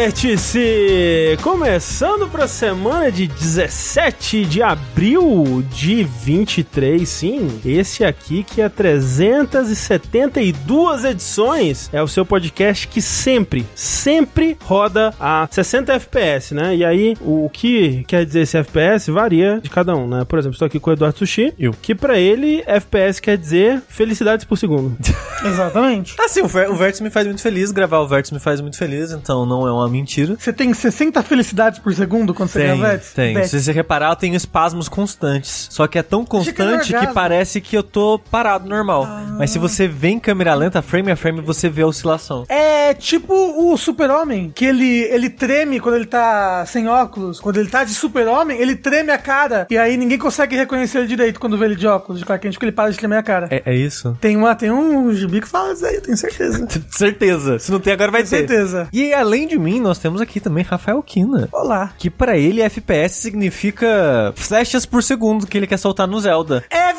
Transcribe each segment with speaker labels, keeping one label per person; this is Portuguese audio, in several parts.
Speaker 1: Vértice! Começando para a semana de 17 de abril de 23, sim. Esse aqui que é 372 edições é o seu podcast que sempre, sempre roda a 60 FPS, né? E aí o que quer dizer esse FPS varia de cada um, né? Por exemplo, estou aqui com o Eduardo Sushi,
Speaker 2: Eu.
Speaker 1: que para ele FPS quer dizer felicidades por segundo.
Speaker 3: Exatamente.
Speaker 2: Assim, o, Ver- o Vértice me faz muito feliz, gravar o Vértice me faz muito feliz, então não é uma mentira.
Speaker 3: Você tem 60 felicidades por segundo quando você grava Vets?
Speaker 2: tem.
Speaker 3: Vets.
Speaker 2: Se você reparar, eu tenho espasmos constantes. Só que é tão
Speaker 3: Achei que era
Speaker 2: constante que
Speaker 3: orgasmo.
Speaker 2: parece que eu tô parado normal. Mas se você vê em câmera lenta, frame a frame, você vê a oscilação.
Speaker 3: É tipo o super-homem, que ele, ele treme quando ele tá sem óculos. Quando ele tá de super-homem, ele treme a cara. E aí ninguém consegue reconhecer ele direito quando vê ele de óculos de Clark Kent, porque ele para de tremer a cara.
Speaker 2: É, é isso?
Speaker 3: Tem, uma, tem um gibi que fala isso aí, eu tenho certeza.
Speaker 2: Certeza. Se não tem, agora vai ter.
Speaker 3: certeza.
Speaker 2: E além de mim, nós temos aqui também Rafael Kina.
Speaker 3: Olá.
Speaker 2: Que pra ele, FPS significa flechas por segundo que ele quer soltar no Zelda.
Speaker 3: É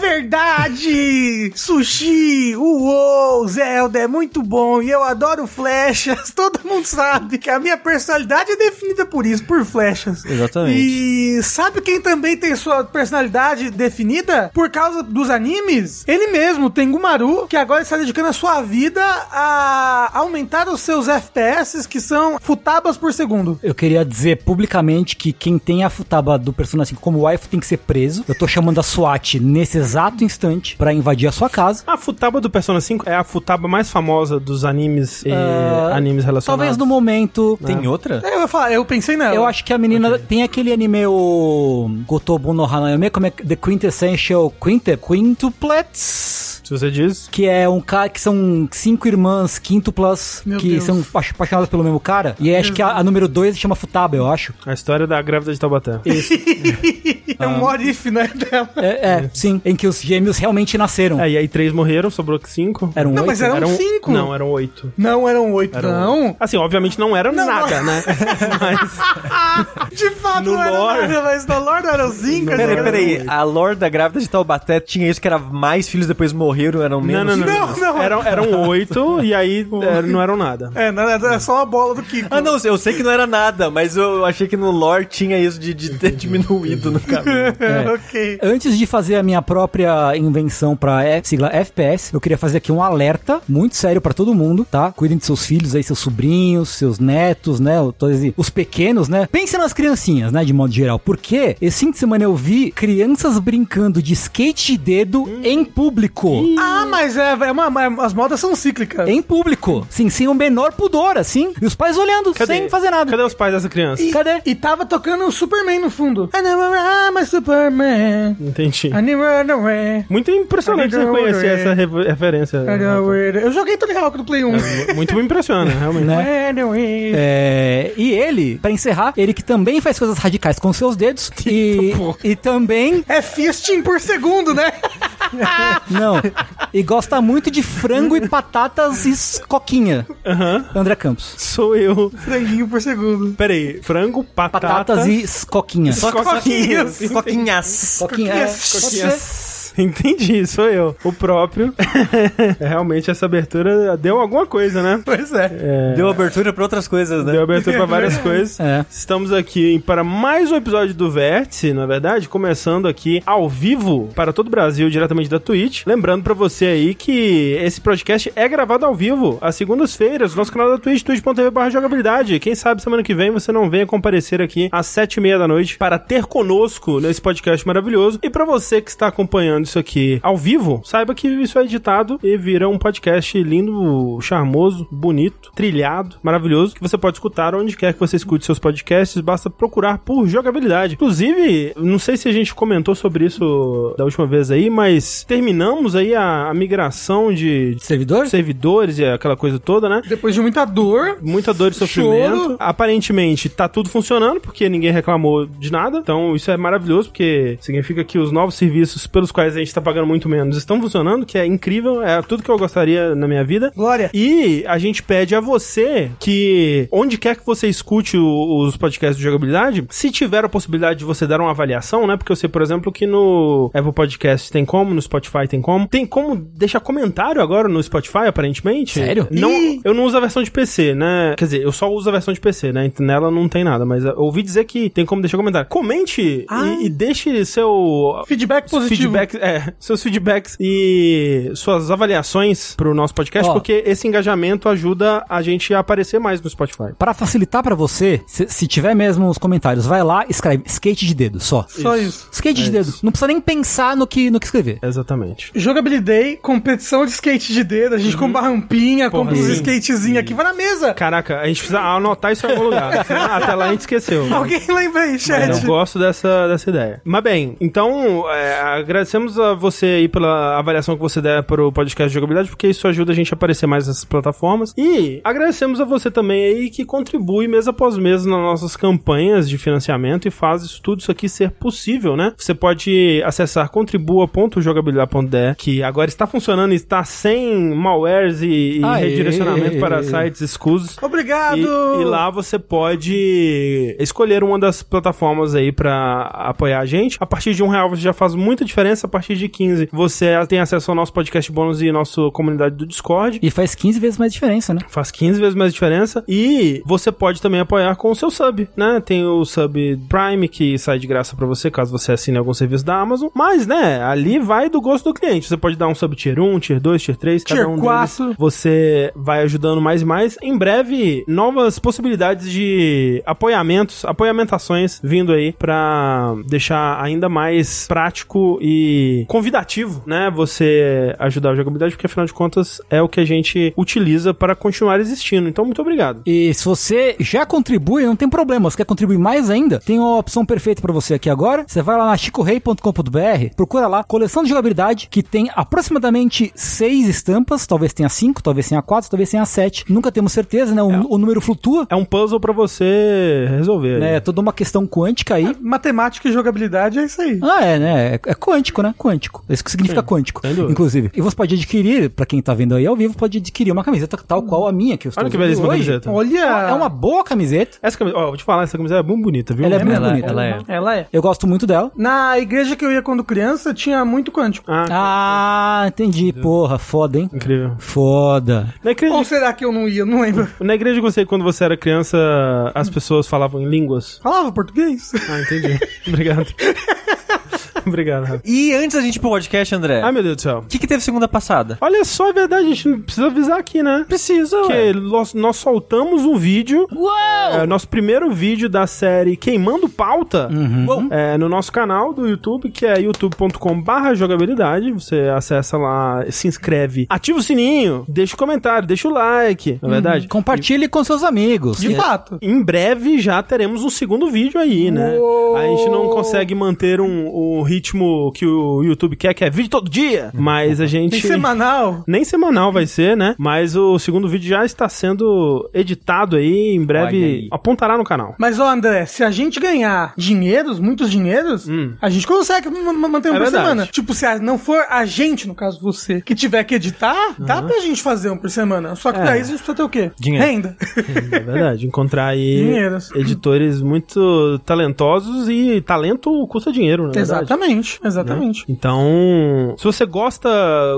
Speaker 3: verdade! Sushi, uou, Zelda é muito bom e eu adoro flechas. Todo mundo sabe que a minha personalidade é definida por isso, por flechas.
Speaker 2: Exatamente.
Speaker 3: E sabe quem também tem sua personalidade definida? Por causa dos animes? Ele mesmo, Tengumaru, que agora está dedicando a sua vida a aumentar os seus FPS, que são futabas por segundo.
Speaker 4: Eu queria dizer publicamente que quem tem a Futaba do Persona 5 como wife tem que ser preso. Eu tô chamando a SWAT nesse exato instante pra invadir a sua casa.
Speaker 1: A Futaba do Persona 5 é a Futaba mais famosa dos animes e
Speaker 4: Ah,
Speaker 1: animes relacionados.
Speaker 4: Talvez no momento.
Speaker 2: Tem um- outra?
Speaker 3: É, Eu, ia falar, eu pensei nela.
Speaker 4: Eu acho que a menina tem aquele anime o Gotobu no Hanayome, como é que- The Quintessential Quinte, Quintuplets,
Speaker 1: Se você diz,
Speaker 4: que é um cara que são cinco irmãs quintuplas
Speaker 3: Meu
Speaker 4: que
Speaker 3: Deus.
Speaker 4: são apa- apaixonadas pelo mesmo cara. E acho que a, a número dois chama Futaba, eu acho.
Speaker 1: a história da grávida de Taubaté.
Speaker 3: é um what if, né, dela.
Speaker 4: É, é, sim, em que os gêmeos realmente nasceram.
Speaker 1: É, e aí três morreram, sobrou cinco.
Speaker 4: Eram
Speaker 3: Não,
Speaker 4: oito.
Speaker 3: mas É, eram cinco.
Speaker 1: Não, eram oito.
Speaker 3: Não eram oito, não.
Speaker 1: Assim, obviamente não eram
Speaker 3: Não,
Speaker 1: nada, né? Mas
Speaker 3: De fato,
Speaker 1: No
Speaker 3: não era
Speaker 1: lore.
Speaker 3: nada, mas no lore não eram cinco.
Speaker 2: Peraí,
Speaker 3: era- né?
Speaker 2: peraí. A lore da grávida de Taubaté tinha isso que era mais filhos, depois morreram, eram
Speaker 1: não,
Speaker 2: menos.
Speaker 1: não, não.
Speaker 3: Não, não.
Speaker 1: Eram, eram oito e aí é, não eram nada.
Speaker 3: É, não, era só uma bola do Kiko.
Speaker 2: Ah, não, eu sei que não era nada, mas eu achei que no lore tinha isso de, de ter diminuído no caminho.
Speaker 4: É.
Speaker 3: ok.
Speaker 4: Antes de fazer a minha própria invenção pra F- sigla FPS, eu queria fazer aqui um alerta muito sério pra todo mundo, tá? Cuidem de seus filhos aí, seus sobrinhos, seus netos, né? Todos esse- os pequenos, né? Pensa nas criancinhas, né? De modo geral. Porque esse fim de semana eu vi crianças brincando de skate de dedo em público.
Speaker 3: Ah, mas é, é uma, é- as modas são cíclicas.
Speaker 4: Em público. Sim, sem o menor pudor, assim. E os pais olhando, sem fazer nada.
Speaker 1: Cadê os pais dessa criança?
Speaker 3: E,
Speaker 4: Cadê?
Speaker 3: E tava tocando o Superman no fundo. I never am a Superman.
Speaker 1: Entendi.
Speaker 3: I never run away.
Speaker 1: Muito impressionante você conhecer essa revo- referência.
Speaker 3: I never run away. Eu joguei Tony Hawk no Play 1.
Speaker 1: Muito me impressiona, realmente.
Speaker 4: Né?
Speaker 3: Anyway.
Speaker 4: É, e ele, pra encerrar, ele que também faz coisas radicais com seus dedos e, e também
Speaker 3: É fisting por segundo, né?
Speaker 4: Não. E gosta muito de frango e patatas e s- coquinha.
Speaker 1: Aham.
Speaker 4: André Campos.
Speaker 1: Sou eu.
Speaker 3: Franguinho por segundo.
Speaker 1: Peraí, frango, patata...
Speaker 4: Patatas e s- coquinha.
Speaker 2: Só
Speaker 1: Coquinhas.
Speaker 2: coquinhas. Coquinhas.
Speaker 4: Coquinha. é-
Speaker 1: Coquinhas. Entendi, sou eu. O próprio. É, Realmente essa abertura deu alguma coisa, né?
Speaker 3: Pois é.
Speaker 2: Deu abertura pra outras coisas, né?
Speaker 1: Deu abertura pra várias coisas.
Speaker 4: É.
Speaker 1: Estamos aqui para mais um episódio do Vértice, não é verdade? Começando aqui ao vivo para todo o Brasil, diretamente da Twitch. Lembrando pra você aí que esse podcast é gravado ao vivo, às segundas-feiras, no nosso canal da Twitch, twitch.tv barra jogabilidade. Quem sabe semana que vem você não venha comparecer aqui às sete e meia da noite para ter conosco nesse podcast maravilhoso. E pra você que está acompanhando isso aqui ao vivo, saiba que isso é editado e vira um podcast lindo, charmoso, bonito, trilhado, maravilhoso, que você pode escutar onde quer que você escute seus podcasts, basta procurar por jogabilidade. Inclusive, não sei se a gente comentou sobre isso da última vez aí, mas terminamos aí a, a migração de
Speaker 4: Servidor?
Speaker 1: servidores e aquela coisa toda, né?
Speaker 3: Depois de muita dor.
Speaker 1: Muita dor e sofrimento. Aparentemente tá tudo funcionando, porque ninguém reclamou de nada. Então isso é maravilhoso, porque significa que os novos serviços pelos quais mas a gente tá pagando muito menos, estão funcionando, que é incrível, é tudo que eu gostaria na minha vida.
Speaker 3: Glória.
Speaker 1: E a gente pede a você que, onde quer que você escute o- os podcasts de jogabilidade, se tiver a possibilidade de você dar uma avaliação, né? Porque eu sei, por exemplo, que no Apple Podcast tem como, no Spotify tem como. Tem como deixar comentário agora no Spotify, aparentemente.
Speaker 4: Sério?
Speaker 1: Não,
Speaker 3: Ih!
Speaker 1: eu não uso a versão de PC, né? Quer dizer, eu só uso a versão de PC, né? Então, Nela não tem nada, mas eu ouvi dizer que tem como deixar comentário. Comente
Speaker 3: Ah.
Speaker 1: e, e deixe seu
Speaker 3: Feedback positivo.
Speaker 1: feedback- é, seus feedbacks e suas avaliações pro nosso podcast,
Speaker 4: Ó.
Speaker 1: porque esse engajamento ajuda a gente a aparecer mais no Spotify.
Speaker 4: Para facilitar pra você, se, se tiver mesmo os comentários, vai lá e escreve skate de dedo, só.
Speaker 3: Só isso.
Speaker 4: Skate de dedo. Não precisa nem pensar no que, no que escrever.
Speaker 1: Exatamente.
Speaker 3: Jogabilidade, competição de skate de dedo, a gente compra rampinha, compra uns
Speaker 1: Uhum. sim.
Speaker 3: skatezinhos aqui, vai na mesa.
Speaker 1: Caraca, a gente precisa anotar isso em algum lugar. senão Até lá a gente esqueceu.
Speaker 3: Alguém lembra aí,
Speaker 1: Eu
Speaker 3: chat.
Speaker 1: gosto dessa, dessa ideia. Mas bem, então é, agradecemos a você aí pela avaliação que você der para o podcast de jogabilidade, porque isso ajuda a gente a aparecer mais nessas plataformas. E agradecemos a você também aí que contribui mês após mês nas nossas campanhas de financiamento e faz isso, tudo isso aqui ser possível, né? Você pode acessar contribua.jogabilidade.de, que agora está funcionando e está sem malwares e, e
Speaker 4: Aê.
Speaker 1: redirecionamento para sites escusos.
Speaker 3: Obrigado.
Speaker 1: E, e lá você pode escolher uma das plataformas aí pra apoiar a gente. A partir de um real você já faz muita diferença. A partir de 15 você tem acesso ao nosso podcast bônus e nossa comunidade do Discord.
Speaker 4: E faz 15 vezes mais diferença, né?
Speaker 1: Faz 15 vezes mais diferença. E você pode também apoiar com o seu sub, né? Tem o sub Prime que sai de graça pra você caso você assine algum serviço da Amazon. Mas, né, ali vai do gosto do cliente. Você pode dar um sub tier 1, tier 2, tier 3,
Speaker 3: Tier
Speaker 1: cada um
Speaker 3: quatro.
Speaker 1: deles. Você vai ajudando mais e mais. Em breve, novas possibilidades de apoiamentos, apoiamentações vindo aí pra deixar ainda mais prático e convidativo, né? Você ajudar a jogabilidade, porque afinal de contas é o que a gente utiliza para continuar existindo. Então, muito obrigado.
Speaker 4: E se você já contribui, não tem problema. Você quer contribuir mais ainda? Tem uma opção perfeita pra você aqui agora. Você vai lá na chicorei.com.br, procura lá coleção de jogabilidade que tem aproximadamente seis estampas, talvez tenha cinco, talvez tenha quatro, talvez tenha sete. Nunca temos certeza, né? O, o número flutua.
Speaker 1: É um puzzle pra você resolver.
Speaker 4: né?
Speaker 1: aí.
Speaker 4: É toda uma questão quântica aí.
Speaker 3: Matemática e jogabilidade é isso aí.
Speaker 4: Ah, é, né? É, é quântico, né? Quântico. É isso que significa quântico,
Speaker 1: sem dúvida.
Speaker 4: inclusive. E você pode adquirir, pra quem tá vendo aí ao vivo, pode adquirir uma camiseta tal qual a minha que eu estou
Speaker 1: Olha que
Speaker 4: usando
Speaker 1: belíssima
Speaker 4: hoje.
Speaker 1: camiseta. Ah,
Speaker 3: Olha.
Speaker 4: É uma boa camiseta.
Speaker 1: Essa camisa, ó, vou te falar, essa camisa é muito bonita, viu?
Speaker 4: Ela é muito
Speaker 2: ela,
Speaker 4: bonita.
Speaker 2: ela é.
Speaker 1: né?
Speaker 3: Ela é.
Speaker 4: Eu gosto muito dela.
Speaker 3: Na igreja que eu ia quando criança, tinha muito quântico.
Speaker 1: Ah,
Speaker 4: Ah, entendi. Porra, foda, hein?
Speaker 1: incrível.
Speaker 4: Foda.
Speaker 1: Na igreja,
Speaker 3: Ou será que eu não ia? Não lembro.
Speaker 1: na igreja que você, quando você era criança, as pessoas falavam em línguas?
Speaker 3: Falava português?
Speaker 1: Ah, entendi. Obrigado. Obrigado, Rafa.
Speaker 2: E antes da gente ir pro podcast, André,
Speaker 1: Ai,
Speaker 2: o
Speaker 1: meu Deus do céu.
Speaker 2: que, que teve segunda passada?
Speaker 1: Olha só, é verdade, a gente não precisa avisar aqui, né?
Speaker 2: Precisa,
Speaker 1: Porque nós, nós soltamos um vídeo, é, nosso primeiro vídeo da série Queimando Pauta,
Speaker 2: Uou.
Speaker 1: é, no nosso canal do YouTube, que é youtube.com.br jogabilidade. Você acessa lá, se inscreve, ativa o sininho, deixa o comentário, deixa o like, na verdade.
Speaker 4: Compartilhe com seus amigos.
Speaker 3: De fato.
Speaker 1: Em breve já teremos um segundo vídeo aí, né? A gente não consegue manter um, o ritmo que o YouTube quer, que é vídeo todo dia. Mas a gente.
Speaker 3: Em semanal.
Speaker 1: Nem semanal vai ser, né? Mas o segundo vídeo já está sendo editado aí, em breve
Speaker 2: Olha aí.
Speaker 1: apontará no canal.
Speaker 3: Mas, ó, André, se a gente ganhar dinheiros, muitos dinheiros, a gente consegue ma- ma- manter um
Speaker 1: Hum. É
Speaker 3: por
Speaker 1: verdade.
Speaker 3: semana. Tipo, se a- não for a gente, no caso você, que tiver que editar, dá pra gente fazer um por semana. Só que daí a gente precisa ter o quê?
Speaker 2: Dinheiro.
Speaker 3: Renda.
Speaker 1: É verdade, encontrar aí
Speaker 3: Dinheiros.
Speaker 1: editores muito talentosos e talento custa dinheiro, né?
Speaker 3: exatamente, exatamente.
Speaker 1: Então, se você gosta,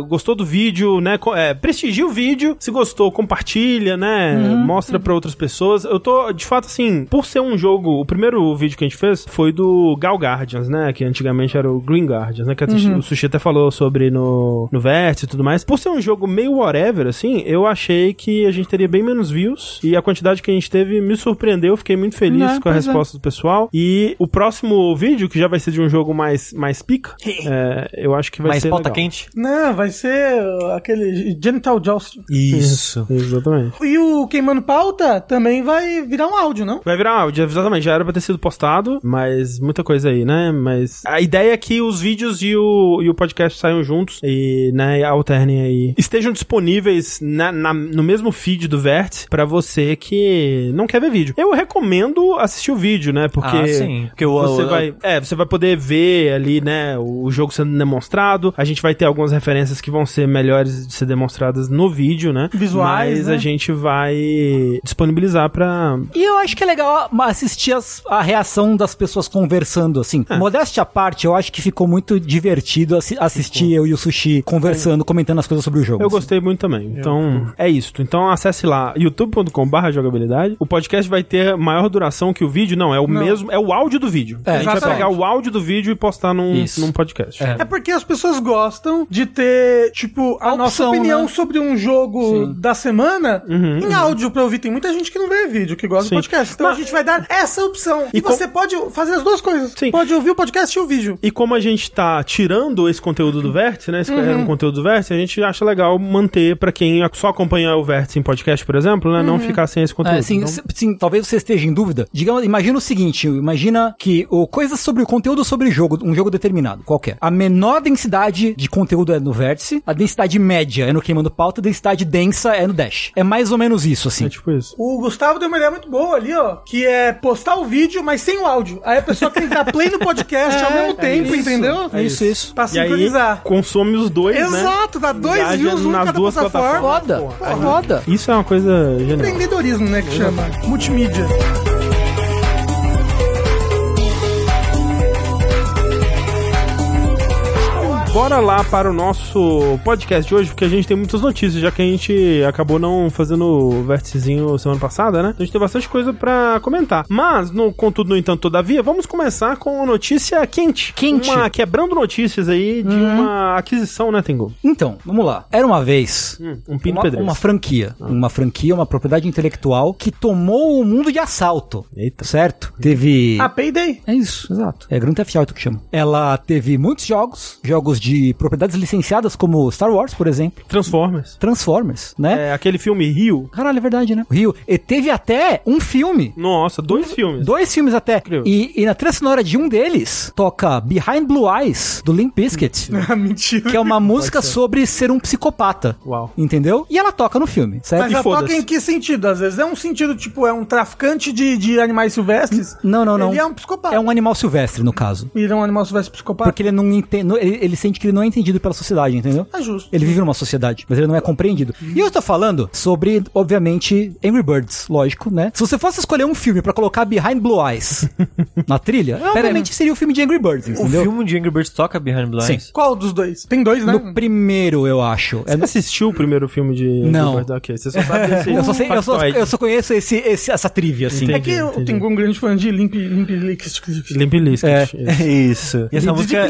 Speaker 1: gostou do vídeo, né? co- É, prestigia o vídeo. Se gostou, compartilha, né? Mostra pra outras pessoas. Eu tô, de fato, assim, por ser um jogo, o primeiro vídeo que a gente fez foi do Gal Guardians, né? Que antigamente era o Green Guardians, né? Que a Sushi- o Sushi até falou sobre no, no Vértice e tudo mais. Por ser um jogo meio whatever, assim, eu achei que a gente teria bem menos views. E a quantidade que a gente teve me surpreendeu. Fiquei muito feliz
Speaker 3: Né,
Speaker 1: com a
Speaker 3: pois é.
Speaker 1: resposta do pessoal. E o próximo vídeo, que já vai ser de um jogo mais, mais pica, é, eu acho que vai
Speaker 2: Mais
Speaker 1: ser.
Speaker 2: pauta
Speaker 1: legal.
Speaker 2: quente?
Speaker 3: Não, vai ser uh, aquele genital jousting.
Speaker 1: Isso. Exatamente.
Speaker 3: E o Queimando Pauta também vai virar um áudio, não?
Speaker 1: Vai virar áudio, exatamente. Já era pra ter sido postado, mas muita coisa aí, né? Mas a ideia é que os vídeos e o, e o podcast saiam juntos e, né, alternem aí. Estejam disponíveis na, na- no mesmo feed do Vértice pra você que não quer ver vídeo. Eu recomendo assistir o vídeo, né? Porque.
Speaker 2: ah, sim. Porque o,
Speaker 1: Você
Speaker 2: o-
Speaker 1: vai, é, você vai poder ver ali, né, o jogo sendo demonstrado. A gente vai ter algumas referências que vão ser melhores de ser demonstradas no vídeo, né?
Speaker 3: Visuais,
Speaker 1: Mas
Speaker 3: né?
Speaker 1: a gente vai disponibilizar pra.
Speaker 4: E eu acho que é legal assistir as- a reação das pessoas conversando, assim.
Speaker 1: Ah.
Speaker 4: Modéstia à parte, eu acho que ficou muito divertido assi- assistir eu e o Sushi conversando, comentando as coisas sobre o jogo.
Speaker 1: Eu gostei muito também. Então, é isso. Então, acesse lá youtube.com/barra jogabilidade. O podcast vai ter maior duração que o vídeo. Não, é o mesmo. É o áudio do vídeo.
Speaker 4: É,
Speaker 1: a gente vai
Speaker 4: exatamente.
Speaker 1: pegar o áudio do vídeo e postar num,
Speaker 4: Isso.
Speaker 1: num podcast.
Speaker 2: É.
Speaker 3: É porque as pessoas gostam de ter, tipo, a,
Speaker 4: A
Speaker 3: nossa
Speaker 4: opção,
Speaker 3: opinião
Speaker 4: né?
Speaker 3: sobre um jogo da semana em áudio pra ouvir. Tem muita gente que não vê vídeo, que gosta
Speaker 1: Uhum, Sim.
Speaker 3: do podcast. Então a gente vai dar essa opção. E,
Speaker 1: E com-
Speaker 3: você pode fazer as duas coisas.
Speaker 1: Sim.
Speaker 3: Pode ouvir o podcast e o vídeo.
Speaker 1: E como a gente tá tirando esse conteúdo do Vértice, né? Esse
Speaker 4: Uhum.
Speaker 1: era um conteúdo do Vértice, a gente acha legal manter pra quem só acompanha o Vértice em podcast, por exemplo, né? Não ficar sem esse conteúdo.
Speaker 4: É, sim,
Speaker 1: Então,
Speaker 4: se- sim, talvez você esteja em dúvida. Digamos, imagina o seguinte, imagina que o coisa sobre o conteúdo sobre jogo, um jogo determinado, qualquer. A menor densidade de conteúdo é no vértice, a densidade média é no queimando pauta, a densidade densa é no dash. É mais ou menos isso, assim.
Speaker 1: é tipo isso.
Speaker 3: O Gustavo deu uma ideia muito boa ali, ó, que é postar o vídeo, mas sem o áudio. Aí a pessoa tem que dar play no podcast
Speaker 1: É,
Speaker 3: ao mesmo tempo, entendeu?
Speaker 4: É isso, isso.
Speaker 3: Pra
Speaker 1: E aí,
Speaker 3: sincronizar.
Speaker 1: consome os dois, né?
Speaker 3: Exato, dá dois
Speaker 1: Engaja
Speaker 3: views um em
Speaker 1: nas
Speaker 3: cada
Speaker 1: duas
Speaker 3: plataforma.
Speaker 1: plataformas.
Speaker 4: Roda,
Speaker 3: Porra.
Speaker 4: roda.
Speaker 1: Isso é uma coisa genial.
Speaker 3: Empreendedorismo, né, que chama. Multimídia.
Speaker 1: Bora lá para o nosso podcast de hoje, porque a gente tem muitas notícias, já que a gente acabou não fazendo o vérticezinho semana passada, né? A gente tem bastante coisa pra comentar. Mas, no, contudo, no entanto, todavia, vamos começar com a notícia quente.
Speaker 4: Quente. Uhum.
Speaker 1: Uma quebrando notícias aí de uma aquisição, né, Tengu?
Speaker 4: Então, vamos lá. Era uma vez
Speaker 1: Hum, um pino
Speaker 4: uma,
Speaker 1: pedreiro. Ah.
Speaker 4: uma franquia. Uma franquia, uma propriedade intelectual que tomou o mundo de assalto.
Speaker 1: Eita. Hum.
Speaker 4: Certo? Teve.
Speaker 3: Ah, payday.
Speaker 4: É isso, exato. É Grand Theft Auto que chama. Ela teve muitos jogos, jogos de propriedades licenciadas como Star Wars, por exemplo,
Speaker 1: Transformers.
Speaker 4: Transformers, né?
Speaker 1: É, aquele filme Rio.
Speaker 4: Caralho, é verdade, né? O Rio. E teve até um filme.
Speaker 1: Nossa, dois filmes.
Speaker 4: Dois filmes até.
Speaker 1: Incrível.
Speaker 4: E, e na trilha sonora de um deles toca Behind Blue Eyes, do Limp Bizkit,
Speaker 3: Ah, mentira.
Speaker 4: que é uma música sobre ser um psicopata.
Speaker 1: Uau.
Speaker 4: Entendeu? E ela toca no filme, certo?
Speaker 3: Mas
Speaker 1: E
Speaker 3: ela toca
Speaker 1: foda-se.
Speaker 3: em que sentido? Às vezes é um sentido, tipo, é um traficante de, de animais silvestres?
Speaker 4: Não, não, não.
Speaker 3: Ele é um psicopata.
Speaker 4: É um animal silvestre, no caso.
Speaker 3: Ele é um animal silvestre psicopata?
Speaker 4: Porque ele não entende. Ele, ele sente que ele não é entendido pela sociedade, entendeu?
Speaker 3: É justo.
Speaker 4: Ele vive numa sociedade, mas ele não é compreendido. E eu tô falando sobre, obviamente, Angry Birds, lógico, né? Se você fosse escolher um filme pra colocar Behind Blue Eyes na trilha, obviamente seria o filme de Angry Birds,
Speaker 2: O
Speaker 4: entendeu?
Speaker 2: filme de Angry Birds toca Behind Blind?
Speaker 4: Sim.
Speaker 3: Qual dos dois? Tem dois, né?
Speaker 4: No primeiro, eu acho. É
Speaker 1: Você
Speaker 4: no-
Speaker 1: assistiu o primeiro filme de...
Speaker 4: Não.
Speaker 1: Ok, você só sabe desse
Speaker 4: eu, só sei- eu só-
Speaker 1: factoide.
Speaker 4: eu só conheço esse, esse- essa trivia, assim.
Speaker 3: É
Speaker 1: Entendi.
Speaker 3: que eu
Speaker 1: entendi.
Speaker 3: tenho um grande fã de Limp... Limp... Limp...
Speaker 1: Limp Bizkit.
Speaker 4: É.
Speaker 1: Isso.
Speaker 2: Isso. E essa música,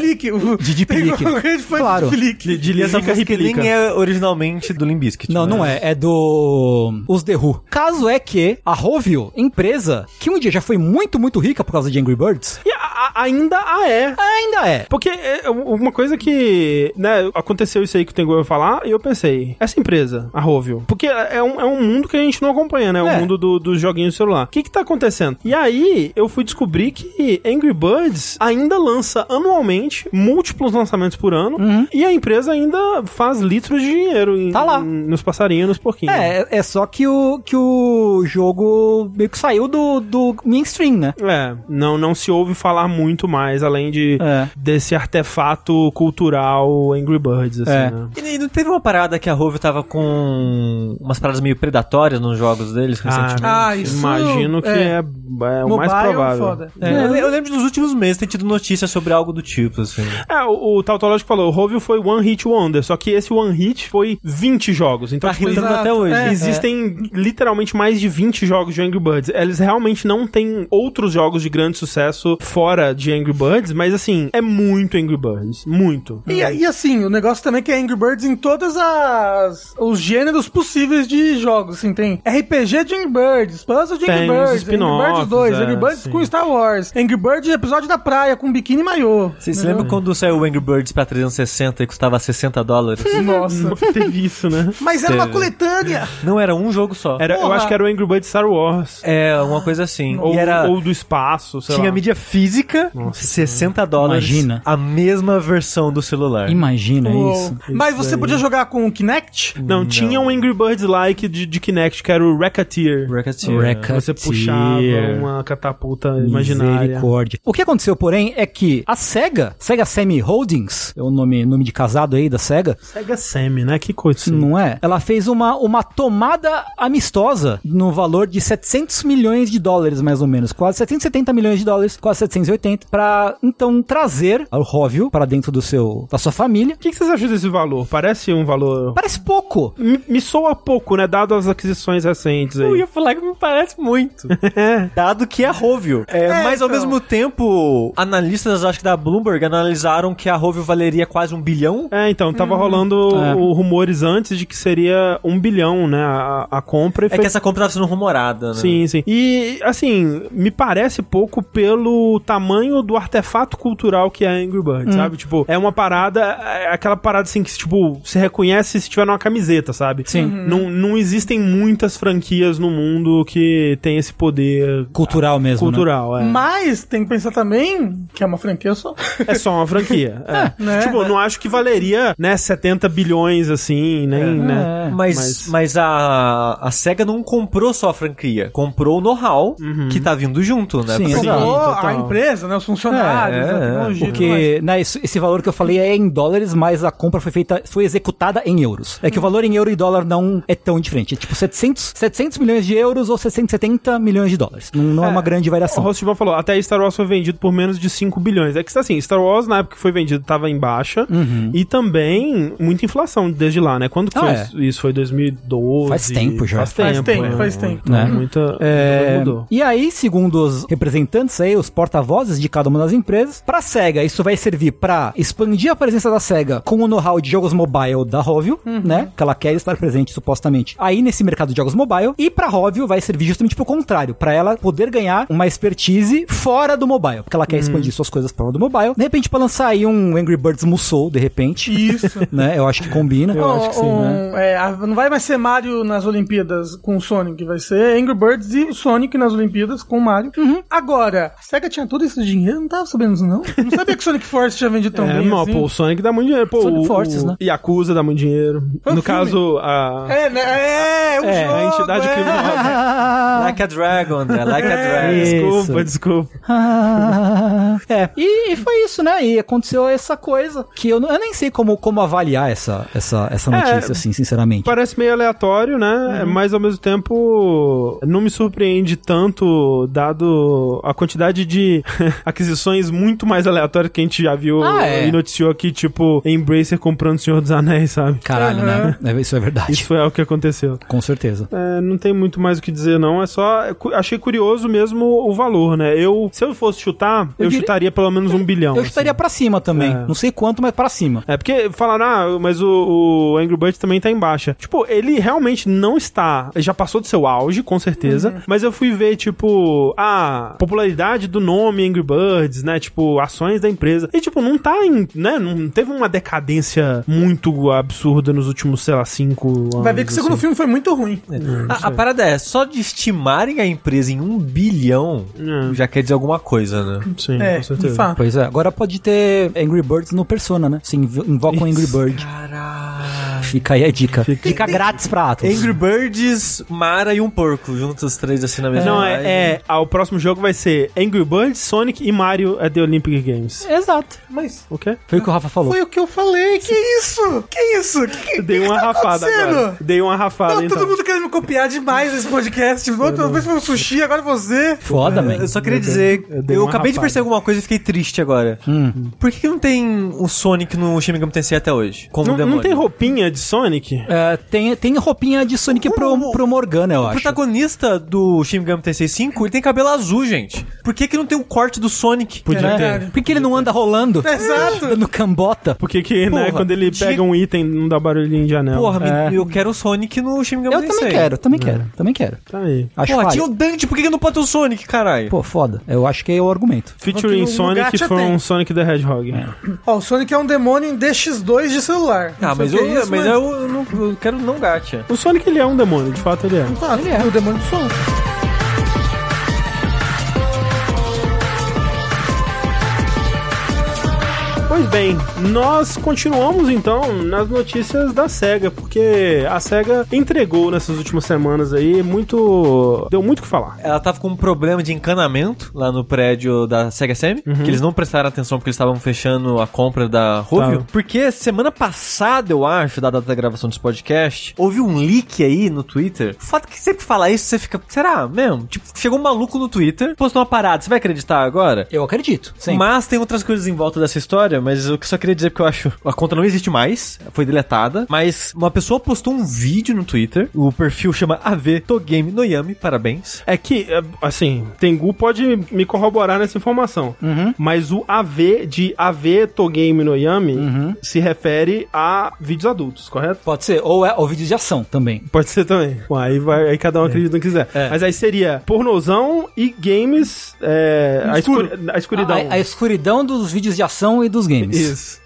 Speaker 4: Didi Plique.
Speaker 3: um grande fã
Speaker 4: Claro.
Speaker 3: de Plique.
Speaker 1: De, de
Speaker 2: e essa
Speaker 1: Lilica
Speaker 2: música
Speaker 1: Riplica.
Speaker 2: nem é originalmente do né? Limbiskit.
Speaker 4: Não, não é. É do. Os The Who. Caso é que a Rovio, empresa que um dia já foi muito, muito rica por causa de Angry Birds,
Speaker 1: E a- a- ainda a é.
Speaker 4: ainda é.
Speaker 1: Porque é uma coisa que, né, aconteceu isso aí que o Tengu ia falar, e eu pensei, essa empresa, a Rovio, porque é um, é um mundo que a gente não acompanha, né,
Speaker 4: É.
Speaker 1: o mundo do- dos joguinhos de celular. O que que tá acontecendo? E aí, eu fui descobrir que Angry Birds ainda lança anualmente múltiplos lançamentos por ano, e a empresa ainda faz litros de dinheiro em-
Speaker 4: Uhum. Tá lá.
Speaker 1: em- nos passarinhos, nos porquinhos.
Speaker 4: É, é só que o, que o jogo meio que saiu do, do mainstream, né?
Speaker 1: É, não, não se ouve falar muito mais, além de
Speaker 4: É.
Speaker 1: desse artefato cultural Angry Birds, assim,
Speaker 4: É.
Speaker 1: né?
Speaker 2: E não teve uma parada que a Rovio tava com umas paradas meio predatórias nos jogos deles recentemente?
Speaker 3: Ah, isso-
Speaker 1: imagino que é,
Speaker 3: é.
Speaker 1: é o mais
Speaker 3: Mobile,
Speaker 1: provável.
Speaker 3: foda.
Speaker 2: É, eu, le- eu lembro dos últimos meses ter tido notícia sobre algo do tipo, assim.
Speaker 1: É, o, o Tautológico falou, o Rovio foi One Hit Wonder, só que esse One Hit foi 20 jogos. Então,
Speaker 2: Tá
Speaker 1: tipo, eles-
Speaker 2: ritando
Speaker 3: exato.
Speaker 2: até hoje.
Speaker 3: É.
Speaker 1: existem literalmente mais de 20 jogos de Angry Birds. Eles realmente não têm outros jogos de grande sucesso fora de Angry Birds, mas assim, é muito Angry Birds. Muito.
Speaker 3: E, e assim, o negócio também é que é Angry Birds em todas as os gêneros possíveis de jogos, assim, tem RPG de Angry Birds, Puzzle de Angry
Speaker 1: Tem uns
Speaker 3: Birds, Angry Birds
Speaker 1: spin-offs,
Speaker 3: 2,
Speaker 1: é,
Speaker 3: Angry Birds
Speaker 1: sim.
Speaker 3: com Star Wars, Angry Birds episódio da praia com biquíni e maiô.
Speaker 2: Vocês se lembram quando saiu o Angry Birds pra 360 e custava 60 dólares?
Speaker 3: Nossa.
Speaker 1: Teve isso, né?
Speaker 3: Mas era uma coletânea.
Speaker 2: não era um jogo só.
Speaker 1: Era, eu
Speaker 3: Porra.
Speaker 1: acho que era o Angry Birds Star Wars.
Speaker 2: É, uma coisa assim.
Speaker 1: Ou,
Speaker 2: É, e era...
Speaker 1: ou do espaço, sei
Speaker 2: tinha
Speaker 1: lá.
Speaker 2: mídia física, 60 dólares.
Speaker 4: Imagina.
Speaker 2: A mesma versão do celular.
Speaker 4: É. Imagina
Speaker 3: Uou.
Speaker 4: isso.
Speaker 1: É,
Speaker 3: Mas você podia jogar com o Kinect?
Speaker 1: Não, tinha um Angry Birds like de, de Kinect, que era o Racketeer.
Speaker 2: Racketeer.
Speaker 4: Racketeer.
Speaker 1: Você puxava uma catapulta imaginária.
Speaker 4: Misericórdia. O que aconteceu, porém, é que a SEGA, SEGA Semi Holdings, é o nome, nome de casado aí da SEGA,
Speaker 1: Sega Sammy, né? Que coisa. assim.
Speaker 4: não é? Ela fez uma, uma tomada amistosa no valor de 700 milhões de dólares, mais ou menos. Quase 770 milhões de dólares, quase 780, pra então trazer o Róvio para dentro do seu, da sua família.
Speaker 1: O que, que vocês acham desse valor? Parece um valor...
Speaker 4: Parece pouco.
Speaker 1: Me, me soa pouco, né? Dado as aquisições recentes aí.
Speaker 2: Eu ia falar que me parece muito. Dado que é Rovio. É, mas ao
Speaker 3: então.
Speaker 2: mesmo tempo, analistas, acho que da Bloomberg, analisaram que a Rovio valeria quase um bilhão.
Speaker 1: É, então,
Speaker 2: Uhum.
Speaker 1: tava rolando
Speaker 4: É.
Speaker 1: o- rumores antes de que seria um bilhão, né? A, a compra. E
Speaker 2: É
Speaker 1: foi-
Speaker 2: que essa compra tava sendo rumorada,
Speaker 4: É.
Speaker 2: né?
Speaker 1: Sim, sim. E, assim, me parece pouco pelo tamanho do artefato cultural que é Angry Birds,
Speaker 4: Hum.
Speaker 1: sabe? Tipo, é uma parada, é aquela parada assim que, tipo, se reconhece se tiver numa camiseta, sabe? Uhum.
Speaker 4: Sim. Uhum.
Speaker 1: Não, não existem muitas franquias no mundo que tem esse poder
Speaker 4: Cultural mesmo. né?
Speaker 1: cultural, é.
Speaker 3: Mas tem que pensar também que é uma franquia só.
Speaker 1: É só uma franquia. é.
Speaker 3: né?
Speaker 1: Tipo, eu não acho que valeria, né, 70 bilhões, assim, nem, né?
Speaker 4: É.
Speaker 2: Mas,
Speaker 1: Mas-
Speaker 2: mas... a, a SEGA não comprou só a franquia, comprou o know-how que tá vindo junto, né?
Speaker 4: Sim,
Speaker 2: Pra-
Speaker 4: sim.
Speaker 3: Ou
Speaker 1: total.
Speaker 3: a empresa, né? Os funcionários,
Speaker 2: É,
Speaker 3: a
Speaker 2: é,
Speaker 3: tecnologia. e tudo mais.
Speaker 4: Porque né, isso- esse valor que eu falei é em dólares, mas a compra foi feita, foi executada em euros. É que o
Speaker 1: Uhum.
Speaker 4: valor em euro e dólar não é tão diferente. É tipo 700, 700 milhões de euros ou 670 milhões de dólares. Não, não é, uma grande
Speaker 1: O
Speaker 4: variação.
Speaker 1: Rostibon falou, até Star Wars foi vendido por menos de 5 bilhões. É que assim, Star Wars na época que foi vendido tava em baixa e também muita inflação desde lá, né? Quando que
Speaker 4: Uhum. Ah,
Speaker 1: foi
Speaker 4: é.
Speaker 1: isso? isso? Foi 2012.
Speaker 4: Faz tempo já.
Speaker 1: Faz tempo,
Speaker 3: Faz tempo,
Speaker 1: é.
Speaker 3: faz tempo.
Speaker 1: Então,
Speaker 4: Né?
Speaker 1: Muita
Speaker 4: É,
Speaker 1: mudou.
Speaker 4: e aí, segundo os representantes aí, os porta-vozes de cada uma das empresas, pra SEGA isso vai servir pra expandir a presença da SEGA com o know-how de jogos mobile da Rovio, né? Que ela quer estar presente supostamente aí nesse mercado de jogos mobile e pra Rovio vai servir justamente pro contrário, pra ela poder ganhar uma expertise fora do mobile, porque ela quer expandir suas coisas fora do mobile. De repente pra lançar aí um Angry Birds Musou, de repente,
Speaker 3: Isso.
Speaker 4: né? Eu acho que né? combina.
Speaker 3: Um- um- é, a- não vai mais ser Mario nas Olimpíadas com o Sonic, vai ser Angry Birds e Sonic nas Olimpíadas com o Mario. Agora, a SEGA tinha todo esse dinheiro, não tava sabendo isso, não. Não sabia que Sonic Force tinha vendido tão
Speaker 1: É,
Speaker 3: bem.
Speaker 1: não,
Speaker 3: assim.
Speaker 1: pô, o Sonic dá muito dinheiro. Pô,
Speaker 4: então, Sonic
Speaker 1: o,
Speaker 4: Forces,
Speaker 1: o
Speaker 4: né?
Speaker 1: Yakuza dá muito dinheiro.
Speaker 3: um
Speaker 1: no
Speaker 3: filme.
Speaker 1: caso, a,
Speaker 3: É, né? É, o
Speaker 4: É,
Speaker 3: jogo.
Speaker 1: a entidade
Speaker 3: é.
Speaker 1: criminosa.
Speaker 4: Ah,
Speaker 2: Like a Dragon, André, like a Dragon.
Speaker 1: Desculpa,
Speaker 4: Isso.
Speaker 1: desculpa.
Speaker 4: Ah, é, e, e foi isso, né? E aconteceu essa coisa que eu, não- eu nem sei como, como avaliar essa, essa, essa notícia, assim, sinceramente.
Speaker 1: Parece meio aleatório,
Speaker 4: Uhum.
Speaker 1: né? Mas ao mesmo tempo não me surpreende tanto, dado a quantidade de aquisições muito mais aleatórias que a gente já viu
Speaker 4: Ah, é.
Speaker 1: e noticiou aqui, tipo Embracer comprando o Senhor dos Anéis, sabe?
Speaker 4: Caralho, né? É, Isso é verdade.
Speaker 1: Isso é o que aconteceu.
Speaker 4: Com certeza.
Speaker 1: É, não tem muito mais o que dizer, não. É só. eu cu- Achei curioso mesmo o valor, né? Eu, se eu fosse chutar, eu,
Speaker 4: Eu diria-
Speaker 1: chutaria pelo menos um bilhão.
Speaker 4: Eu estaria pra cima também.
Speaker 1: É.
Speaker 4: Não sei quanto, mas pra cima.
Speaker 1: É porque falaram, ah, mas o, o Angry Birds também tá em baixa. Tipo, ele realmente não está. Já passou do seu auge, com certeza.
Speaker 3: Uhum.
Speaker 1: Mas eu fui ver, tipo, a popularidade do nome Angry Birds, né? Tipo, ações da empresa. E, tipo, não tá em. né? Não teve uma decadência muito absurda nos últimos, sei lá, cinco anos.
Speaker 3: Vai ver que o segundo filme foi muito ruim.
Speaker 2: A, a parada é, só de estimarem a empresa em um bilhão
Speaker 1: É.
Speaker 2: já quer dizer alguma coisa, né?
Speaker 1: Sim,
Speaker 3: É,
Speaker 1: com
Speaker 3: de
Speaker 1: certeza.
Speaker 3: fato.
Speaker 4: Pois é, agora pode ter Angry Birds no Persona, né? Se inv- invoca um Angry Bird.
Speaker 2: Caralho.
Speaker 4: Fica aí a dica. Fica, grátis pra Atlas.
Speaker 2: Angry Birds, Mara e um porco, juntos os três assim na mesma
Speaker 1: Não,
Speaker 2: live.
Speaker 1: é, é. ah, o próximo jogo vai ser Angry Birds, Sonic e Mario at the Olympic Games.
Speaker 4: Exato.
Speaker 3: Mas
Speaker 1: O quê?
Speaker 4: Foi o que o Rafa falou.
Speaker 3: foi o que eu falei. Que isso? Que isso? Que, que-
Speaker 1: Dei
Speaker 3: que
Speaker 1: uma
Speaker 3: tá
Speaker 1: rafada
Speaker 3: acontecendo?
Speaker 1: agora. Dei uma rafada,
Speaker 3: Não,
Speaker 1: então.
Speaker 3: todo mundo querendo me copiar demais esse podcast. Outra vez foi o sushi, agora você.
Speaker 4: Foda, man.
Speaker 2: Eu só queria dizer,
Speaker 1: eu
Speaker 2: eu,
Speaker 1: dei uma
Speaker 2: acabei de
Speaker 1: rapada.
Speaker 2: perceber alguma coisa e fiquei triste agora.
Speaker 4: Hum.
Speaker 2: Por que, que não tem um Sonic no Shin Megami Tensei até hoje? Como
Speaker 1: Não,
Speaker 2: demônio?
Speaker 1: não tem roupinha de Sonic?
Speaker 4: É, tem, tem roupinha de Sonic pro, pro Morgana, eu
Speaker 2: O
Speaker 4: acho.
Speaker 2: protagonista do Shin Megami Tensei 5, ele tem cabelo azul, gente. Por que que não tem um corte do Sonic?
Speaker 1: Podia
Speaker 4: né?
Speaker 1: ter.
Speaker 4: Por que ele não anda rolando?
Speaker 3: Exato.
Speaker 4: Dando cambota.
Speaker 1: Porque que, né,
Speaker 2: Porra,
Speaker 1: quando ele pega
Speaker 2: de-
Speaker 1: um item, não dá barulhinho de anel.
Speaker 2: Porra,
Speaker 4: É.
Speaker 2: me- eu quero o Sonic no Shin Megami
Speaker 4: Eu
Speaker 2: Tensei.
Speaker 4: também quero, também quero, também quero.
Speaker 1: Tá aí.
Speaker 4: Acho
Speaker 2: Porra,
Speaker 4: falha.
Speaker 2: tinha o Dante, por que, que não pode ter o Sonic, caralho?
Speaker 4: Pô, foda. Eu acho que é o argumento.
Speaker 1: Featuring
Speaker 3: no
Speaker 1: Sonic
Speaker 3: lugar já
Speaker 1: from
Speaker 3: tem.
Speaker 1: Sonic the Hedgehog.
Speaker 3: Ó, o Sonic é um demônio em DX2 de celular.
Speaker 2: Ah,
Speaker 3: Não sei
Speaker 2: mas
Speaker 3: o que
Speaker 2: eu,
Speaker 3: é isso,
Speaker 2: mas eu, eu não, eu quero não gacha.
Speaker 1: O Sonic, ele é um demônio, de fato ele é.
Speaker 4: Tá,
Speaker 3: Ah, ele é o demônio do som.
Speaker 1: Pois bem, nós continuamos então nas notícias da SEGA, porque a SEGA entregou nessas últimas semanas aí muito. deu muito o que falar.
Speaker 2: Ela tava com um problema de encanamento lá no prédio da Sega Sam, que eles não prestaram atenção porque eles estavam fechando a compra da Rovio.
Speaker 1: Tá.
Speaker 2: Porque semana passada, eu acho, da data da gravação desse podcast, houve um leak aí no Twitter. O fato é que sempre que fala isso, você fica, será mesmo? Tipo, chegou um maluco no Twitter, postou uma parada, você vai acreditar agora?
Speaker 4: Eu acredito. Sim.
Speaker 2: Mas tem outras coisas em volta dessa história, mas eu só queria dizer que eu acho. A conta não existe mais, foi deletada. Mas uma pessoa postou um vídeo no Twitter. O perfil chama AV Togame Noyami, parabéns.
Speaker 1: É que, é, assim, Tengu pode me corroborar nessa informação. Mas o AV de AV Togame no Yami se refere a vídeos adultos, correto?
Speaker 4: Pode ser. Ou é ou vídeo de ação também.
Speaker 1: Pode ser também. Bom, aí, vai, aí cada um acredita no que quiser.
Speaker 4: É.
Speaker 1: Mas aí seria pornozão e games. É, a,
Speaker 3: Escuro.
Speaker 1: escuri- a escuridão.
Speaker 4: A, a escuridão dos vídeos de ação e dos é games.
Speaker 1: Isso.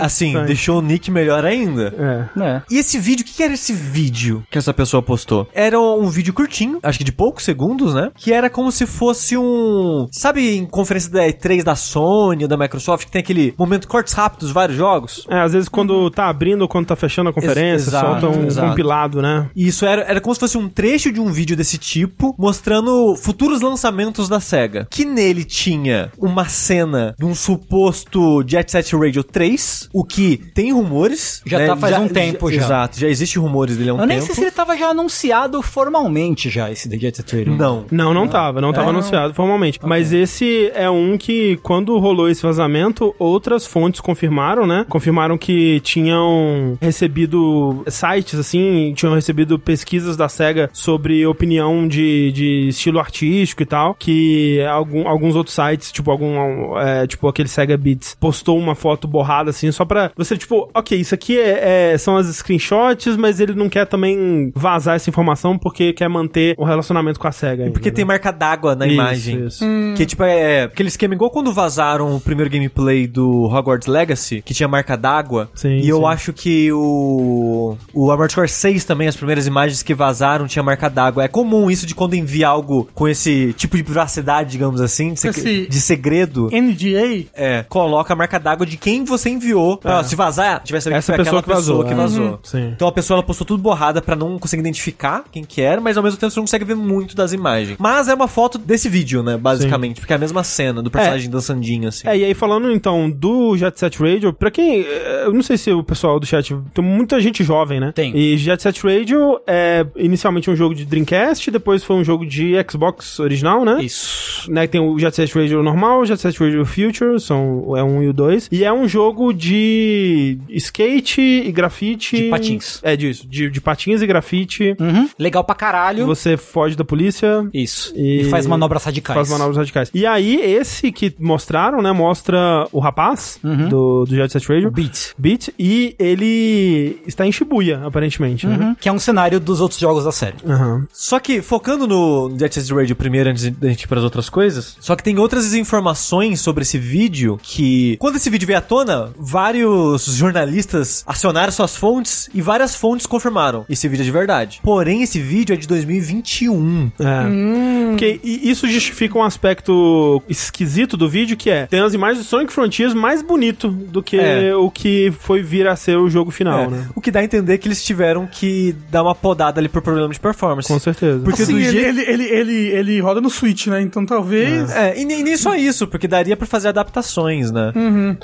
Speaker 2: Assim,
Speaker 1: Sim.
Speaker 2: deixou o Nick melhor ainda.
Speaker 1: É.
Speaker 4: É.
Speaker 2: E esse vídeo, o que que era esse vídeo que essa pessoa postou? Era um vídeo curtinho, acho que de poucos segundos, né? Que era como se fosse um. Sabe, em conferência da E3 da Sony, ou da Microsoft, que tem aquele momento cortes rápidos, vários jogos?
Speaker 1: É, às vezes quando tá abrindo ou quando tá fechando a conferência,
Speaker 2: exato,
Speaker 1: solta um
Speaker 2: exato.
Speaker 1: compilado, né?
Speaker 2: E isso era, era como se fosse um trecho de um vídeo desse tipo, mostrando futuros lançamentos da SEGA. Que nele tinha uma cena de um suposto Jet Set Radio 3, o que tem rumores.
Speaker 4: Já tá faz um tempo já.
Speaker 2: Exato, já existe rumores dele há um
Speaker 4: Eu nem
Speaker 2: tempo.
Speaker 4: sei se ele tava já anunciado formalmente já, esse The Jet Trader.
Speaker 2: Não.
Speaker 1: Não, não tava, não tava anunciado formalmente. Mas esse é um que, quando rolou esse vazamento, outras fontes confirmaram, né? Confirmaram que tinham recebido sites, assim, tinham recebido pesquisas da SEGA sobre opinião de, de estilo artístico e tal. Que algum- alguns outros sites, tipo, algum. é, tipo, aquele SEGA Beats, postou uma foto borrada, assim, só pra você, tipo, ok, isso aqui é- é- são as screenshots, mas ele não quer também vazar essa informação porque quer manter o relacionamento com a SEGA. ainda,
Speaker 2: Porque
Speaker 1: né?
Speaker 2: tem marca d'água na
Speaker 1: Isso,
Speaker 2: imagem.
Speaker 1: isso.
Speaker 2: Que tipo é. Aquele esquema igual quando vazaram o primeiro gameplay do Hogwarts Legacy, que tinha marca d'água.
Speaker 1: Sim,
Speaker 2: E eu
Speaker 1: sim.
Speaker 2: acho que o. O Armored Core 6 também, as primeiras imagens que vazaram tinha marca d'água. É comum isso de quando envia algo com esse tipo de privacidade, digamos assim, de, segre-
Speaker 3: Esse-
Speaker 2: de segredo.
Speaker 3: NDA?
Speaker 2: É, coloca a marca d'água de quem você enviou. Ah, se vazar, tiver saber
Speaker 1: É. Essa
Speaker 2: que foi
Speaker 1: pessoa
Speaker 2: aquela
Speaker 1: que vazou,
Speaker 2: pessoa que
Speaker 1: é.
Speaker 2: vazou.
Speaker 1: Uhum. Sim.
Speaker 2: Então a pessoa ela postou tudo borrada pra não conseguir identificar quem que era, mas ao mesmo tempo você não consegue ver muito das imagens. Mas é uma foto desse vídeo, né, basicamente, porque é a mesma cena do personagem dançandinho assim.
Speaker 1: É, e aí falando então do Jet Set Radio, pra quem. eh, Eu não sei se o pessoal do chat. Tem muita gente jovem, né?
Speaker 4: Tem.
Speaker 1: E Jet Set Radio é inicialmente um jogo de Dreamcast, depois foi um jogo de Xbox original, né?
Speaker 4: Isso.
Speaker 1: né, tem o Jet Set Radio normal, o Jet Set Radio Future, são é um e o dois. E é um jogo de skate e grafite.
Speaker 4: De patins.
Speaker 1: É disso, de, de patins e grafite.
Speaker 4: Uhum. Legal pra caralho.
Speaker 1: Você foge da polícia.
Speaker 4: Isso.
Speaker 1: E-
Speaker 4: E... faz manobras radicais.
Speaker 1: Faz manobras radicais. E aí, esse que mostraram, né? Mostra o rapaz
Speaker 2: Uhum.
Speaker 1: do, do Jet Set Radio.
Speaker 4: Beat.
Speaker 1: Beat. E ele está em Shibuya, aparentemente,
Speaker 2: Uhum.
Speaker 1: né?
Speaker 4: Que é um cenário dos outros jogos da série.
Speaker 1: Aham.
Speaker 2: Só que, focando no Jet Set Radio primeiro, antes da gente ir pras outras coisas, só que tem outras informações sobre esse vídeo que, quando esse vídeo veio à tona, vários jornalistas acionaram suas fontes e várias fontes confirmaram esse vídeo é de verdade. Porém, esse vídeo é de 2021.
Speaker 1: É. Porque i- isso justifica um aspecto esquisito do vídeo, que é tem as imagens do Sonic Frontiers mais bonito do que
Speaker 2: É.
Speaker 1: o que foi vir a ser o jogo final,
Speaker 2: É,
Speaker 1: né?
Speaker 2: O que dá a entender que eles tiveram que dar uma podada ali por problema de performance.
Speaker 1: Com certeza.
Speaker 2: Porque
Speaker 3: Assim,
Speaker 2: do
Speaker 3: ele,
Speaker 2: jeito-
Speaker 3: ele, ele, ele, ele roda no Switch, né? Então talvez.
Speaker 2: É, e nem, nem só isso, porque daria pra fazer adaptações, né?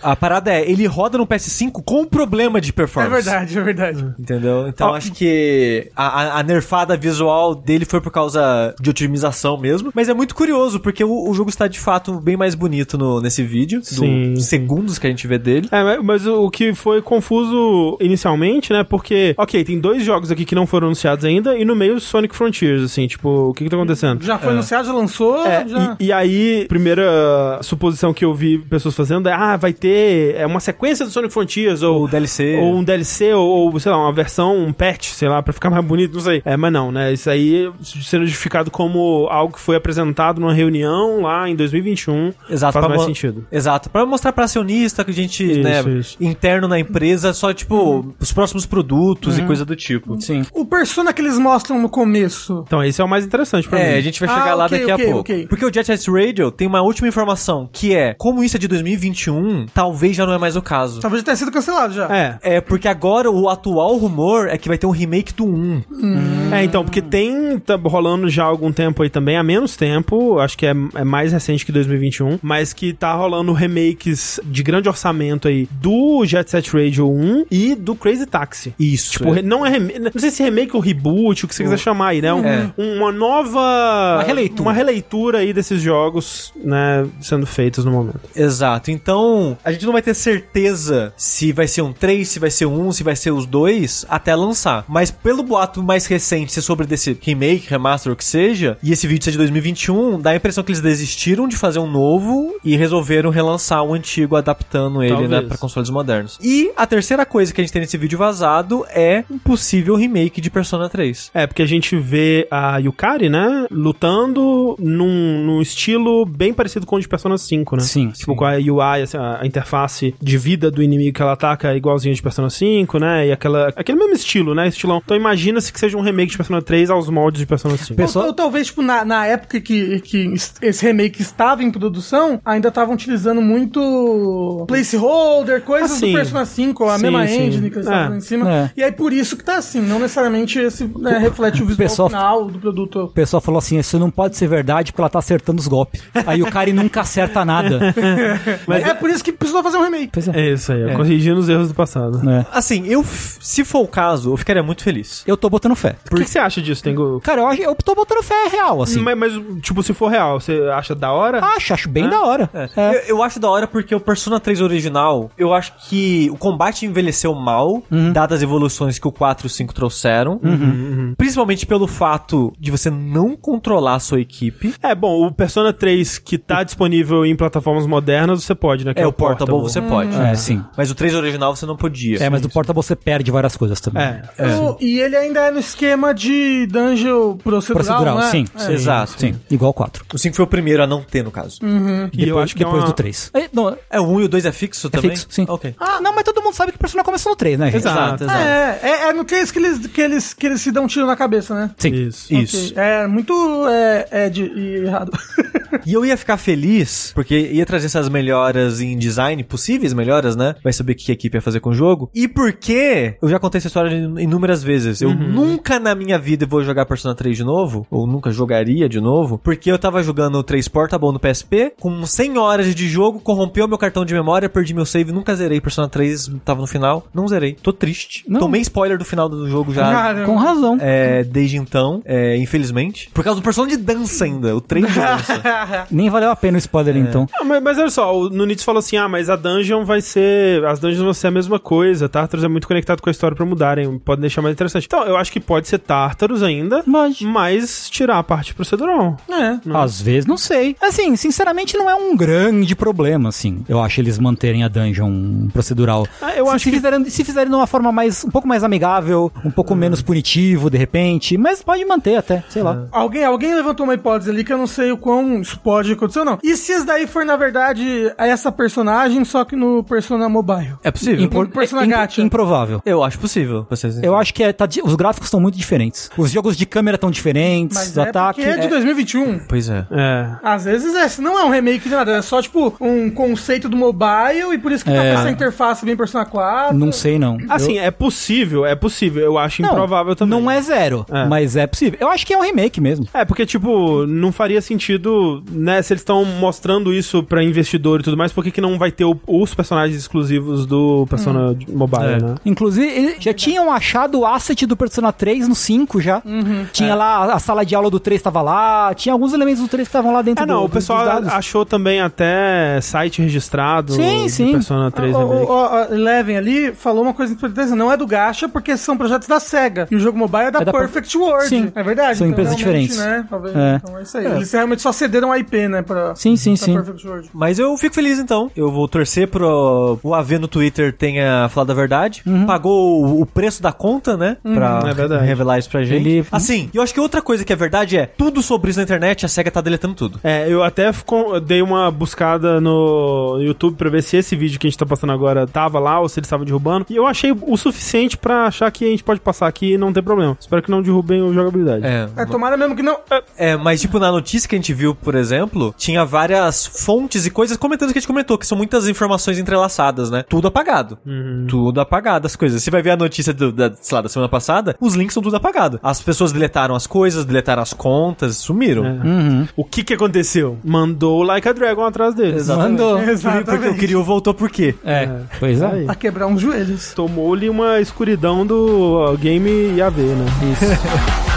Speaker 2: A parada é, ele roda no PS5 com problema de
Speaker 3: É,
Speaker 2: performance.
Speaker 3: verdade, é verdade.
Speaker 2: Entendeu? Então
Speaker 1: Ó.
Speaker 2: acho que a, a- a nerfada visual dele foi por causa de otimização mesmo. Mas é muito curioso, porque o, o jogo está de fato bem mais bonito no- nesse vídeo. do-
Speaker 1: Sim, sim.
Speaker 2: segundos que a gente vê dele.
Speaker 1: É, mas- mas o que foi confuso inicialmente, né? Porque, ok, tem dois jogos aqui que não foram anunciados ainda, e no meio Sonic Frontiers, assim, tipo, o que que tá acontecendo?
Speaker 3: Já foi anunciado, já lançou,
Speaker 1: É,
Speaker 3: já.
Speaker 1: e, e aí, primeira suposição que eu vi pessoas fazendo é: ah, vai ter é, uma sequência do Sonic Frontiers, ou,
Speaker 2: O DLC.
Speaker 1: ou um DLC, ou, ou, sei lá, uma versão, um patch, sei lá, pra ficar mais bonito, não sei. É, mas não, né? Isso aí sendo justificado como algo que foi apresentado numa reunião lá em 2021.
Speaker 2: Exato,
Speaker 1: faz
Speaker 2: pra
Speaker 1: mais
Speaker 2: mo-
Speaker 1: sentido.
Speaker 2: Exato, pra mostrar pra acionista que a gente,
Speaker 1: Isso,
Speaker 2: né,
Speaker 1: isso.
Speaker 2: interno na empresa, só tipo, os próximos produtos
Speaker 1: Uhum.
Speaker 2: e coisa do tipo.
Speaker 4: Sim.
Speaker 3: O persona que eles mostram no começo.
Speaker 1: Então, esse é o mais interessante pra mim.
Speaker 2: É, a gente vai
Speaker 3: Ah,
Speaker 2: chegar lá
Speaker 3: ok,
Speaker 2: daqui
Speaker 3: ok,
Speaker 2: a pouco.
Speaker 3: ok.
Speaker 2: Porque o Jet Set Radio tem uma última informação, que é, como isso é de 2021, 1, talvez já não é mais o caso.
Speaker 3: Talvez já tenha sido cancelado já.
Speaker 1: É.
Speaker 2: É, porque agora o atual rumor é que vai ter um remake do 1.
Speaker 4: Hum.
Speaker 1: É, então, porque tem. Tá rolando já há algum tempo aí também, há menos tempo, acho que é, é mais recente que 2021, mas que tá rolando remakes de grande orçamento aí do Jet Set Radio 1 e do Crazy Taxi.
Speaker 2: Isso.
Speaker 1: Tipo, re- não é remake. Não sei se remake ou reboot, o que você quiser chamar aí, né? Um-
Speaker 2: É.
Speaker 1: Uma nova.
Speaker 4: Uma releitura.
Speaker 1: Uma releitura aí desses jogos, né? Sendo feitos no momento.
Speaker 2: Exato. Então, a gente não vai ter certeza se vai ser um 3, se vai ser um 1, se vai ser os dois, até lançar. Mas pelo boato mais recente ser sobre desse remake, remaster, o que seja, e esse vídeo ser de 2021, dá a impressão que eles desistiram de fazer um novo e resolveram relançar o antigo, adaptando ele, né,
Speaker 1: Talvez.
Speaker 2: pra consoles modernos. E a terceira coisa que a gente tem nesse vídeo vazado é um possível remake de Persona 3.
Speaker 1: É, porque a gente vê a Yukari, né? Lutando num, num estilo bem parecido com o de Persona 5, né?
Speaker 4: Sim,
Speaker 1: Tipo, com a UI, assim, a a interface de vida do inimigo que ela ataca é igualzinho de Persona 5, né? E aquela, aquele mesmo estilo, né? Estilão. Então imagina-se que seja um remake de Persona 3 aos moldes de Persona 5.
Speaker 3: Ou-
Speaker 4: Pessoal-
Speaker 3: Ou, talvez, tipo, na, na época que, que es- esse remake estava em produção, ainda estavam utilizando muito placeholder, coisas
Speaker 1: Assim.
Speaker 3: do Persona 5, a
Speaker 1: Sim,
Speaker 3: mesma
Speaker 1: sim.
Speaker 3: engine que eles estavam
Speaker 1: É.
Speaker 3: fazendo em cima.
Speaker 4: É.
Speaker 3: E aí por isso que tá assim, não necessariamente esse né, reflete o visual
Speaker 4: pessoal-
Speaker 3: final do produto.
Speaker 4: O pessoal falou assim: isso não pode ser verdade porque ela tá acertando os golpes. Aí o cara nunca acerta nada.
Speaker 3: é, por isso que precisou fazer um remake.
Speaker 4: Pois é.
Speaker 1: É isso aí, ó, corrigindo os erros do passado.
Speaker 4: É.
Speaker 2: Assim, eu, f- se for o caso, eu ficaria muito feliz.
Speaker 4: Eu tô botando fé.
Speaker 1: O que, que você acha disso, Tengu?
Speaker 4: Cara, eu, acho- eu tô botando fé real, assim.
Speaker 1: Mas, Ah, mas, tipo, se for real, você acha da hora?
Speaker 4: Acho, acho bem da hora.
Speaker 2: Eu,
Speaker 4: É.
Speaker 2: eu acho da hora porque o Persona 3 original, eu acho que o combate envelheceu mal,
Speaker 4: Uhum.
Speaker 2: dadas as evoluções que o 4 e o 5 trouxeram. Principalmente pelo fato de você não controlar a sua equipe.
Speaker 1: É, bom, o Persona 3 que tá disponível em plataformas modernas, você pode, né? Que
Speaker 2: É, o Portable você pode.
Speaker 4: É, sim.
Speaker 2: Mas o 3 original você não podia.
Speaker 4: É, mas do Portable você perde várias coisas também.
Speaker 1: É.
Speaker 3: O- e ele ainda é no esquema de dungeon procedural,
Speaker 4: Procedural,
Speaker 3: né?
Speaker 4: sim.
Speaker 3: É.
Speaker 4: sim.
Speaker 2: Exato.
Speaker 4: Sim, igual ao 4.
Speaker 2: O 5 foi o primeiro a não ter, no caso.
Speaker 4: Uhum.
Speaker 1: E
Speaker 4: depois
Speaker 1: eu acho que é
Speaker 4: depois
Speaker 1: uma-
Speaker 4: do 3. É, não, é
Speaker 2: É, o 1 e o 2 é fixo também?
Speaker 4: fixo, sim.
Speaker 2: Ok.
Speaker 4: Ah, não, mas todo mundo sabe que o personagem começou no 3, né, gente?
Speaker 1: Exato.
Speaker 2: Exato,
Speaker 3: Ah,
Speaker 2: exato.
Speaker 3: é, é, é no 3 que eles, que, eles, que eles se dão um tiro na cabeça, né?
Speaker 4: Sim.
Speaker 1: Isso.
Speaker 2: Isso.
Speaker 3: Ok. É muito é, é de, e errado.
Speaker 2: E eu ia ficar feliz, porque ia trazer essas melhoras em design, possíveis melhoras, né? Vai saber o que a equipe ia fazer com o jogo. E porque eu já contei essa história in- inúmeras vezes. Eu nunca na minha vida vou jogar Persona 3 de novo, ou nunca jogaria de novo, porque eu tava jogando o 3 Portable no PSP, com 100 horas de jogo, corrompeu meu cartão de memória, perdi meu save, nunca zerei Persona 3, tava no final, não zerei. Tô triste.
Speaker 4: Não.
Speaker 2: Tomei spoiler do final do jogo já.
Speaker 3: Cara,
Speaker 4: Ah, Com razão.
Speaker 2: É, desde então, é, infelizmente. Por causa do Persona de dança ainda, o 3 de dança.
Speaker 1: É.
Speaker 4: Nem valeu a pena o spoiler, então.
Speaker 1: Ah, mas, mas olha só, o Nunitz falou assim: ah, mas a dungeon vai ser. As dungeons vão ser a mesma coisa. Tartarus é muito conectado com a história pra mudarem. Pode deixar mais interessante. Então, eu acho que pode ser Tartarus ainda,
Speaker 4: Mas...
Speaker 1: mas tirar a parte procedural.
Speaker 3: É.
Speaker 4: Às vezes, não sei. Assim, sinceramente, não é um grande problema, assim. Eu acho eles manterem a dungeon procedural.
Speaker 1: Ah, eu
Speaker 4: se,
Speaker 1: acho
Speaker 4: se
Speaker 1: que- É.
Speaker 4: Fizerem, se fizerem de uma forma mais, um pouco mais amigável, um pouco menos punitivo, de repente. Mas pode manter até, sei lá.
Speaker 3: Alguém, alguém levantou uma hipótese ali que eu não sei o quão isso pode acontecer ou não. E se isso daí for, na verdade, essa personagem, só que no Persona Mobile?
Speaker 2: É possível.
Speaker 4: Impor-
Speaker 3: Persona
Speaker 4: im-
Speaker 3: Gacha.
Speaker 4: Improvável.
Speaker 2: Eu acho possível. Vocês
Speaker 4: Eu acho que é- tá di- os gráficos estão muito diferentes. Os jogos de câmera estão diferentes,
Speaker 3: Mas
Speaker 4: do
Speaker 3: é
Speaker 4: ataque.
Speaker 3: porque é de
Speaker 4: É.
Speaker 3: 2021.
Speaker 2: Pois é.
Speaker 1: É.
Speaker 3: Às vezes é, não é um remake de nada, é só tipo um conceito do mobile e por isso que tá
Speaker 4: É.
Speaker 3: com essa interface bem Persona 4.
Speaker 4: Não sei, não.
Speaker 1: Assim, é possível, é possível. Eu acho
Speaker 4: Eu- não,
Speaker 1: improvável também.
Speaker 4: Não é zero,
Speaker 1: É.
Speaker 4: mas é possível. Eu acho que é um remake mesmo.
Speaker 1: É, porque, tipo, não faria sentido, né? Se eles estão mostrando isso pra investidor e tudo mais, por que, que não vai ter o- os personagens exclusivos do Persona
Speaker 4: Hum.
Speaker 1: Mobile,
Speaker 2: É.
Speaker 1: né?
Speaker 4: Inclusive, eles já tinham achado o asset do Persona 3 no 5 já. Tinha lá a- a sala de aula do 3 estava lá, tinha alguns elementos do 3 que estavam lá dentro
Speaker 1: É, não,
Speaker 4: do,
Speaker 1: o
Speaker 4: do- dos
Speaker 1: pessoal
Speaker 4: dados.
Speaker 1: achou também até site registrado
Speaker 4: Sim,
Speaker 1: do
Speaker 4: sim. Ah,
Speaker 1: Persona 3
Speaker 3: Ah, O,
Speaker 1: Remake.
Speaker 3: o, o- o Eleven ali falou uma coisa importante, não é do Gacha, porque são projetos da SEGA. E o jogo mobile é da,
Speaker 4: É da
Speaker 3: Perfect World.
Speaker 4: Sim.
Speaker 3: É verdade.
Speaker 4: São empresas
Speaker 3: realmente,
Speaker 4: diferentes.
Speaker 3: Né? Talvez,
Speaker 4: É.
Speaker 3: Então é isso aí. Eles realmente só cederam a IP, né? Pra,
Speaker 4: Sim, sim,
Speaker 3: pra
Speaker 4: sim.
Speaker 3: Perfect World. É,
Speaker 2: Mas eu fico feliz então. Eu vou torcer pro o AV no Twitter tenha falado a verdade. Pagou o- o preço da conta, né? Pra
Speaker 1: É verdade.
Speaker 2: revelar isso pra gente.
Speaker 4: Ele-
Speaker 2: Assim, e eu acho que outra coisa que é verdade é: tudo sobre isso na internet, a SEGA tá deletando tudo.
Speaker 1: É, eu até fico- eu dei uma buscada no YouTube pra ver se esse vídeo que a gente tá passando agora tava lá ou se eles estavam derrubando. E eu achei o suficiente pra achar que a gente pode passar aqui e não ter problema. Espero que não derrubem o jogabilidade.
Speaker 2: É.
Speaker 3: É, tomara mesmo que não.
Speaker 2: É, mas tipo, na notícia que a gente viu, por exemplo, tinha várias fontes e coisas comentando o que a gente comentou. toa que são muitas informações entrelaçadas, né? Tudo apagado. Tudo apagado as coisas. Você vai ver a notícia do- da, sei lá, da semana passada, os links são tudo apagado. As pessoas deletaram as coisas, deletaram as contas, sumiram.
Speaker 1: É. O que que aconteceu? Mandou o Like a Dragon atrás deles.
Speaker 4: Mandou.
Speaker 3: Exatamente.
Speaker 2: Porque o Kiryu voltou por quê?
Speaker 4: É, pois é.
Speaker 1: Aí.
Speaker 3: Pra quebrar uns joelhos.
Speaker 1: Tomou-lhe uma escuridão do ó, game IAV, né?
Speaker 4: Isso.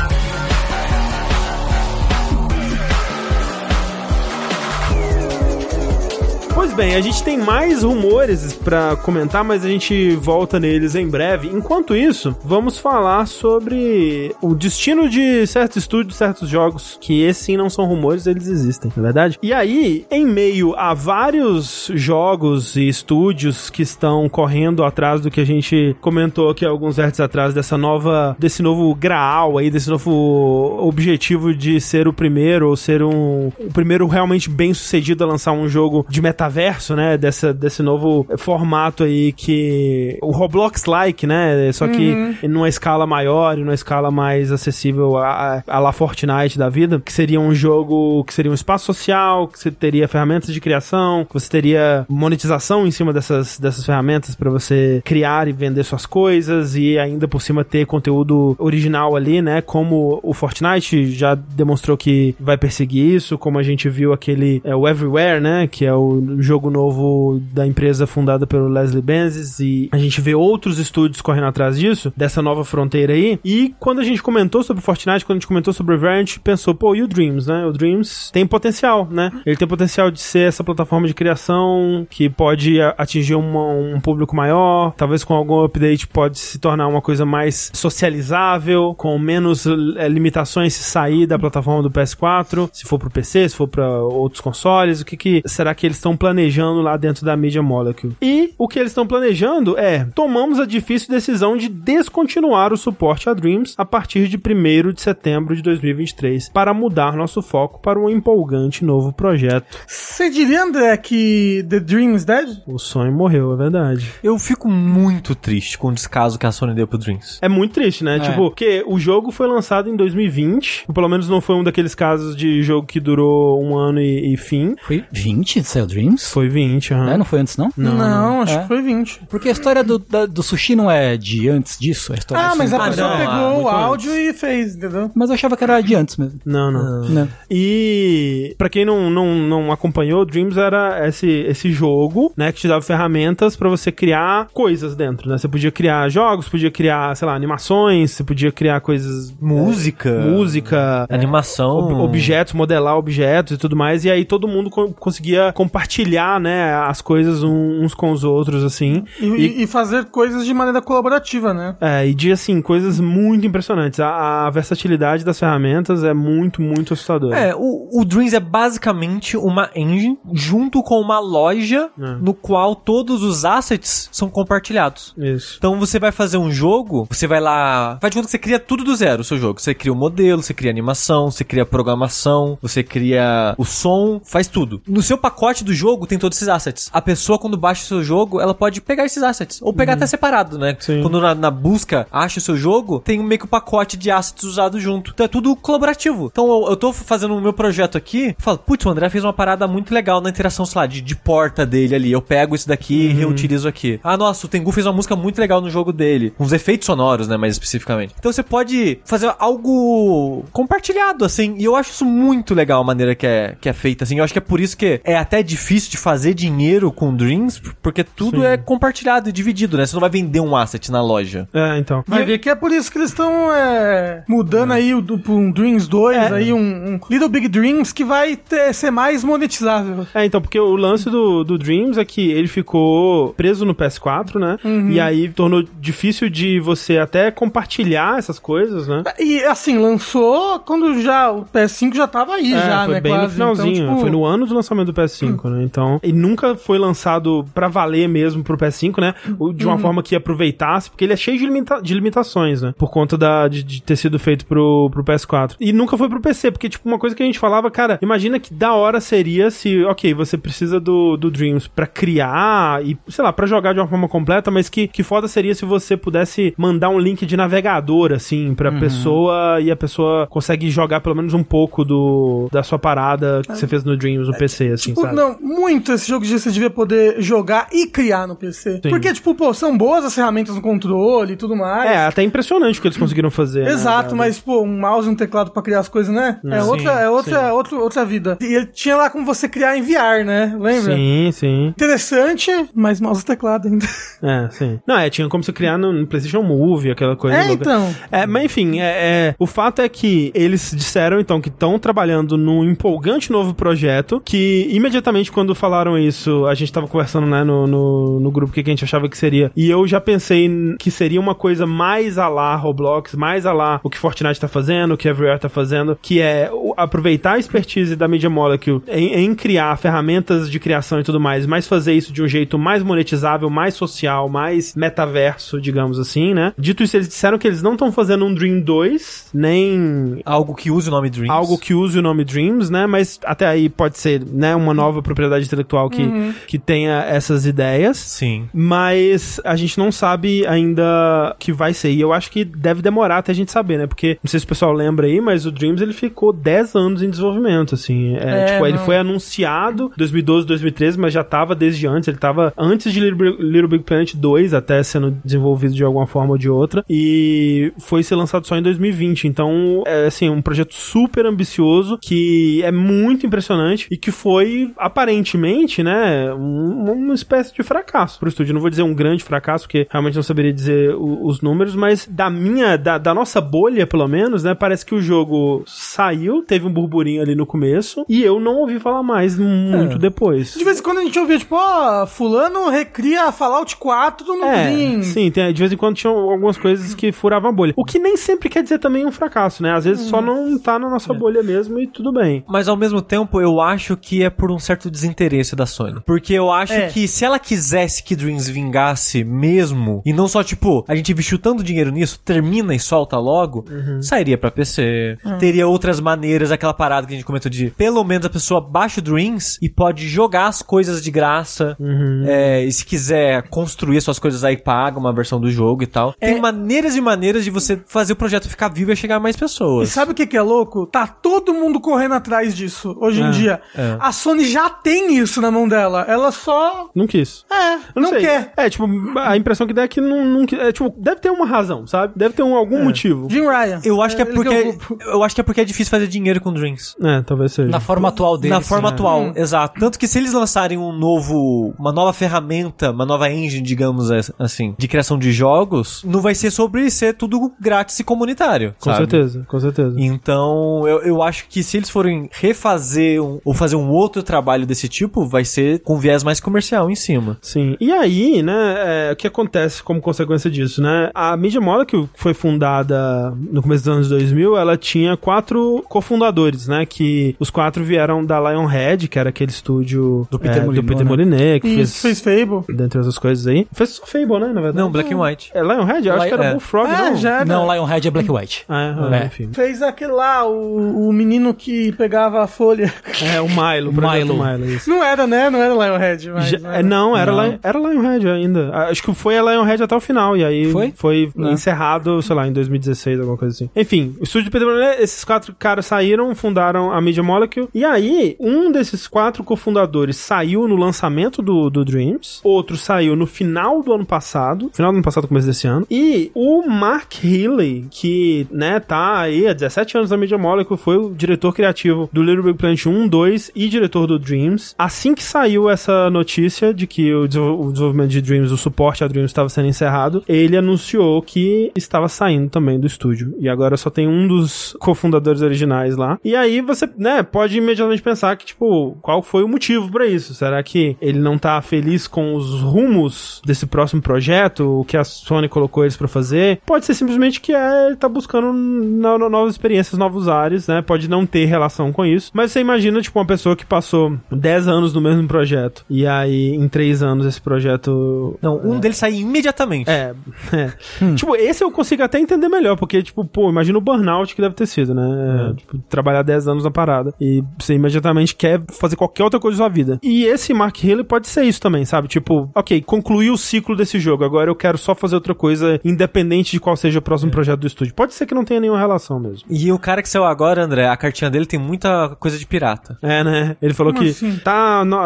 Speaker 1: Pois bem, a gente tem mais rumores pra comentar, mas a gente volta neles em breve. Enquanto isso, vamos falar sobre o destino de certos estúdios, certos jogos, que esses sim não são rumores, eles existem, na é verdade? E aí, em meio a vários jogos e estúdios que estão correndo atrás do que a gente comentou aqui alguns hertz atrás dessa nova, desse novo graal aí, desse novo objetivo de ser o primeiro ou ser um o primeiro realmente bem sucedido a lançar um jogo de metaverso, né? Dessa, desse novo formato aí que. O Roblox-like, né? Só que em numa escala maior e numa escala mais acessível a, a- a lá Fortnite da vida, que seria um jogo que seria um espaço social, que você teria ferramentas de criação, que você teria monetização em cima dessas, dessas ferramentas pra você criar e vender suas coisas e ainda por cima ter conteúdo original ali, né? Como o Fortnite já demonstrou que vai perseguir isso, como a gente viu aquele é, o Everywhere, né? Que é o jogo novo da empresa fundada pelo Leslie Benzies e a gente vê outros estúdios correndo atrás disso, dessa nova fronteira aí. E quando a gente comentou sobre Fortnite, quando a gente comentou sobre o Everywhere, a gente pensou, pô, e o Dreams, né? O Dreams tem potencial, né? Ele tem potencial de ser essa plataforma de criação que pode a- atingir uma- um público maior, talvez com algum update pode se tornar uma coisa mais socializável, com menos eh, limitações se sair da plataforma do PS4, se for pro PC, se for pra outros consoles, o que que será que eles estão planejando lá dentro da Media Molecule? E o que eles estão planejando é, tomamos a difícil decisão de descontinuar o suporte a Dreams a partir de 1 de setembro de 2023, para mudar nosso foco para um empolgante novo projeto.
Speaker 3: Você diria, André, que The Dream is Dead?
Speaker 1: O sonho morreu, é verdade.
Speaker 2: Eu fico muito triste com o descaso que a Sony deu pro Dreams.
Speaker 1: É muito triste, né? Tipo, porque o jogo foi lançado em 2020. Pelo menos não foi um daqueles casos de jogo que durou um ano e, e fim.
Speaker 4: Foi 20 de Cell Dreams?
Speaker 1: Foi 20, aham.
Speaker 4: É, não foi antes, não?
Speaker 3: Não, acho
Speaker 4: É.
Speaker 3: que foi 20.
Speaker 4: Porque a história do, da- do sushi não é de antes disso? A história
Speaker 3: Ah,
Speaker 4: assim-
Speaker 3: mas a
Speaker 2: Ah,
Speaker 3: pessoa
Speaker 2: não, ah,
Speaker 3: pegou
Speaker 2: muito
Speaker 3: o áudio e fez, entendeu?
Speaker 4: Mas eu achava que era de antes mesmo.
Speaker 1: Não, não.
Speaker 4: Né?
Speaker 1: E pra quem não, não, não acompanhou, Dreams era esse, esse jogo, né, que te dava ferramentas pra você criar coisas dentro, né? Você podia criar jogos, podia criar, sei lá, animações, você podia criar coisas,
Speaker 4: É.
Speaker 2: Música.
Speaker 1: É. música,
Speaker 2: Animação.
Speaker 3: Hum.
Speaker 1: ob- objetos, modelar objetos e tudo mais, e aí todo mundo co- conseguia compartilhar, né, as coisas um- uns com os outros, assim.
Speaker 3: E, e- e fazer coisas de maneira colaborativa, né?
Speaker 1: É, e de, assim, coisas muito impressionantes. A, a versatilidade das ferramentas é muito, muito assustadora.
Speaker 2: É, o, o Dreams é basicamente uma engine junto com uma loja
Speaker 1: É.
Speaker 2: no qual todos os assets são compartilhados.
Speaker 1: Isso.
Speaker 2: Então você vai fazer um jogo, você vai lá. Faz de conta que você cria tudo do zero o seu jogo. Você cria o modelo, você cria a animação, você cria a programação, você cria o som, faz tudo. No seu pacote do jogo tem todos esses assets. A pessoa, quando baixa o seu jogo, ela pode pegar esses assets. Ou pegar até separado, né?
Speaker 1: Uhum. Sim.
Speaker 2: Quando na, na busca acha o seu jogo, tem meio que o pacote de assets usado junto. Então é tudo colaborativo. Então eu, eu tô fazendo o meu projeto aqui, falo, putz, o André fez uma parada muito legal na interação, sei lá, de, de porta dele ali. Eu pego isso daqui
Speaker 1: Uhum.
Speaker 2: e reutilizo aqui. Ah, nossa, o Tengu fez uma música muito legal no jogo dele. Com os efeitos sonoros, né, mais especificamente. Então você pode fazer algo compartilhado, assim. E eu acho isso muito legal a maneira que é, que é feita, assim. Eu acho que é por isso que é até difícil de fazer dinheiro com Dreams, porque tudo é compartilhado e dividido, né? Você não vai vender um asset na loja.
Speaker 1: É, então.
Speaker 3: Vai ver que é por isso que eles estão é, mudando aí o, do- pra um Dreams 2,
Speaker 1: É.
Speaker 3: aí um, um Little Big Dreams que vai ter- ser mais monetizável.
Speaker 1: É, então, porque o lance do, do Dreams é que ele ficou preso no PS4, né?
Speaker 3: Uhum.
Speaker 1: E aí tornou difícil de você até compartilhar essas coisas, né?
Speaker 3: E assim, lançou quando já o PS5 já tava aí,
Speaker 1: É,
Speaker 3: já,
Speaker 1: foi
Speaker 3: né?
Speaker 1: bem no
Speaker 3: quase.
Speaker 1: finalzinho,
Speaker 3: Então, tipo, Hum.
Speaker 1: foi no ano do lançamento do PS5, né? Então, e nunca foi lançado pra valer mesmo pro PS5, né? O- De
Speaker 3: Hum.
Speaker 1: uma forma que aproveitasse, porque ele é cheio de, limita- de limitações, né? Por conta da, de, de ter sido feito pro, pro PS4. E nunca foi pro PC, porque, tipo, uma coisa que a gente falava, cara, imagina que da hora seria se, ok, você precisa do, do Dreams pra criar e, sei lá, pra jogar de uma forma completa, mas que, que foda seria se você pudesse mandar um link de navegador, assim, pra pessoa e a pessoa consegue jogar pelo menos um pouco do, da sua parada que você fez no Dreams no PC, assim,
Speaker 3: tipo,
Speaker 1: sabe?
Speaker 3: não, muito muito esse jogo de você devia poder jogar e criar no PC.
Speaker 1: Sim.
Speaker 3: Porque, tipo, pô, são boas as ferramentas no controle e tudo mais.
Speaker 1: É, até impressionante o que eles conseguiram fazer. né,
Speaker 3: Exato,
Speaker 1: cara?
Speaker 3: mas, pô, um mouse e um teclado pra criar as coisas, né? É
Speaker 2: Sim,
Speaker 3: outra, é outra, outro, outra vida. E ele tinha lá como você criar em VR, né? Lembra?
Speaker 1: Sim, sim.
Speaker 3: Interessante, mas mouse e teclado ainda.
Speaker 1: É, sim. Não, é, tinha como você criar no, no PlayStation Move, aquela coisa.
Speaker 3: É,
Speaker 1: louca.
Speaker 3: então.
Speaker 1: É, mas enfim, é, é, o fato é que eles disseram então que estão trabalhando num empolgante novo projeto. Que imediatamente quando falaram isso, a gente tava conversando né, no, no, no grupo o que que a gente achava que seria. E eu já pensei n- que seria uma coisa mais a lá Roblox, mais a lá o que Fortnite tá fazendo, o que Everywhere tá fazendo, que é o- aproveitar a expertise da Media Molecule em, em criar ferramentas de criação e tudo mais, mas fazer isso de um jeito mais monetizável, mais social, mais metaverso, digamos assim, né? Dito isso, eles disseram que eles não estão fazendo um Dream 2, nem
Speaker 2: Algo que use o nome Dreams.
Speaker 1: algo que use o nome Dreams, né? Mas até aí pode ser, né, uma nova propriedade intelectual que, que tenha essas ideias.
Speaker 2: Sim.
Speaker 1: Mas a gente não sabe ainda o que vai ser. E eu acho que deve demorar até a gente saber, né? Porque, não sei se o pessoal lembra aí, mas o Dreams ele ficou 10 anos em desenvolvimento, assim. É,
Speaker 3: É,
Speaker 1: tipo, ele
Speaker 3: não.
Speaker 1: foi anunciado 2012, 2013, mas já tava desde antes. Ele tava antes de Little Big, Little Big Planet 2 até sendo desenvolvido de alguma forma ou de outra. E foi ser lançado só em 2020. Então, é assim, um projeto super ambicioso que é muito impressionante e que foi aparentemente, né, um- uma espécie de fracasso pro estúdio. Não vou dizer um grande fracasso, porque realmente não saberia dizer o- os números, mas da minha, da, da nossa bolha, pelo menos, né, parece que o jogo saiu, teve um burburinho ali no começo e eu não ouvi falar mais muito depois.
Speaker 3: É. De vez em quando a gente ouvia, tipo, ó, fulano recria Fallout 4 no
Speaker 1: É,
Speaker 3: Dream.
Speaker 1: sim, tem- de vez em quando tinham algumas coisas que furavam a bolha. O que nem sempre quer dizer também um fracasso, né? Às
Speaker 3: Hum.
Speaker 1: vezes só não tá na
Speaker 3: É.
Speaker 1: nossa bolha mesmo e tudo bem.
Speaker 2: Mas ao mesmo tempo, eu acho que é por um certo desinteresse da Sony. Porque eu acho
Speaker 3: É.
Speaker 2: que se ela quisesse que Dreams vingasse mesmo, e não só tipo, a gente investiu tanto dinheiro nisso, termina e solta logo,
Speaker 3: Uhum.
Speaker 2: sairia pra PC.
Speaker 3: É.
Speaker 2: Teria outras maneiras, aquela parada que a gente comentou de pelo menos a pessoa baixa o Dreams e pode jogar as coisas de graça.
Speaker 3: Uhum.
Speaker 2: É, e se quiser construir suas coisas aí, paga uma versão do jogo e tal.
Speaker 3: É.
Speaker 2: Tem maneiras e maneiras de você fazer o projeto ficar vivo e chegar a mais
Speaker 3: E
Speaker 2: pessoas.
Speaker 3: sabe o que, que é louco? Tá todo mundo correndo atrás disso hoje em dia.
Speaker 2: é.
Speaker 3: A Sony já tem isso na mão dela. Ela só.
Speaker 1: Não quis.
Speaker 3: É,
Speaker 1: Eu
Speaker 3: não
Speaker 1: sei.
Speaker 3: quer.
Speaker 1: É, tipo, a impressão que dá é que não, não que- é, tipo, deve ter uma razão, sabe? Deve ter um,
Speaker 3: É.
Speaker 1: algum motivo.
Speaker 3: Jim Ryan.
Speaker 2: Eu acho que é
Speaker 3: Ele deu o-
Speaker 2: porque eu acho que é porque é difícil fazer dinheiro com Dreams.
Speaker 1: É, talvez seja.
Speaker 4: Na forma atual né? dele.
Speaker 2: Na forma
Speaker 4: atual.
Speaker 3: Hum.
Speaker 2: atual, exato. Tanto que se eles lançarem um novo, uma nova ferramenta, uma nova engine, digamos as- assim, de criação de jogos, não vai ser sobre ser tudo grátis e comunitário.
Speaker 1: com
Speaker 2: sabe?
Speaker 1: certeza, com certeza.
Speaker 2: Então, eu, eu acho que se eles forem refazer um- ou fazer um outro trabalho desse tipo, vai ser com viés mais comercial em cima.
Speaker 1: Sim. E aí, né, é, o que acontece como consequência disso, né? A Media Molecule, que foi fundada no começo dos anos 2000, ela tinha quatro cofundadores, né? Que os quatro vieram da Lionhead, que era aquele estúdio
Speaker 4: Do Peter
Speaker 1: é,
Speaker 4: Molyneux,
Speaker 1: Peter
Speaker 4: né?
Speaker 1: Molyneux, que
Speaker 3: Isso, fez
Speaker 1: fez,
Speaker 3: Fable.
Speaker 1: dentre outras coisas aí. Fez só Fable, né, na verdade?
Speaker 2: Não, Black and White.
Speaker 1: É Lionhead? Eu acho
Speaker 2: Li-
Speaker 1: que era
Speaker 2: é.
Speaker 1: Bullfrog,
Speaker 3: É,
Speaker 1: não?
Speaker 3: já era.
Speaker 4: Não, Lionhead é Black White.
Speaker 1: É, é,
Speaker 4: É.
Speaker 1: enfim.
Speaker 3: Fez aquele lá, o, o menino que pegava a folha.
Speaker 1: É, o Milo, o projeto
Speaker 4: Milo.
Speaker 1: Milo isso.
Speaker 3: Não era, né? Não era Lionhead, mas...
Speaker 1: Já-
Speaker 3: né?
Speaker 1: é, não, era,
Speaker 4: Não.
Speaker 1: Lion- era Lionhead ainda. Ah, Acho que foi a Lionhead até o final. E aí
Speaker 4: Foi? Não.
Speaker 1: encerrado, sei lá, em 2016, alguma coisa assim. Enfim, o estúdio de Pedro Brunet, esses quatro caras saíram, fundaram a Media Molecule. E aí, um desses quatro cofundadores saiu no lançamento do, do Dreams. Outro saiu no final do ano passado. Final do ano passado, começo desse ano. E o Mark Healy, que, né, tá aí há 17 anos na Media Molecule, foi o diretor criativo do Little Big Planet 1, 2 e diretor do Dreams. Assim que saiu essa notícia de que o desenvol- o desenvolvimento de Dreams, o suporte a Dreams estava sendo encerrado, ele anunciou que estava saindo também do estúdio. E agora só tem um dos cofundadores originais lá. E aí você, né, pode imediatamente pensar que, tipo, qual foi o motivo pra isso? Será que ele não tá feliz com os rumos desse próximo projeto? O que a Sony colocou eles pra fazer? Pode ser simplesmente que é, ele tá buscando no- no- novas experiências, novos ares, né? Pode não ter relação com isso. Mas você imagina, tipo, uma pessoa que passou 10 anos no mesmo projeto. E aí, em 3 anos, esse projeto
Speaker 2: Não, um deles sai imediatamente.
Speaker 1: é, é.
Speaker 3: Hum.
Speaker 1: Tipo, esse eu consigo até entender melhor, porque, tipo, pô, imagina o burnout que deve ter sido,
Speaker 3: É.
Speaker 1: né? Tipo, trabalhar 10 anos na parada e você imediatamente quer fazer qualquer outra coisa da sua vida. E esse Mark Haley pode ser isso também, sabe? Tipo, ok, concluí o ciclo desse jogo, agora eu quero só fazer outra coisa, independente de qual seja o
Speaker 3: É.
Speaker 1: próximo projeto do estúdio. Pode ser que não tenha nenhuma relação mesmo.
Speaker 2: E o cara que saiu agora, André, a cartinha dele tem muita coisa de pirata.
Speaker 1: É, né? Ele falou
Speaker 3: Como
Speaker 1: que
Speaker 3: assim?
Speaker 1: tá ah, no-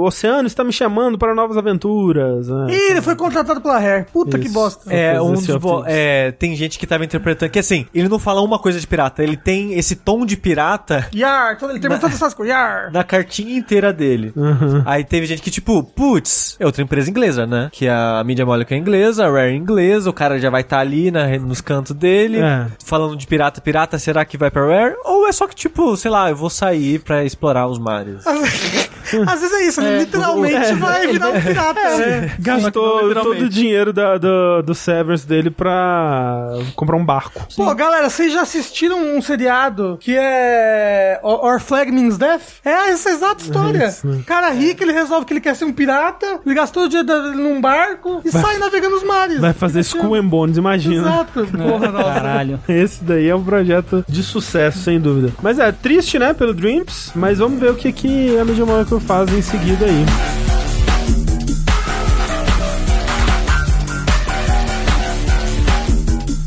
Speaker 1: o oceano está me chamando para novas aventuras. né?
Speaker 3: Ih, ele foi contratado pela Hair. Puta que
Speaker 1: Isso.
Speaker 3: bosta.
Speaker 2: É,
Speaker 1: Fazer
Speaker 2: um
Speaker 1: esse
Speaker 2: dos vo-
Speaker 1: off-things.
Speaker 2: é, tem gente que tava interpretando que assim, ele não fala uma coisa de pirata, ele tem esse tom de pirata
Speaker 3: Yar, todo, ele terminou todas essas coisas. Yar.
Speaker 2: na cartinha inteira dele.
Speaker 1: Uhum.
Speaker 2: Aí teve gente que, tipo, putz, é outra empresa inglesa, né? Que a mídia mole é inglesa, a Rare é inglesa, o cara já vai estar ali na, nos cantos dele,
Speaker 1: É.
Speaker 2: falando de pirata, pirata, será que vai pra Rare? Ou é só que, tipo, sei lá, eu vou sair pra explorar os mares.
Speaker 3: Às vezes- Às vezes é isso, ele literalmente vai virar um pirata.
Speaker 1: É.
Speaker 2: Só que não
Speaker 1: Gastou
Speaker 2: literalmente.
Speaker 1: todo o dinheiro da- do, do Severance dele pra comprar um barco.
Speaker 3: Pô, galera, vocês já assistiram um seriado que é O- Our Flag Means Death? É essa exata história.
Speaker 1: isso, né?
Speaker 3: O cara rico, ele resolve que ele quer ser um pirata, ele gastou o dinheiro dele num barco e sai navegando os mares.
Speaker 1: Vai fazer School and Bones, imagina.
Speaker 3: Exato. Porra, nossa.
Speaker 4: Caralho.
Speaker 1: Esse daí é um projeto de sucesso, sem dúvida. Mas é triste, né, pelo Dreams, mas vamos ver o que, que a Media Molecule faz em seguida aí.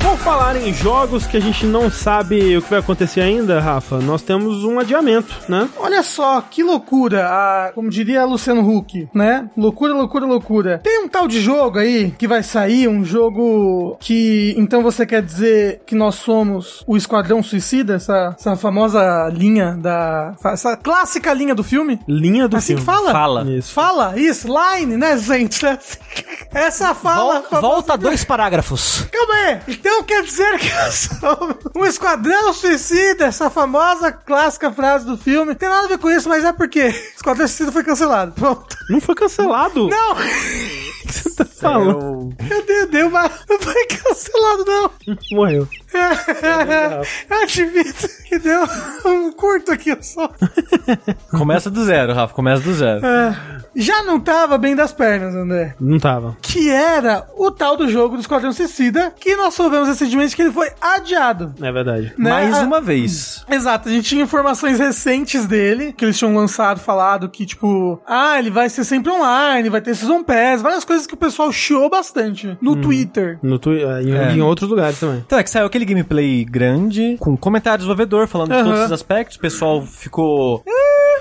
Speaker 1: Por falar em jogos que a gente não sabe o que vai acontecer ainda, Rafa, nós temos um adiamento, né?
Speaker 3: Olha só, que loucura, a- como diria Luciano Huck, né? Loucura, loucura, loucura. Tem um tal de jogo aí que vai sair, um jogo que. Então você quer dizer que nós somos o Esquadrão Suicida? Essa, essa famosa linha da. Essa clássica linha do filme?
Speaker 1: Linha do
Speaker 3: assim
Speaker 1: filme.
Speaker 3: que fala?
Speaker 2: Fala.
Speaker 1: Isso.
Speaker 3: Fala, isso, line, né, gente? Essa fala.
Speaker 4: Vol- volta dois parágrafos.
Speaker 3: Calma aí! Então quer dizer que eu sou um esquadrão suicida, essa famosa clássica frase do filme. Tem nada a ver com isso, mas é porque Esquadrão Suicida foi cancelado. Pronto.
Speaker 1: Não foi cancelado.
Speaker 3: Não!
Speaker 1: Tá
Speaker 2: é um
Speaker 1: falando.
Speaker 3: Meu Deus, deu, mas não foi cancelado, não.
Speaker 1: Morreu.
Speaker 3: Eu admito que deu um curto aqui só.
Speaker 2: Começa do zero, Rafa, começa do zero.
Speaker 3: É. Já não tava bem das pernas, André.
Speaker 1: Não tava.
Speaker 3: que era o tal do jogo do Esquadrão Suicida, que nós soubemos recentemente que ele foi adiado.
Speaker 1: É verdade.
Speaker 3: Né?
Speaker 2: Mais
Speaker 3: A-
Speaker 2: uma vez.
Speaker 3: Exato, a gente tinha informações recentes dele, que eles tinham lançado, falado que, tipo, ah, ele vai ser sempre online, vai ter Season Pass, várias coisas que o pessoal chiou bastante
Speaker 1: Hum.
Speaker 3: no Twitter.
Speaker 1: No tu... em,
Speaker 2: É.
Speaker 1: em outros lugares também.
Speaker 2: Então é que saiu aquele gameplay grande, com comentário do desenvolvedor falando de todos
Speaker 3: Aham.
Speaker 2: os aspectos, o pessoal ficou.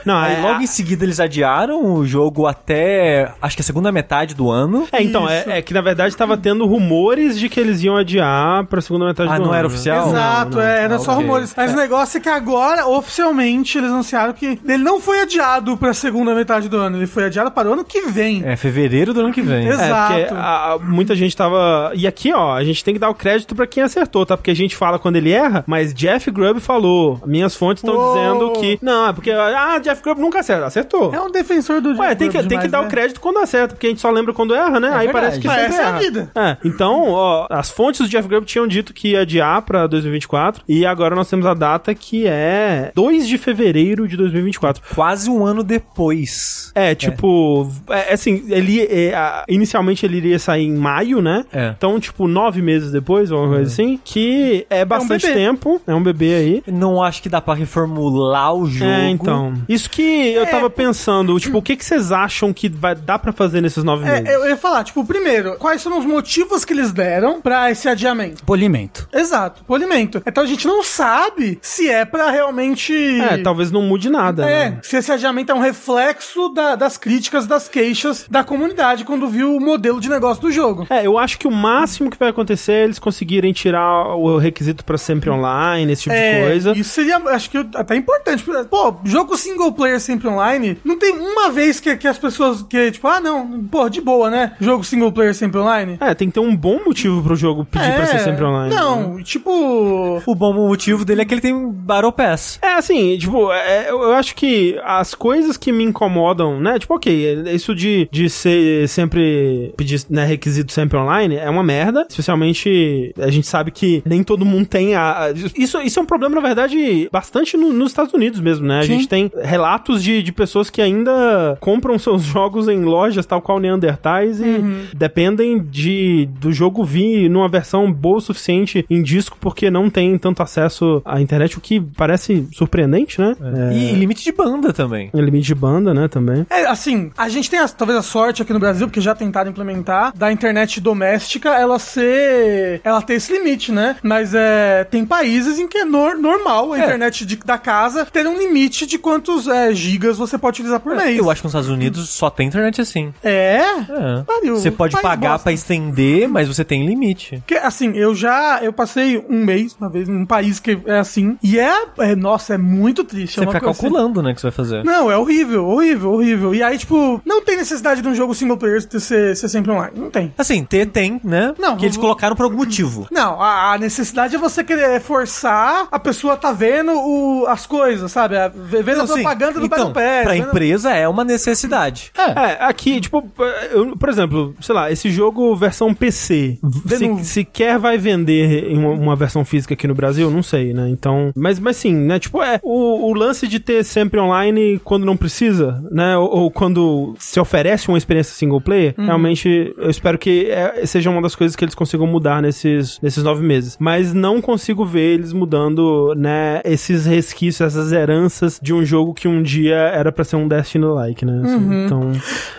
Speaker 1: Não,
Speaker 2: Aí
Speaker 1: é-
Speaker 2: logo em seguida eles adiaram o jogo até acho que a segunda metade do ano.
Speaker 1: É, então, é, é que na verdade tava tendo rumores de que eles iam adiar pra segunda metade
Speaker 2: Ah,
Speaker 1: do ano.
Speaker 2: não era
Speaker 1: né?
Speaker 2: oficial?
Speaker 3: Exato,
Speaker 1: não, não.
Speaker 3: é, era
Speaker 2: Ah,
Speaker 3: só
Speaker 2: ok.
Speaker 3: rumores. Mas o negócio é que agora, oficialmente, eles anunciaram que ele não foi adiado pra segunda metade do ano, ele foi adiado para o ano que vem.
Speaker 2: É fevereiro do ano que vem.
Speaker 1: É,
Speaker 3: Exato.
Speaker 1: porque a- a- muita gente tava. E aqui, ó, a gente tem que dar o crédito pra quem acertou, tá? Porque a gente fala quando ele erra, mas Jeff Grubb falou. Minhas fontes estão
Speaker 3: Uou.
Speaker 1: dizendo que. Não, é porque. Ah, Jeff Grubb nunca acerta. Acertou.
Speaker 3: É um defensor do
Speaker 1: Ué, tem que,
Speaker 3: jogo
Speaker 1: tem que
Speaker 3: demais,
Speaker 1: dar
Speaker 3: né?
Speaker 1: o crédito quando acerta, porque a gente só lembra quando erra, né? Aí
Speaker 2: verdade.
Speaker 1: parece que
Speaker 3: Mas
Speaker 1: sempre
Speaker 3: essa é a
Speaker 1: erra.
Speaker 3: vida.
Speaker 1: É, então, ó, as fontes do Jeff Grubb tinham dito que ia adiar pra 2024, e agora nós temos a data que é 2 de fevereiro de 2024.
Speaker 2: Quase um ano depois.
Speaker 1: É, tipo, é, assim, ele é, a- inicialmente ele iria sair em maio, né?
Speaker 2: É.
Speaker 1: Então, tipo, nove meses depois, ou alguma coisa assim, que é bastante
Speaker 3: um bebê.
Speaker 1: tempo, é um bebê aí.
Speaker 2: Não acho que dá pra reformular o jogo.
Speaker 1: É, então. Isso que
Speaker 3: É.
Speaker 1: eu tava pensando, tipo, o que que vocês acham que vai, dá pra fazer nesses nove meses?
Speaker 3: É, eu ia falar, tipo, primeiro, quais foram os motivos que eles deram pra esse adiamento?
Speaker 4: Polimento.
Speaker 3: Exato, polimento. Então a gente não sabe se é pra realmente.
Speaker 1: É, talvez não mude nada,
Speaker 3: É,
Speaker 1: né?
Speaker 3: se esse adiamento é um reflexo da- das críticas, das queixas da comunidade quando viu o modelo de negócio do jogo.
Speaker 1: É, eu acho que o máximo que vai acontecer é eles conseguirem tirar o requisito pra sempre online, esse tipo de coisa.
Speaker 3: É, Isso seria, acho que até importante. Pô, jogo single player sempre online, não tem uma vez que, que as pessoas, que tipo, ah não, pô, de boa, né? Jogo single player sempre online. É,
Speaker 1: É, tem que ter um bom motivo pro jogo pedir pra ser sempre online. né?
Speaker 3: Não, tipo,
Speaker 2: O bom motivo dele é que ele tem um Battle Pass.
Speaker 1: É, assim, tipo, é, eu eu acho que as coisas que me incomodam, né? Tipo, ok, é- isso de, de ser sempre. pedir né, requisito sempre online é uma merda. Especialmente, a gente sabe que nem todo mundo tem a. a- isso, isso é um problema, na verdade, bastante no- nos Estados Unidos mesmo, né? A gente tem relatos de, de pessoas que ainda compram seus jogos em lojas, tal qual Neandertais, e dependem de, do jogo vir numa versão boa o suficiente em disco, porque não tem tanto acesso à internet, o que parece surpreendente, né? É.
Speaker 2: E limite de banda também.
Speaker 1: Tem Limite de banda, né, também.
Speaker 3: É, assim, a gente tem a- talvez a sorte aqui no Brasil, porque já tentaram implementar, da internet doméstica ela ser. ela ter esse limite, né? Mas
Speaker 2: É.
Speaker 3: é. Tem países em que é nor- normal a internet de- da casa ter um limite de quantos é, gigas você pode utilizar por mês.
Speaker 2: É, Eu acho que nos Estados Unidos só tem internet assim.
Speaker 3: É?
Speaker 2: É.
Speaker 3: Pariu.
Speaker 2: Você pode
Speaker 3: País
Speaker 2: pagar
Speaker 3: bosta.
Speaker 2: pra estender, mas você tem limite.
Speaker 3: Porque, assim, eu já. Eu passei um mês, uma vez, num país que é assim. E é. é- nossa, é muito triste. é
Speaker 2: Você
Speaker 3: uma
Speaker 2: fica
Speaker 3: coisa assim-
Speaker 2: calculando, né, que você vai fazer.
Speaker 3: Não, é horrível, horrível, horrível. E aí, tipo, não tem necessidade de um jogo single player ser, ser sempre online. Não tem.
Speaker 2: Assim, ter tem, né?
Speaker 3: Não,
Speaker 2: que eles
Speaker 3: vou-
Speaker 2: colocaram por algum motivo.
Speaker 3: Não, a, a necessidade é você querer forçar a pessoa tá vendo o- as coisas, sabe? A- vê- Vendo a
Speaker 2: Então, assim,
Speaker 3: propaganda do
Speaker 2: então,
Speaker 3: Battle Pass. né?
Speaker 2: Pra
Speaker 3: vendo-
Speaker 2: empresa é uma necessidade.
Speaker 1: É, aqui, tipo, eu- por exemplo, sei lá, esse jogo versão PC, se,
Speaker 3: Denúncia.
Speaker 1: sequer vai vender em uma, uma versão física aqui no Brasil, não sei, né? Então, mas, mas sim, né? Tipo, é o, o lance de ter sempre online quando não precisa, né? Ou, ou quando se oferece uma experiência single player, realmente eu espero que é, seja uma das coisas que eles consigam mudar nesses, nesses nove meses. Mas não consigo ver eles mudando, né? Esses resquícios, essas heranças de um jogo que um dia era pra ser um Destiny-like, né? assim. Então.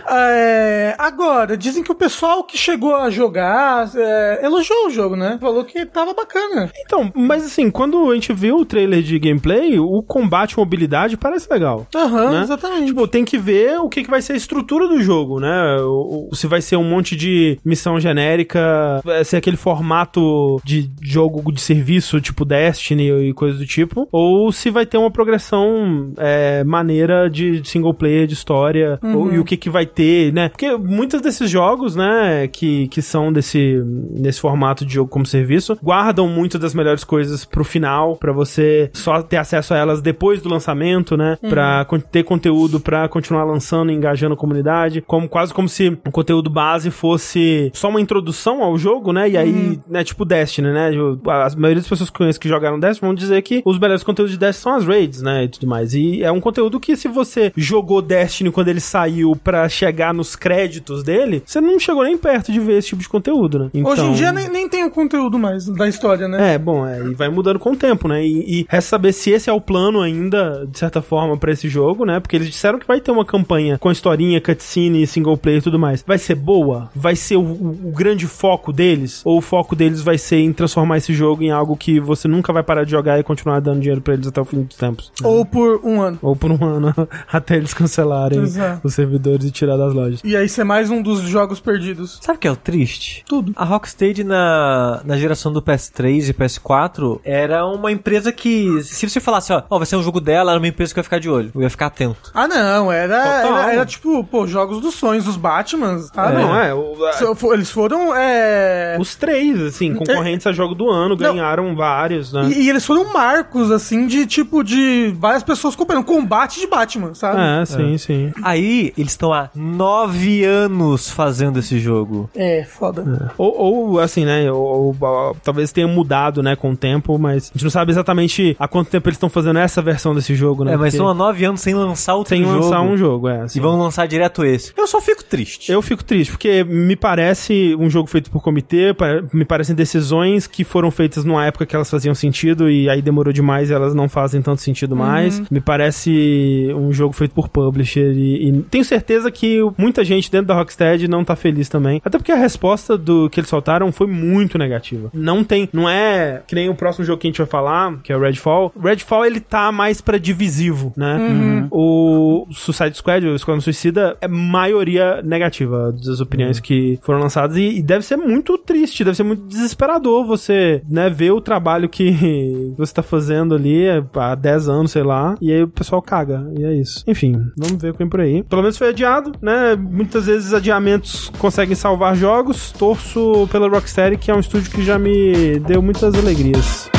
Speaker 3: É, agora, dizem que o pessoal que chegou a jogar é, elogiou o jogo, né? Falou que tava bacana.
Speaker 1: Então, mas assim, quando a gente viu o trailer de gameplay, o combate, mobilidade parece legal.
Speaker 3: Aham,
Speaker 1: Né?
Speaker 3: exatamente.
Speaker 1: Tipo, tem que ver o que, que vai ser a estrutura do jogo, né? O- o- se vai ser um monte de missão genérica, vai ser aquele formato de jogo de serviço, tipo Destiny e coisa do tipo, ou se vai ter uma progressão é, maneira de de single player, de história, ou- e o que, que vai ter, né? Porque muitos desses jogos, né, que, que são desse, nesse formato de jogo como serviço, guardam muito das melhores coisas pro final, pra você só ter acesso a elas depois do lançamento, né? Pra con- ter conteúdo pra continuar lançando e engajando a comunidade. Como, quase como se o conteúdo base fosse só uma introdução ao jogo, né? E aí,
Speaker 3: Uhum.
Speaker 1: né, tipo Destiny, né? Eu- A a maioria das pessoas que conheço que jogaram Destiny vão dizer que os melhores conteúdos de Destiny são as raids, né? E tudo mais. E é um conteúdo que se você jogou Destiny quando ele saiu pra chegar nos créditos dele, você não chegou nem perto de ver esse tipo de conteúdo, né?
Speaker 3: Hoje em
Speaker 1: Então-
Speaker 3: dia nem, nem tem o conteúdo mais da história, né?
Speaker 1: é, bom, é, e vai mudando com o tempo, né? E, e resta saber se esse é o plano ainda, de certa forma, pra esse jogo, né? Porque eles disseram que vai ter uma campanha com historinha, cutscene, single player e tudo mais. Vai ser boa? Vai ser o, o- o grande foco deles? Ou o foco deles vai ser em transformar esse jogo em algo que você nunca vai parar de jogar e continuar dando dinheiro pra eles até o fim dos tempos?
Speaker 3: Ou por um ano.
Speaker 1: Ou por um ano, até eles cancelarem
Speaker 3: Exato.
Speaker 1: os servidores e tirar das lojas.
Speaker 3: E aí ser mais um dos jogos perdidos.
Speaker 2: Sabe o que é o triste?
Speaker 3: Tudo.
Speaker 2: A Rocksteady na, na geração do PS3 e PS4 era uma empresa que, se você falasse, ó, ó, vai ser um jogo dela, era uma empresa que eu ia ficar de olho, eu ia ficar atento.
Speaker 3: Ah, não, era,
Speaker 1: Total.
Speaker 3: era, era tipo, pô, jogos dos sonhos, dos Batmans. Ah, não, é.
Speaker 1: o- a-
Speaker 3: So- fo- Eles foram, é...
Speaker 1: os três, assim, concorrentes a jogo do ano, ganharam vários, né?
Speaker 3: E, e eles foram marcos, assim, de tipo, de várias pessoas comprando combate de Batman, sabe?
Speaker 1: É, sim, sim.
Speaker 2: Aí, eles estão há nove anos fazendo esse jogo.
Speaker 3: É, foda.
Speaker 1: Ou, ou, assim, né? Ou, ou, ou, talvez tenha mudado, né, com o tempo, mas a gente não sabe exatamente há quanto tempo eles estão fazendo essa versão desse jogo, né?
Speaker 2: É, mas
Speaker 1: porque
Speaker 2: estão há nove anos sem lançar outro
Speaker 1: sem
Speaker 2: jogo.
Speaker 1: lançar um jogo, é. assim.
Speaker 2: E vão lançar direto esse. Eu só fico triste.
Speaker 1: Eu fico triste, porque me parece um jogo feito por comitê, pa- me parecem decisões que foram feitas numa época que elas faziam sentido e aí demorou demais e elas não fazem tanto sentido mais. Me parece um jogo feito por publisher e, e tenho certeza que muita gente dentro da Rocksteady não tá feliz também. Até porque a resposta do que eles soltaram foi muito negativa. Não tem, não é que nem o próximo jogo que a gente vai falar, que é o Redfall. Redfall ele tá mais pra divisivo, né? O Suicide Squad, o Esquadrão Suicida, é maioria negativa das opiniões que foram lançadas. E, e deve ser muito triste, deve ser muito desesperador você, né, ver o trabalho que você tá fazendo ali há 10 anos, sei lá, e aí o pessoal caga. E é isso. Enfim, vamos ver o que vem por aí. Pelo menos foi adiado, né? Muitas vezes adiamentos conseguem salvar jogos. Torço pela Rocksteady, que é um estúdio que já me deu muitas alegrias.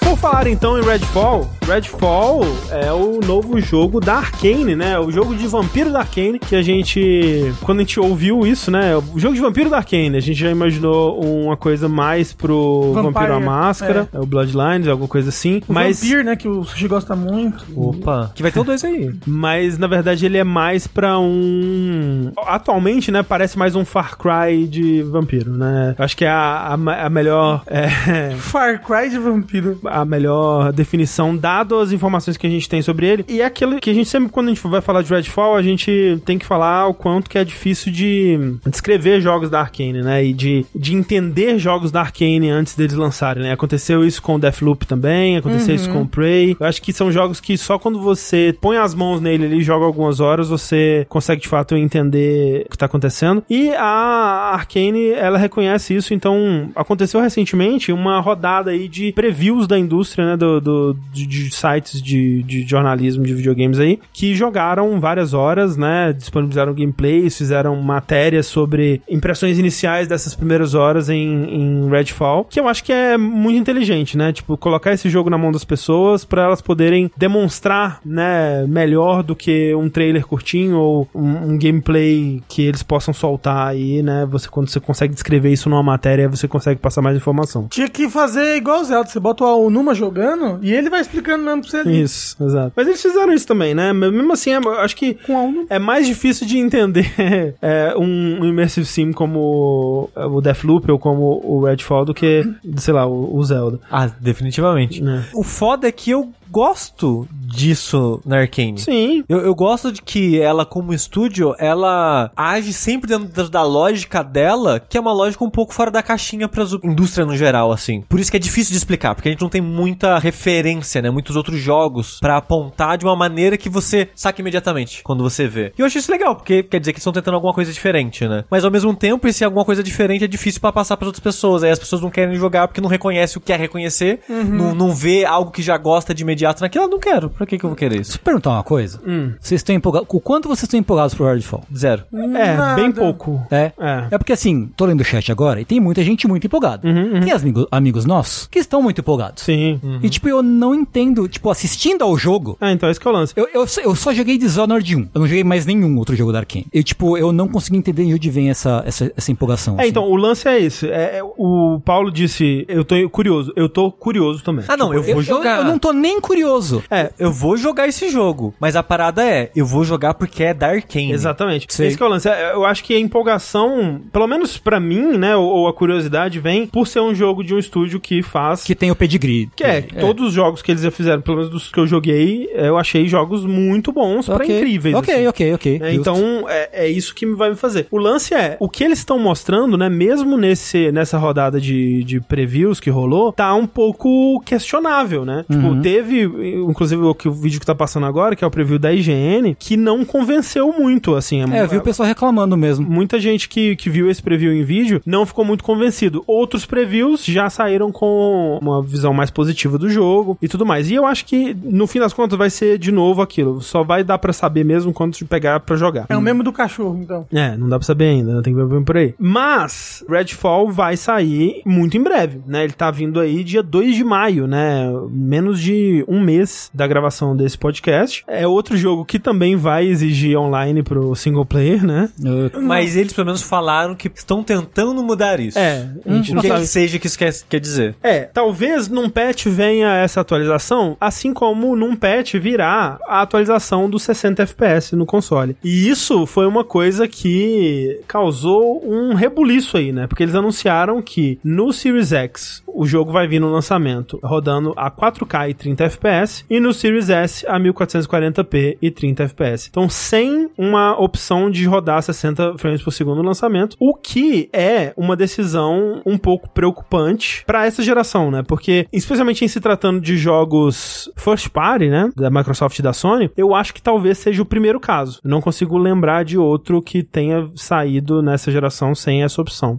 Speaker 1: Por falar então em Redfall, Redfall é o novo jogo da Arkane, né? O jogo de vampiro da Arkane, que a gente, quando a gente ouviu isso, né? O jogo de vampiro da Arkane, a gente já imaginou uma coisa mais pro
Speaker 3: Vampire,
Speaker 1: Vampiro à Máscara, é. o Bloodlines, alguma coisa assim,
Speaker 3: O
Speaker 1: mas...
Speaker 3: Vampir, né, que o Sushi gosta muito.
Speaker 2: Opa. Que vai ter o dois aí.
Speaker 1: Mas na verdade ele é mais pra um. Atualmente, né? Parece mais um Far Cry de vampiro, né? Acho que é a, a, ma- a melhor. é,
Speaker 3: Far Cry de vampiro.
Speaker 1: a melhor definição, dado as informações que a gente tem sobre ele. E é aquilo que a gente sempre, quando a gente vai falar de Redfall, a gente tem que falar o quanto que é difícil de descrever jogos da Arkane, né? E de, de entender jogos da Arkane antes deles lançarem, né? Aconteceu isso com Deathloop também, aconteceu isso com Prey. Eu acho que são jogos que só quando você põe as mãos nele ali e joga algumas horas, você consegue de fato entender o que tá acontecendo. E a Arkane, ela reconhece isso, então aconteceu recentemente uma rodada aí de previews da indústria, né, do, do- de, de sites de, de jornalismo de videogames aí, que jogaram várias horas, né, disponibilizaram gameplays, fizeram matérias sobre impressões iniciais dessas primeiras horas em, em Redfall, que eu acho que é muito inteligente, né, tipo, colocar esse jogo na mão das pessoas para elas poderem demonstrar, né, melhor do que um trailer curtinho ou um, um gameplay que eles possam soltar aí, né, você quando você consegue descrever isso numa matéria, você consegue passar mais informação.
Speaker 3: Tinha que fazer igual o Zelda. Você bota o Numa jogando e ele vai explicando mesmo pra você ali.
Speaker 1: Isso, exato. Mas eles fizeram isso também, né? Mas Mesmo assim, é- eu acho que
Speaker 3: Com a Numa.
Speaker 1: é mais difícil de entender é, um, um Immersive Sim como o Deathloop ou como o Redfall do que, sei lá, o, o Zelda.
Speaker 2: Ah, definitivamente.
Speaker 1: né?
Speaker 2: O foda é que eu gosto disso na Arkane.
Speaker 1: Sim,
Speaker 2: Eu, eu gosto de que ela, como estúdio, ela age sempre dentro da lógica dela, que é uma lógica um pouco fora da caixinha pra zo- indústria no geral, assim. Por isso que é difícil de explicar, porque a gente não tem muita referência, né? Muitos outros jogos pra apontar de uma maneira que você saca imediatamente quando você vê. E eu acho isso legal, porque quer dizer que eles estão tentando alguma coisa diferente, né? Mas ao mesmo tempo, esse alguma coisa diferente é difícil pra passar pras outras pessoas. Aí as pessoas não querem jogar porque não reconhece o que é reconhecer, não, não vê algo que já gosta de imediato naquilo. Eu não quero. Pra que, que eu vou querer isso?
Speaker 4: Deixa eu perguntar uma coisa.
Speaker 1: Hum.
Speaker 4: Vocês estão empolgados. O quanto vocês estão empolgados pro Redfall?
Speaker 2: Zero.
Speaker 1: é,
Speaker 3: Nada.
Speaker 1: bem pouco.
Speaker 4: É.
Speaker 1: É. Uhum,
Speaker 4: É porque assim, tô lendo o chat agora e tem muita gente muito empolgada. Tem as amigo- amigos nossos que estão muito empolgados.
Speaker 1: Sim. uhum.
Speaker 4: E tipo, eu não entendo, tipo, assistindo ao jogo.
Speaker 1: Ah, então esse que é o lance.
Speaker 4: Eu, eu, só- eu só joguei Dishonored 1. Eu não joguei mais nenhum outro jogo da Arkane. Eu, tipo, eu não consegui entender de onde vem essa, essa, essa empolgação.
Speaker 1: É,
Speaker 4: assim.
Speaker 1: então, o lance é esse. É, é, o Paulo disse, eu tô curioso. Eu tô curioso também. Tipo,
Speaker 2: Ah, não, eu
Speaker 4: Eu,
Speaker 2: vou jogar.
Speaker 4: eu, eu não tô nem curioso.
Speaker 1: É,
Speaker 2: Eu vou jogar esse jogo, mas a parada é, eu vou jogar porque é da Arkane.
Speaker 1: Exatamente.
Speaker 4: Sei.
Speaker 1: Esse que é o lance. É, Eu acho que a empolgação, pelo menos pra mim, né, ou, ou a curiosidade vem por ser um jogo de um estúdio que faz
Speaker 4: Que tem o pedigree.
Speaker 1: Que é, que todos os jogos que eles já fizeram, pelo menos dos que eu joguei, eu achei jogos muito bons pra
Speaker 4: Ok.
Speaker 1: incríveis.
Speaker 4: Ok,
Speaker 1: assim.
Speaker 4: ok, ok.
Speaker 1: Né,
Speaker 4: Justo.
Speaker 1: então, é, é isso que vai me fazer. O lance é, o que eles estão mostrando, né, mesmo nesse, nessa rodada de, de previews que rolou, tá um pouco questionável, né?
Speaker 4: Uhum.
Speaker 1: Tipo, teve, inclusive, o, que- o vídeo que tá passando agora, que é o preview da IGN, que não convenceu muito, assim.
Speaker 4: É, eu vi o pessoal reclamando mesmo.
Speaker 1: Muita gente que, que viu esse preview em vídeo não ficou muito convencido. Outros previews já saíram com uma visão mais positiva do jogo e tudo mais. E eu acho que, no fim das contas, vai ser de novo aquilo. Só vai dar pra saber mesmo quando te pegar pra jogar.
Speaker 3: É o mesmo do cachorro, então.
Speaker 1: É, não dá pra saber ainda, né? tem que ver por aí. Mas Redfall vai sair muito em breve, né? Ele tá vindo aí dia 2 de maio, né? Menos de um mês da gravação desse podcast. É outro jogo que também vai exigir online pro single player, né?
Speaker 4: Eu-
Speaker 2: Mas eles pelo menos falaram que estão tentando mudar isso.
Speaker 1: É, a gente
Speaker 2: O
Speaker 1: não
Speaker 2: que
Speaker 1: sabe.
Speaker 2: seja que isso quer, quer dizer.
Speaker 1: É, talvez num patch venha essa atualização, assim como num patch virá a atualização do 60 FPS no console. E isso foi uma coisa que causou um rebuliço aí, né? Porque eles anunciaram que no Series X o jogo vai vir no lançamento rodando a 4K e 30 FPS e no Series S a 1440p e 30 FPS. Então, sem uma opção de rodar 60 frames por segundo no lançamento, o que é uma decisão um pouco preocupante pra essa geração, né? Porque, especialmente em se tratando de jogos first party, né? Da Microsoft e da Sony, eu acho que talvez seja o primeiro caso. Não consigo lembrar de outro que tenha saído nessa geração sem essa opção.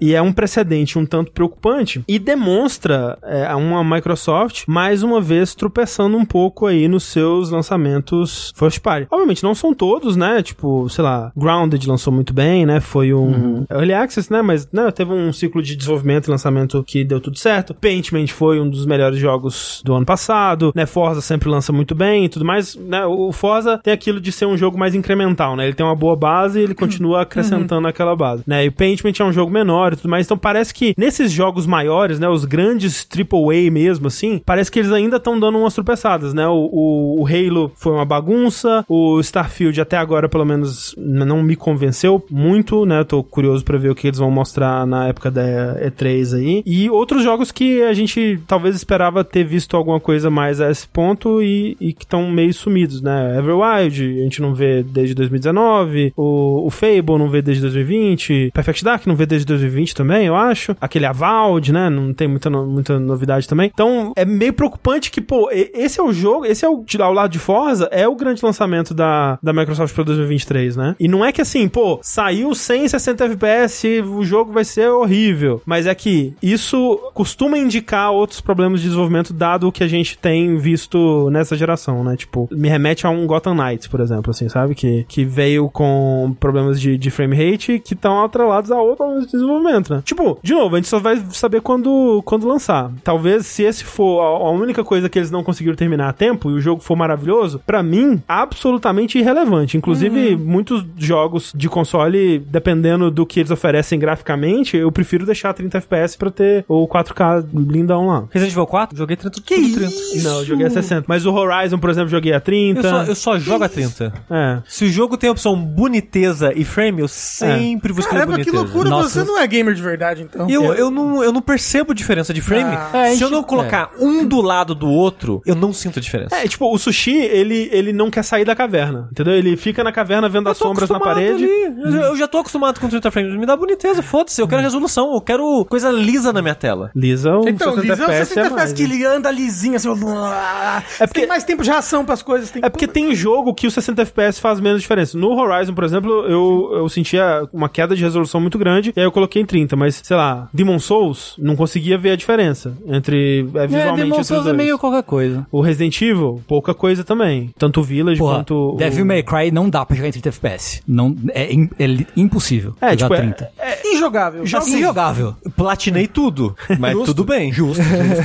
Speaker 1: E é um precedente um tanto preocupante e demonstra é, uma Microsoft mais uma vez tropeçando um pouco aí nos seus lançamentos first party. Obviamente não são todos, né? Tipo, sei lá, Grounded lançou muito bem, né? Foi um early access, né? Mas né, teve um ciclo de desenvolvimento e lançamento que deu tudo certo. Paintment foi um dos melhores jogos do ano passado, né? Forza sempre lança muito bem e tudo mais, né? O Forza tem aquilo de ser um jogo mais incremental, né? Ele tem uma boa base e ele continua acrescentando aquela base, né? E o Paintment é um jogo menor e tudo mais, então parece que nesses jogos maiores maiores, né? Os grandes AAA mesmo, assim, parece que eles ainda estão dando umas tropeçadas, né? O, o- o Halo foi uma bagunça, o Starfield até agora, pelo menos, n- não me convenceu muito, né? Tô curioso pra ver o que eles vão mostrar na época da E3 aí. E outros jogos que a gente talvez esperava ter visto alguma coisa mais a esse ponto e, e que estão meio sumidos, né? Everwild, a gente não vê desde 2019, o, o Fable não vê desde 2020, Perfect Dark não vê desde 2020 também, eu acho. Aquele Avald, né? Não tem muita, no- muita novidade também. Então, é meio preocupante que, pô, e- esse é o jogo, esse é o, de- ao lado de Forza, é o grande lançamento da, da Microsoft para 2023, né? E não é que assim, pô, saiu 160 FPS, o jogo vai ser horrível. Mas é que isso costuma indicar outros problemas de desenvolvimento, dado o que a gente tem visto nessa geração, né? Tipo, me remete a um Gotham Knights, por exemplo, assim, sabe? Que, que veio com problemas de, de frame rate que estão atrelados a outros problemas de desenvolvimento, né? Tipo, de novo, a gente só vai saber quando, quando lançar. Talvez se esse for a, a única coisa que eles não conseguiram terminar a tempo e o jogo for maravilhoso, pra mim, absolutamente irrelevante. Inclusive,
Speaker 2: Uhum.
Speaker 1: muitos jogos de console, dependendo do que eles oferecem graficamente, eu prefiro deixar 30 FPS pra ter o 4K blindão lá.
Speaker 2: Resident Evil 4, joguei 30.
Speaker 3: Que
Speaker 2: tudo 30.
Speaker 3: isso?
Speaker 1: Não, eu joguei a 60. Mas o Horizon, por exemplo, joguei a 30.
Speaker 2: Eu só, eu só jogo a 30.
Speaker 1: É.
Speaker 2: Se o jogo tem a opção boniteza e frame, eu sempre vou escolher
Speaker 3: Caramba, que
Speaker 2: boniteza.
Speaker 3: loucura,
Speaker 5: Nossa.
Speaker 3: você não é gamer de verdade, então.
Speaker 2: Eu, eu, não, eu não percebo diferença de frame.
Speaker 3: Ah.
Speaker 5: É, a
Speaker 2: Se eu
Speaker 5: gente-
Speaker 2: não colocar um do lado do outro, eu não sinto a diferença.
Speaker 1: É, tipo, o sushi, ele, ele não quer sair da caverna, entendeu? Ele fica na caverna vendo as
Speaker 2: tô
Speaker 1: sombras na
Speaker 2: acostumado
Speaker 1: parede.
Speaker 2: ali. Eu, eu já tô acostumado com 30 frames. Me dá boniteza, foda-se. Eu quero resolução. Eu quero coisa lisa na minha tela.
Speaker 1: Lisa, um o
Speaker 3: Então,
Speaker 1: 60
Speaker 3: Liz, é o 60
Speaker 1: é mais,
Speaker 3: FPS que
Speaker 1: né?
Speaker 3: ele anda lisinho, assim.
Speaker 1: É
Speaker 3: É
Speaker 1: porque-
Speaker 3: Tem mais tempo de reação pras coisas. Tem
Speaker 1: É porque tem jogo que o 60 FPS faz menos diferença. No Horizon, por exemplo, eu, eu sentia uma queda de resolução muito grande, e aí eu coloquei em 30, mas, sei lá, Demon Souls, não conseguia ver a diferença entre é,
Speaker 5: É,
Speaker 1: visualmente entre
Speaker 5: Demon
Speaker 1: os
Speaker 5: Souls é
Speaker 1: dois.
Speaker 5: meio qualquer coisa.
Speaker 1: O Resident Evil, pouca coisa também. Tanto o Village
Speaker 4: Porra,
Speaker 1: quanto o...
Speaker 4: Devil May Cry não dá pra jogar em 30 FPS. Não, é, im- é li- impossível
Speaker 1: É,
Speaker 4: jogar
Speaker 1: tipo, é- um
Speaker 4: 30. É,
Speaker 3: injogável. Assim,
Speaker 4: injogável.
Speaker 2: Platinei tudo. Mas tudo bem. Justo.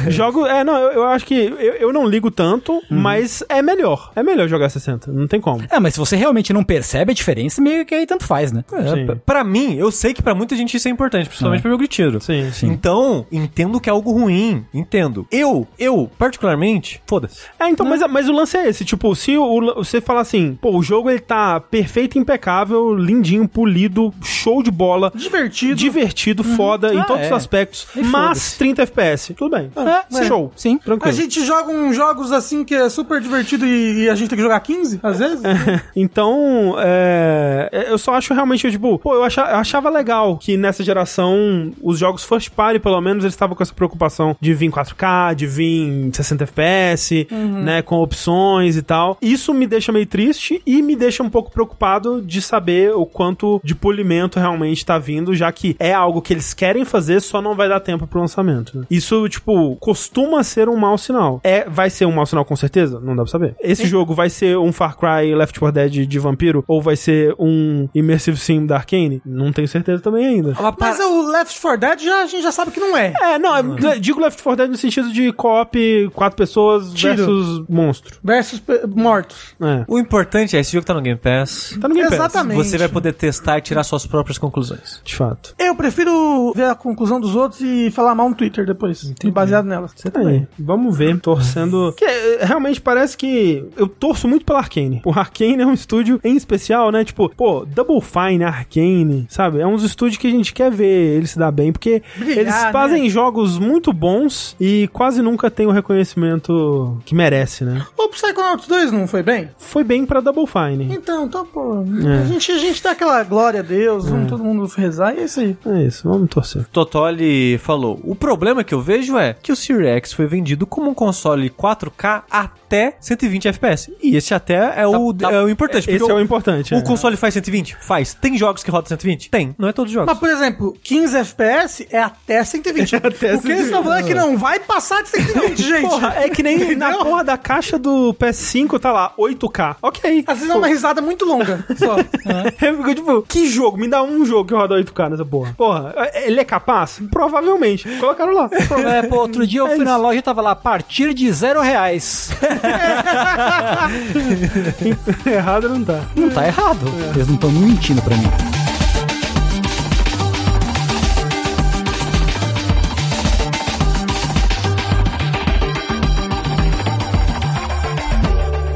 Speaker 1: Jogo, é, não, eu, eu acho que eu, eu não ligo tanto,
Speaker 4: Uhum.
Speaker 1: mas é melhor. É melhor jogar 60, não tem como.
Speaker 4: É, mas se você realmente não percebe a diferença, meio que aí tanto faz, né?
Speaker 1: Sim.
Speaker 2: Pra mim, eu sei que pra muita gente isso é importante, principalmente pra jogo de tiro.
Speaker 1: Sim, sim.
Speaker 2: Então, entendo que é algo ruim. Entendo. Eu, eu, particularmente, foda-se.
Speaker 1: É, então,
Speaker 4: Né?
Speaker 1: mas, mas o lance é esse, tipo, se o, o- você falar assim, pô, o jogo ele tá perfeito, impecável, lindinho, polido, show de bola,
Speaker 3: divertido.
Speaker 1: divertido, foda em
Speaker 4: Ah,
Speaker 1: todos os
Speaker 4: é.
Speaker 1: aspectos,
Speaker 4: E
Speaker 1: mas
Speaker 4: foda-se. É,
Speaker 1: 30 FPS, tudo bem.
Speaker 4: sim.
Speaker 1: show.
Speaker 4: Sim.
Speaker 1: Tranquilo.
Speaker 3: A gente joga uns jogos assim que é super divertido e, e a gente tem que jogar 15, às vezes.
Speaker 1: É. Então, é, eu só acho realmente, tipo, pô, eu acha- eu achava, legal que nessa geração os jogos first party, pelo menos, eles estavam com essa preocupação de vir em 4K, de vir em 60 FPS, né, com opções e tal. Isso me deixa meio triste e me deixa um pouco preocupado de saber o quanto de polimento realmente tá vindo, já que é algo que eles querem fazer, só não vai dar tempo pro lançamento. né? Isso, tipo, costuma ser um mau sinal. É, vai ser um mau sinal com certeza? Não dá pra saber. Esse jogo vai ser um Far Cry Left 4 Dead de vampiro ou vai ser um Immersive Sim da Arkane? Não tenho certeza também ainda.
Speaker 3: Mas o Left 4 Dead já, a gente já sabe que não é.
Speaker 1: É, não, é- digo Left 4 Dead no sentido de co-op, quatro pessoas
Speaker 3: Tiro.
Speaker 1: versus monstro.
Speaker 3: Versus pe- mortos.
Speaker 1: É.
Speaker 2: O importante é, esse jogo tá no Game Pass.
Speaker 1: Tá no Game Pass,
Speaker 3: Exatamente.
Speaker 2: Você vai poder testar e tirar suas próprias conclusões.
Speaker 1: De fato.
Speaker 3: Eu prefiro ver a conclusão dos outros e falar mal no Twitter depois, baseado nela.
Speaker 1: tá Aí, vamos ver, torcendo. Que, é, realmente parece que eu torço muito pela Arkane. O Arkane é um estúdio em especial, né? Tipo, pô, Double Fine, Arkane, sabe? É uns estúdios que a gente quer ver eles se dar bem, porque
Speaker 3: Brilhar, né?
Speaker 1: eles fazem jogos muito bons e quase nunca tem o reconhecimento que merece, né?
Speaker 3: O Psychonauts 2 não foi bem?
Speaker 1: Foi bem pra Double Fine.
Speaker 3: Então, tá, pô.
Speaker 1: É.
Speaker 3: A, gente, a gente dá aquela glória a Deus, vamos todo mundo rezar e é isso aí.
Speaker 1: É isso, vamos torcer.
Speaker 2: Totoli falou: O problema que eu vejo é que o Series X foi vendido como um console 4K até 120 FPS. E esse até é, o,
Speaker 5: tá-
Speaker 2: é o importante.
Speaker 1: Esse
Speaker 2: porque
Speaker 1: é o importante. é.
Speaker 2: o console faz 120? Faz. Tem jogos que rodam 120? Tem. Não é todos os jogos.
Speaker 3: Mas, por exemplo, 15 FPS é até 120.
Speaker 1: até
Speaker 3: o que eles estão
Speaker 1: 120.
Speaker 3: falando é que não vai passar de 120, gente.
Speaker 1: Porra, é que nem na
Speaker 3: Entendeu?
Speaker 1: porra da caixa do PS5 tá lá, 8K. Ok.
Speaker 3: Às vezes é uma risada muito longa. Só.
Speaker 1: Eu fico tipo, que jogo? Me dá um jogo que roda 8K nessa porra. Porra, ele é capaz? Provavelmente. Colocaram lá.
Speaker 4: É, pô, outro dia eu fui na loja e tava lá, a partir de zero reais.
Speaker 1: Errado não tá.
Speaker 4: Não tá errado. Eles não estão mentindo pra mim.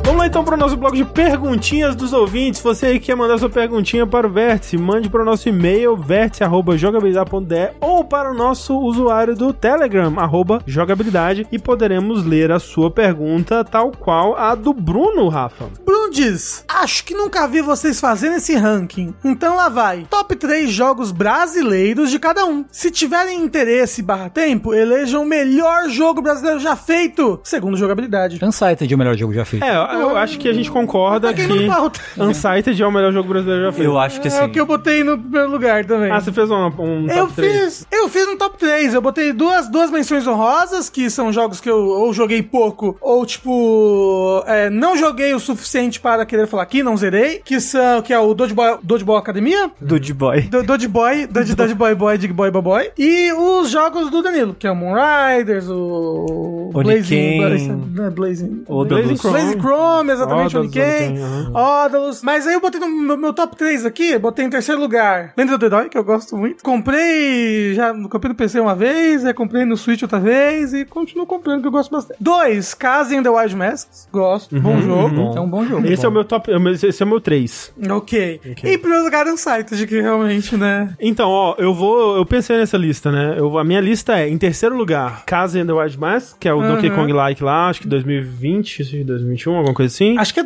Speaker 1: Vamos então pro nosso bloco de perguntinhas dos ouvintes. Você aí que quer mandar sua perguntinha para o Vértice, mande para o nosso e-mail vértice.jogabilidade.de ou para o nosso usuário do Telegram, arroba jogabilidade, e poderemos ler a sua pergunta, tal qual a do Bruno, Rafa.
Speaker 3: Bruno diz: Acho que nunca vi vocês fazendo esse ranking. Então lá vai. Top 3 jogos brasileiros de cada um. Se tiverem interesse barra tempo, elejam o melhor jogo brasileiro já feito, segundo jogabilidade.
Speaker 4: Unsighted é o melhor jogo já feito.
Speaker 1: É, eu eu acho que a gente concorda
Speaker 3: Tá queimando pauta.
Speaker 1: que Unsighted é o melhor jogo brasileiro já feito.
Speaker 2: Eu acho que assim.
Speaker 3: É o que eu botei no primeiro lugar também.
Speaker 1: Ah, você fez um, um
Speaker 3: Eu
Speaker 1: top três.
Speaker 3: fiz, eu fiz um top 3. Eu botei duas, duas menções honrosas, que são jogos que eu ou joguei pouco, ou tipo, é, não joguei o suficiente para querer falar aqui, não zerei, que são que é o Dodgeball, Dodgeball Academia,
Speaker 2: Do D-Boy.
Speaker 3: do, Dodge Boy, Dodge, Dodge Boy Boy, Dig Boy Boy, e os jogos do Danilo, que é o Moon Riders, o
Speaker 2: Oniken.
Speaker 3: Blazing, não é Blazing,
Speaker 2: Odalus.
Speaker 3: Blazing Chrome, Blazing Chrome, exatamente,
Speaker 1: Odalus,
Speaker 3: Oniken,
Speaker 1: Oniken,
Speaker 3: Odalus. Mas aí eu botei no meu, meu top 3 aqui, botei em terceiro lugar Lenda do Herói, que eu gosto muito. Comprei, já comprei no PC uma vez, aí comprei no Switch outra vez e continuo comprando, que eu gosto bastante. Dois, Casa in the Wild Masks, gosto, bom jogo.
Speaker 4: É um bom jogo.
Speaker 1: Esse é o meu top, esse é o meu 3.
Speaker 3: Ok. E em primeiro lugar, Unsighted, que realmente, né...
Speaker 1: Então, ó, eu vou. Eu pensei nessa lista, né? Eu, a minha lista é, em terceiro lugar, Casa in the Wild Mask, que é o Donkey
Speaker 3: Uhum.
Speaker 1: Kong Like lá, acho que 2020, acho que 2021, alguma coisa assim.
Speaker 3: Acho que é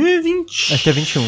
Speaker 3: 2020.
Speaker 2: Acho que é 21.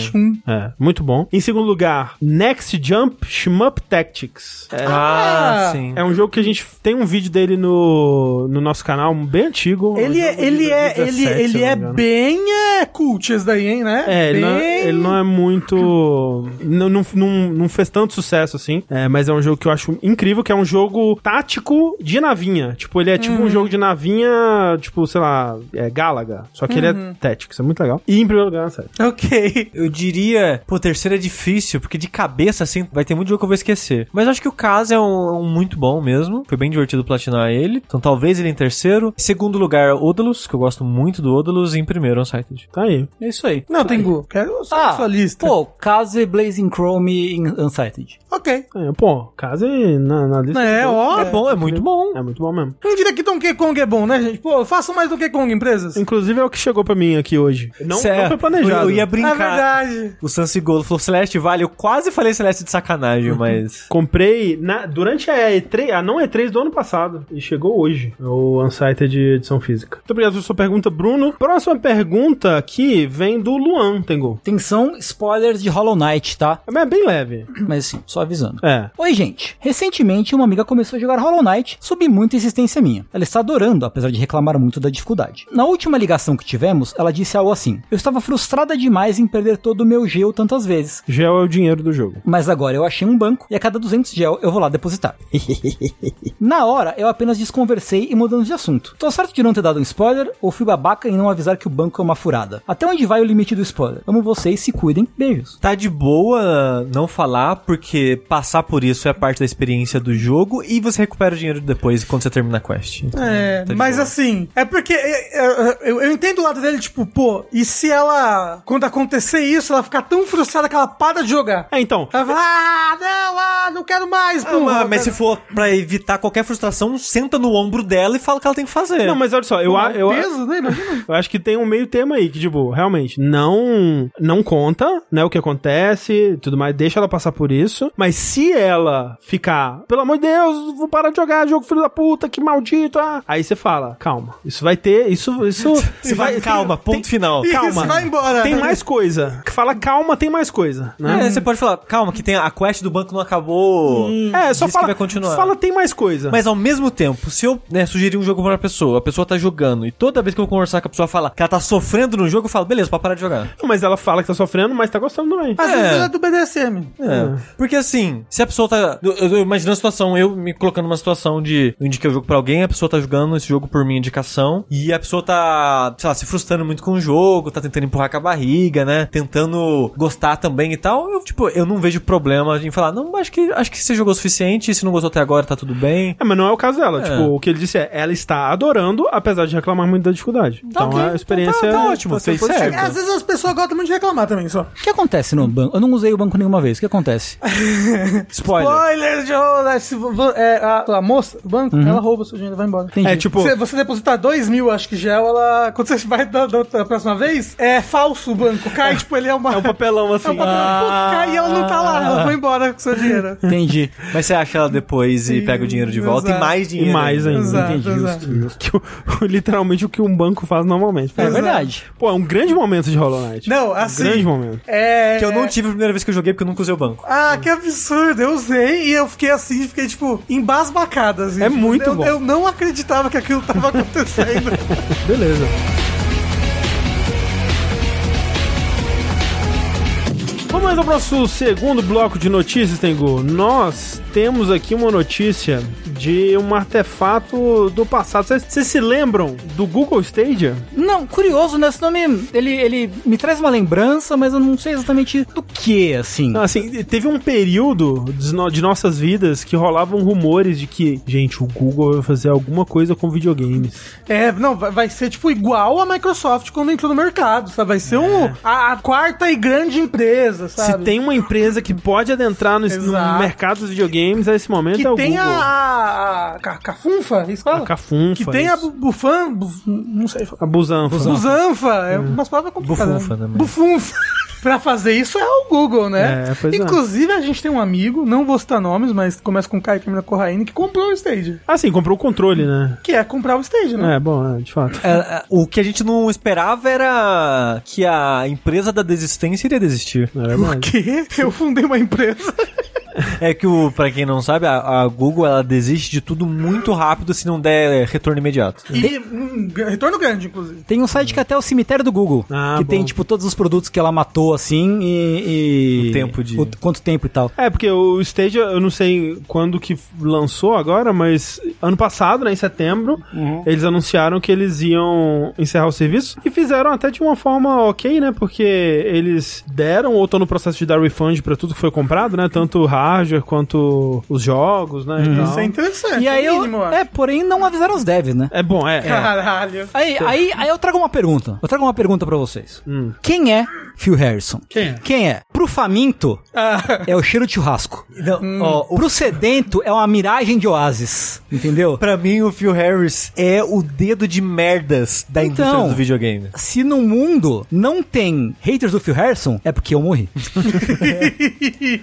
Speaker 1: É, muito bom. Em segundo lugar, Next Jump Shmup Tactics. É,
Speaker 2: Ah, sim.
Speaker 1: é um jogo que a gente tem um vídeo dele no, no nosso canal, um bem antigo.
Speaker 3: Ele
Speaker 1: Um
Speaker 3: é,
Speaker 1: jogo de
Speaker 3: ele é, ele,
Speaker 1: 2017, se eu
Speaker 3: ele
Speaker 1: não
Speaker 3: é
Speaker 1: me engano.
Speaker 3: bem é, cult esse daí, hein, né?
Speaker 1: É, ele,
Speaker 3: bem...
Speaker 1: não é, ele não é muito. Não, não, não, não fez tanto sucesso assim. É, mas é um jogo que eu acho incrível, que é um jogo tático de navinha. Tipo, ele é tipo
Speaker 3: Uhum.
Speaker 1: um jogo de navinha, tipo, sei lá, é Galaga. Só que ele
Speaker 3: Uhum.
Speaker 1: é tático, isso é muito legal. E em primeiro lugar, sério.
Speaker 3: Ok.
Speaker 2: Eu diria, pô, terceiro é difícil, porque de cabeça, assim, vai ter muito jogo que eu vou esquecer. Mas acho que o caso é um, um muito bom mesmo. Foi bem divertido platinar ele. Então talvez ele em terceiro. Em segundo lugar, Odalus, que eu gosto muito do Odalus. E em primeiro, Unsighted.
Speaker 1: Tá aí.
Speaker 4: É isso aí.
Speaker 3: Não, Tengu, quero só a sua lista.
Speaker 4: Pô, Case, Blazing Chrome e Unsighted.
Speaker 3: Ok.
Speaker 1: É, pó, casa aí na, na lista.
Speaker 3: É, ó.
Speaker 2: É bom, é muito bom.
Speaker 1: É muito bom mesmo.
Speaker 3: Quem diria que Donkey Kong é bom, né, gente? Pô, façam mais Donkey Kong, empresas.
Speaker 1: Inclusive é o que chegou pra mim aqui hoje. Não,
Speaker 2: Cê- é
Speaker 1: não foi planejado.
Speaker 2: Eu, eu ia
Speaker 3: Na
Speaker 2: brincar.
Speaker 3: É verdade.
Speaker 2: o Sansi Golo falou Celeste vale. Eu quase falei Celeste de sacanagem, mas.
Speaker 1: Comprei na- durante a E3, a não E3 do ano passado. E chegou hoje. É O Unsighted de edição física. Muito obrigado pela sua pergunta, Bruno. Próxima pergunta aqui vem do Luan, Tengu.
Speaker 4: Atenção, spoilers de Hollow Knight, tá?
Speaker 1: Mas É bem leve.
Speaker 4: Mas assim, só avisando.
Speaker 1: É.
Speaker 4: Oi, gente. Recentemente, uma amiga começou a jogar Hollow Knight sob muita insistência minha. Ela está adorando, apesar de reclamar muito da dificuldade. Na última ligação que tivemos, ela disse algo assim: Eu estava frustrada demais em perder todo o meu gel tantas vezes.
Speaker 1: Gel é o dinheiro do jogo.
Speaker 4: Mas agora eu achei um banco e a cada 200 gel eu vou lá depositar. Na hora, eu apenas desconversei e mudando de assunto. Tô certo de não ter dado um spoiler ou fui babaca em não avisar que o banco é uma furada. Até onde vai o limite do spoiler? Amo vocês, se cuidem. Beijos.
Speaker 2: Tá de boa não falar, porque passar por isso é parte da experiência do jogo e você recupera o dinheiro depois quando você termina a quest.
Speaker 3: É,
Speaker 2: Tá de
Speaker 3: mas
Speaker 2: boa.
Speaker 3: assim, é porque é, é, eu, eu entendo o lado dele, tipo, pô, e se ela, quando acontecer isso, ela ficar tão frustrada que ela para de jogar?
Speaker 1: É, então.
Speaker 3: Ela fala, ah, não, ah, não quero mais,
Speaker 2: Ah,
Speaker 3: porra.
Speaker 2: mas se for pra evitar qualquer frustração, senta no ombro dela e fala o que ela tem que fazer.
Speaker 1: Não, mas olha só, eu, a- eu, a-
Speaker 3: peso, né? Imagina.
Speaker 1: eu acho que tem um meio tema aí, que, tipo, realmente, não não conta, né, o que acontece e tudo mais, deixa ela passar por isso. Mas se ela ficar, pelo amor de Deus, vou parar de jogar, jogo filho da puta, que maldito, ah. Aí você fala, calma, isso vai ter, isso, isso...
Speaker 2: Você vai, calma, ponto final.
Speaker 3: Isso,
Speaker 1: calma.
Speaker 3: vai embora.
Speaker 1: Tem mais coisa. Que Fala calma, tem mais coisa, né?
Speaker 2: É, você pode falar, calma, que tem a quest do banco não acabou.
Speaker 1: É, só
Speaker 2: Diz que
Speaker 1: fala.
Speaker 2: vai continuar.
Speaker 1: Fala tem mais coisa.
Speaker 2: Mas ao mesmo tempo, se eu né, sugerir um jogo pra uma pessoa, a pessoa tá jogando, e toda vez que eu conversar com a pessoa fala que ela tá sofrendo no jogo, eu falo, beleza, pode parar de jogar.
Speaker 1: Mas ela fala que tá sofrendo, mas tá gostando também.
Speaker 3: Às
Speaker 2: É.
Speaker 3: vezes ela é do BDSM.
Speaker 2: É. Porque assim, se a pessoa tá. Eu, eu imagino a situação, eu me colocando numa situação de eu indiquei o jogo pra alguém, a pessoa tá jogando esse jogo por minha indicação, e a pessoa tá, sei lá, se frustrando muito com o jogo, tá tentando empurrar com a barriga, né? Tentando gostar também e tal. Eu, tipo, eu não vejo problema em falar, não, acho que acho que você jogou o suficiente, se não gostou até agora, tá tudo bem.
Speaker 1: É, mas não é o caso dela. Tipo, o que ele disse é, ela está adorando, apesar de reclamar muito da dificuldade. então
Speaker 2: ok,
Speaker 1: a experiência. é tipo,
Speaker 2: então tá- tá ótimo,
Speaker 1: sendo
Speaker 2: fez certo.
Speaker 1: positiva.
Speaker 3: Às Às vezes as pessoas gostam muito de reclamar também, só.
Speaker 4: O que acontece no banco? Eu não usei o banco nenhuma vez. O que acontece?
Speaker 2: Spoiler.
Speaker 3: Spoiler, Jonas! Se vo- vo- é, a, a moça do banco,
Speaker 1: Uhum.
Speaker 3: ela rouba o seu dinheiro e vai embora.
Speaker 4: Entendi.
Speaker 1: É tipo,
Speaker 3: Você, você depositar 2 mil, acho que gel, ela. Quando você vai da, da, da próxima vez, é falso o banco. Cai, tipo, ele é uma.
Speaker 1: é um papelão assim.
Speaker 3: É um papel. Pô, cai e ela não tá lá. Ela foi embora com seu dinheiro.
Speaker 4: Entendi.
Speaker 2: Mas você acha ela depois e pega o dinheiro de volta e
Speaker 3: Exato.
Speaker 2: mais dinheiro.
Speaker 1: E mais ainda.
Speaker 3: Exato,
Speaker 1: entendi.
Speaker 3: exato.
Speaker 1: Justo, justo. Que o- literalmente o que um banco faz normalmente.
Speaker 4: É verdade.
Speaker 1: Pô, é um grande momento de Hollow Knight.
Speaker 3: Não,
Speaker 1: Um
Speaker 3: assim.
Speaker 1: grande momento.
Speaker 3: É.
Speaker 2: Que eu não tive a primeira vez que eu joguei porque eu nunca usei o banco.
Speaker 3: Ah, que absurdo, eu usei e eu fiquei assim, fiquei tipo, embasbacada. assim.
Speaker 1: É
Speaker 3: Tipo,
Speaker 1: muito
Speaker 3: eu,
Speaker 1: bom.
Speaker 3: Eu não acreditava que aquilo tava acontecendo.
Speaker 1: Beleza. Vamos mais ao nosso segundo bloco de notícias, Tengu. Nós temos aqui uma notícia de um artefato do passado. Vocês vocês se lembram do Google Stadia?
Speaker 4: Não, curioso, né? Esse nome, ele, ele me traz uma lembrança, mas eu não sei exatamente do que, assim.
Speaker 1: Não, assim, teve um período dos no- de nossas vidas que rolavam rumores de que, gente, o Google vai fazer alguma coisa com videogames.
Speaker 3: é, não, vai- vai ser tipo igual a Microsoft quando entrou no mercado, sabe? Vai ser um, a, a quarta e grande empresa, sabe?
Speaker 1: É. Se tem uma empresa que pode adentrar no, no
Speaker 3: Exato.
Speaker 1: mercado dos videogames a esse momento é
Speaker 3: que
Speaker 1: o
Speaker 3: tem a,
Speaker 1: Google.
Speaker 3: a, a ca- cafunfa, é isso fala?
Speaker 1: A Cafunfa.
Speaker 3: que tem a
Speaker 1: isso.
Speaker 3: bu- bufan, buf- não sei,
Speaker 1: A Busanfa.
Speaker 3: busanfa, é umas palavras complicadas. né?
Speaker 1: né?
Speaker 2: Bufunfa né, também.
Speaker 3: Bufunfa. Pra fazer isso é o Google, né?
Speaker 1: É, pois é.
Speaker 3: Inclusive, a gente tem um amigo, não vou citar nomes, mas começa com K e termina com Raine, que comprou o Stage.
Speaker 1: Assim, comprou o controle, né?
Speaker 3: Que é comprar o Stage, né?
Speaker 1: É, bom, é, de fato.
Speaker 2: É, é, o que a gente não esperava era que a empresa da desistência iria desistir.
Speaker 1: É verdade.
Speaker 3: Que eu fundei uma empresa.
Speaker 2: É que, o, pra quem não sabe, a, a Google ela desiste de tudo muito rápido se não der é, retorno imediato.
Speaker 3: E um g- retorno grande, inclusive.
Speaker 4: Tem um site que é até o cemitério do Google.
Speaker 1: Ah,
Speaker 4: que
Speaker 1: bom.
Speaker 4: tem, tipo, todos os produtos que ela matou, assim, e. e-
Speaker 2: O tempo de-
Speaker 4: o- quanto tempo e tal.
Speaker 1: É, porque o Stadia, eu não sei quando que lançou agora, mas ano passado, né, em setembro,
Speaker 4: Uhum.
Speaker 1: eles anunciaram que eles iam encerrar o serviço e fizeram até de uma forma ok, né, porque eles deram ou estão no processo de dar refund pra tudo que foi comprado, né, tanto o hardware quanto os jogos, né,
Speaker 4: Uhum.
Speaker 1: e
Speaker 3: Isso é
Speaker 1: tal.
Speaker 3: interessante.
Speaker 4: e aí
Speaker 3: é
Speaker 4: eu.
Speaker 3: mínimo, eu acho.
Speaker 4: É, porém, não avisaram os devs, né?
Speaker 1: É bom, é. é.
Speaker 3: Caralho.
Speaker 4: Aí, aí, aí eu trago uma pergunta. Eu trago uma pergunta pra vocês. Quem é Phil Harrison?
Speaker 1: Quem é?
Speaker 4: Quem é? Pro faminto,
Speaker 3: Ah,
Speaker 4: é o cheiro de churrasco. Hum.
Speaker 2: Não, ó, o-
Speaker 4: Pro sedento, é uma miragem de oásis. Entendeu?
Speaker 2: pra mim, o Phil Harris é o dedo de merdas da
Speaker 4: Então.
Speaker 2: indústria do videogame.
Speaker 4: Se no mundo não tem haters do Phil Harrison, é porque eu morri.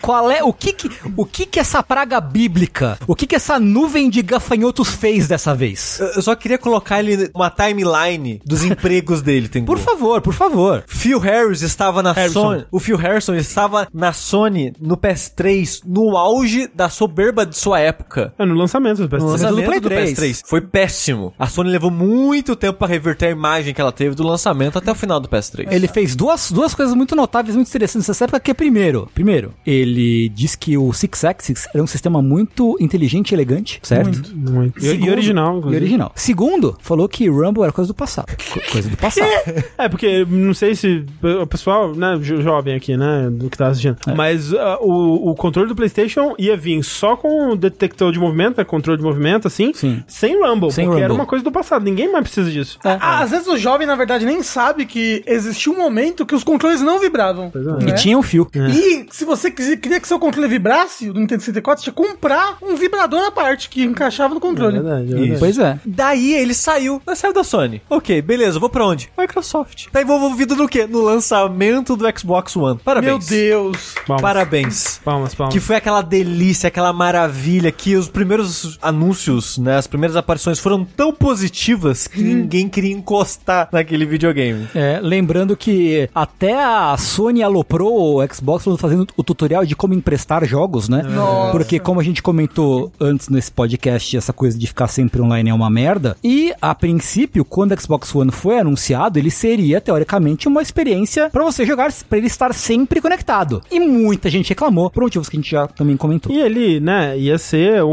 Speaker 4: Qual é o que que, o que que essa praga bíblica, o que que essa nuvem de gafanhotos fez dessa vez?
Speaker 2: Eu eu só queria colocar ele uma timeline dos empregos dele, tem
Speaker 4: Por favor, por favor.
Speaker 2: Phil Harris estava na
Speaker 1: Harrison.
Speaker 2: Sony. O Phil Harrison estava na Sony no PS3, no auge da soberba de sua época.
Speaker 1: É no lançamento do PS3.
Speaker 4: No lançamento. do Play 3.
Speaker 2: Foi péssimo. A Sony levou muito tempo pra reverter a imagem que ela teve do lançamento até o final do PS3.
Speaker 4: Ele fez duas, duas coisas muito notáveis, muito interessantes nessa época, que é primeiro, primeiro, ele diz que o Six Axis era um sistema muito inteligente e elegante, certo?
Speaker 1: Muito. E- E,
Speaker 4: Segundo-
Speaker 1: original,
Speaker 4: E
Speaker 1: inclusive.
Speaker 4: original. Segundo, falou que Rumble era coisa do passado. Co- coisa do passado.
Speaker 1: É, porque não sei se o pessoal, né, jo- jovem aqui, né, do que tá assistindo,
Speaker 4: É.
Speaker 1: mas ah, o, o controle do PlayStation ia vir só com o detector de movimento, né, controle de movimento, assim,
Speaker 4: Sim.
Speaker 1: sem Rumble,
Speaker 4: Sem
Speaker 1: porque era
Speaker 4: rumble. É,
Speaker 1: uma coisa do passado, ninguém mais precisa disso.
Speaker 3: Ah, Às vezes o jovem, na verdade, nem sabe que existiu um momento que os controles não vibravam.
Speaker 1: é.
Speaker 4: E
Speaker 3: né?
Speaker 4: tinha o fio.
Speaker 3: E se você quis- queria que seu controle vibrasse, o do Nintendo 64, tinha que comprar um vibrador à parte que encaixava no controle.
Speaker 1: verdade, é
Speaker 4: Pois é.
Speaker 2: Daí ele saiu. Mas saiu da Sony. Ok, beleza, vou pra onde? Microsoft. Tá envolvido no quê? No lançamento do Xbox One. Parabéns.
Speaker 3: Meu Deus.
Speaker 1: Palmas,
Speaker 2: Parabéns.
Speaker 1: palmas, palmas.
Speaker 2: Que foi aquela delícia, aquela maravilha, que os primeiros anúncios, né, as primeiras aparições foram tão positivas que ninguém queria encostar naquele videogame.
Speaker 4: É, lembrando que até a Sony aloprou o Xbox fazendo o tutorial de como emprestar jogos, né?
Speaker 3: Nossa.
Speaker 4: Porque como a gente comentou antes nesse podcast, essa coisa de ficar sempre online é uma merda. E a princípio, quando o Xbox One foi anunciado, ele seria teoricamente uma experiência pra você jogar, pra ele estar sempre conectado. E muita gente reclamou, por motivos que a gente já também comentou.
Speaker 1: E ele, né, ia ser um,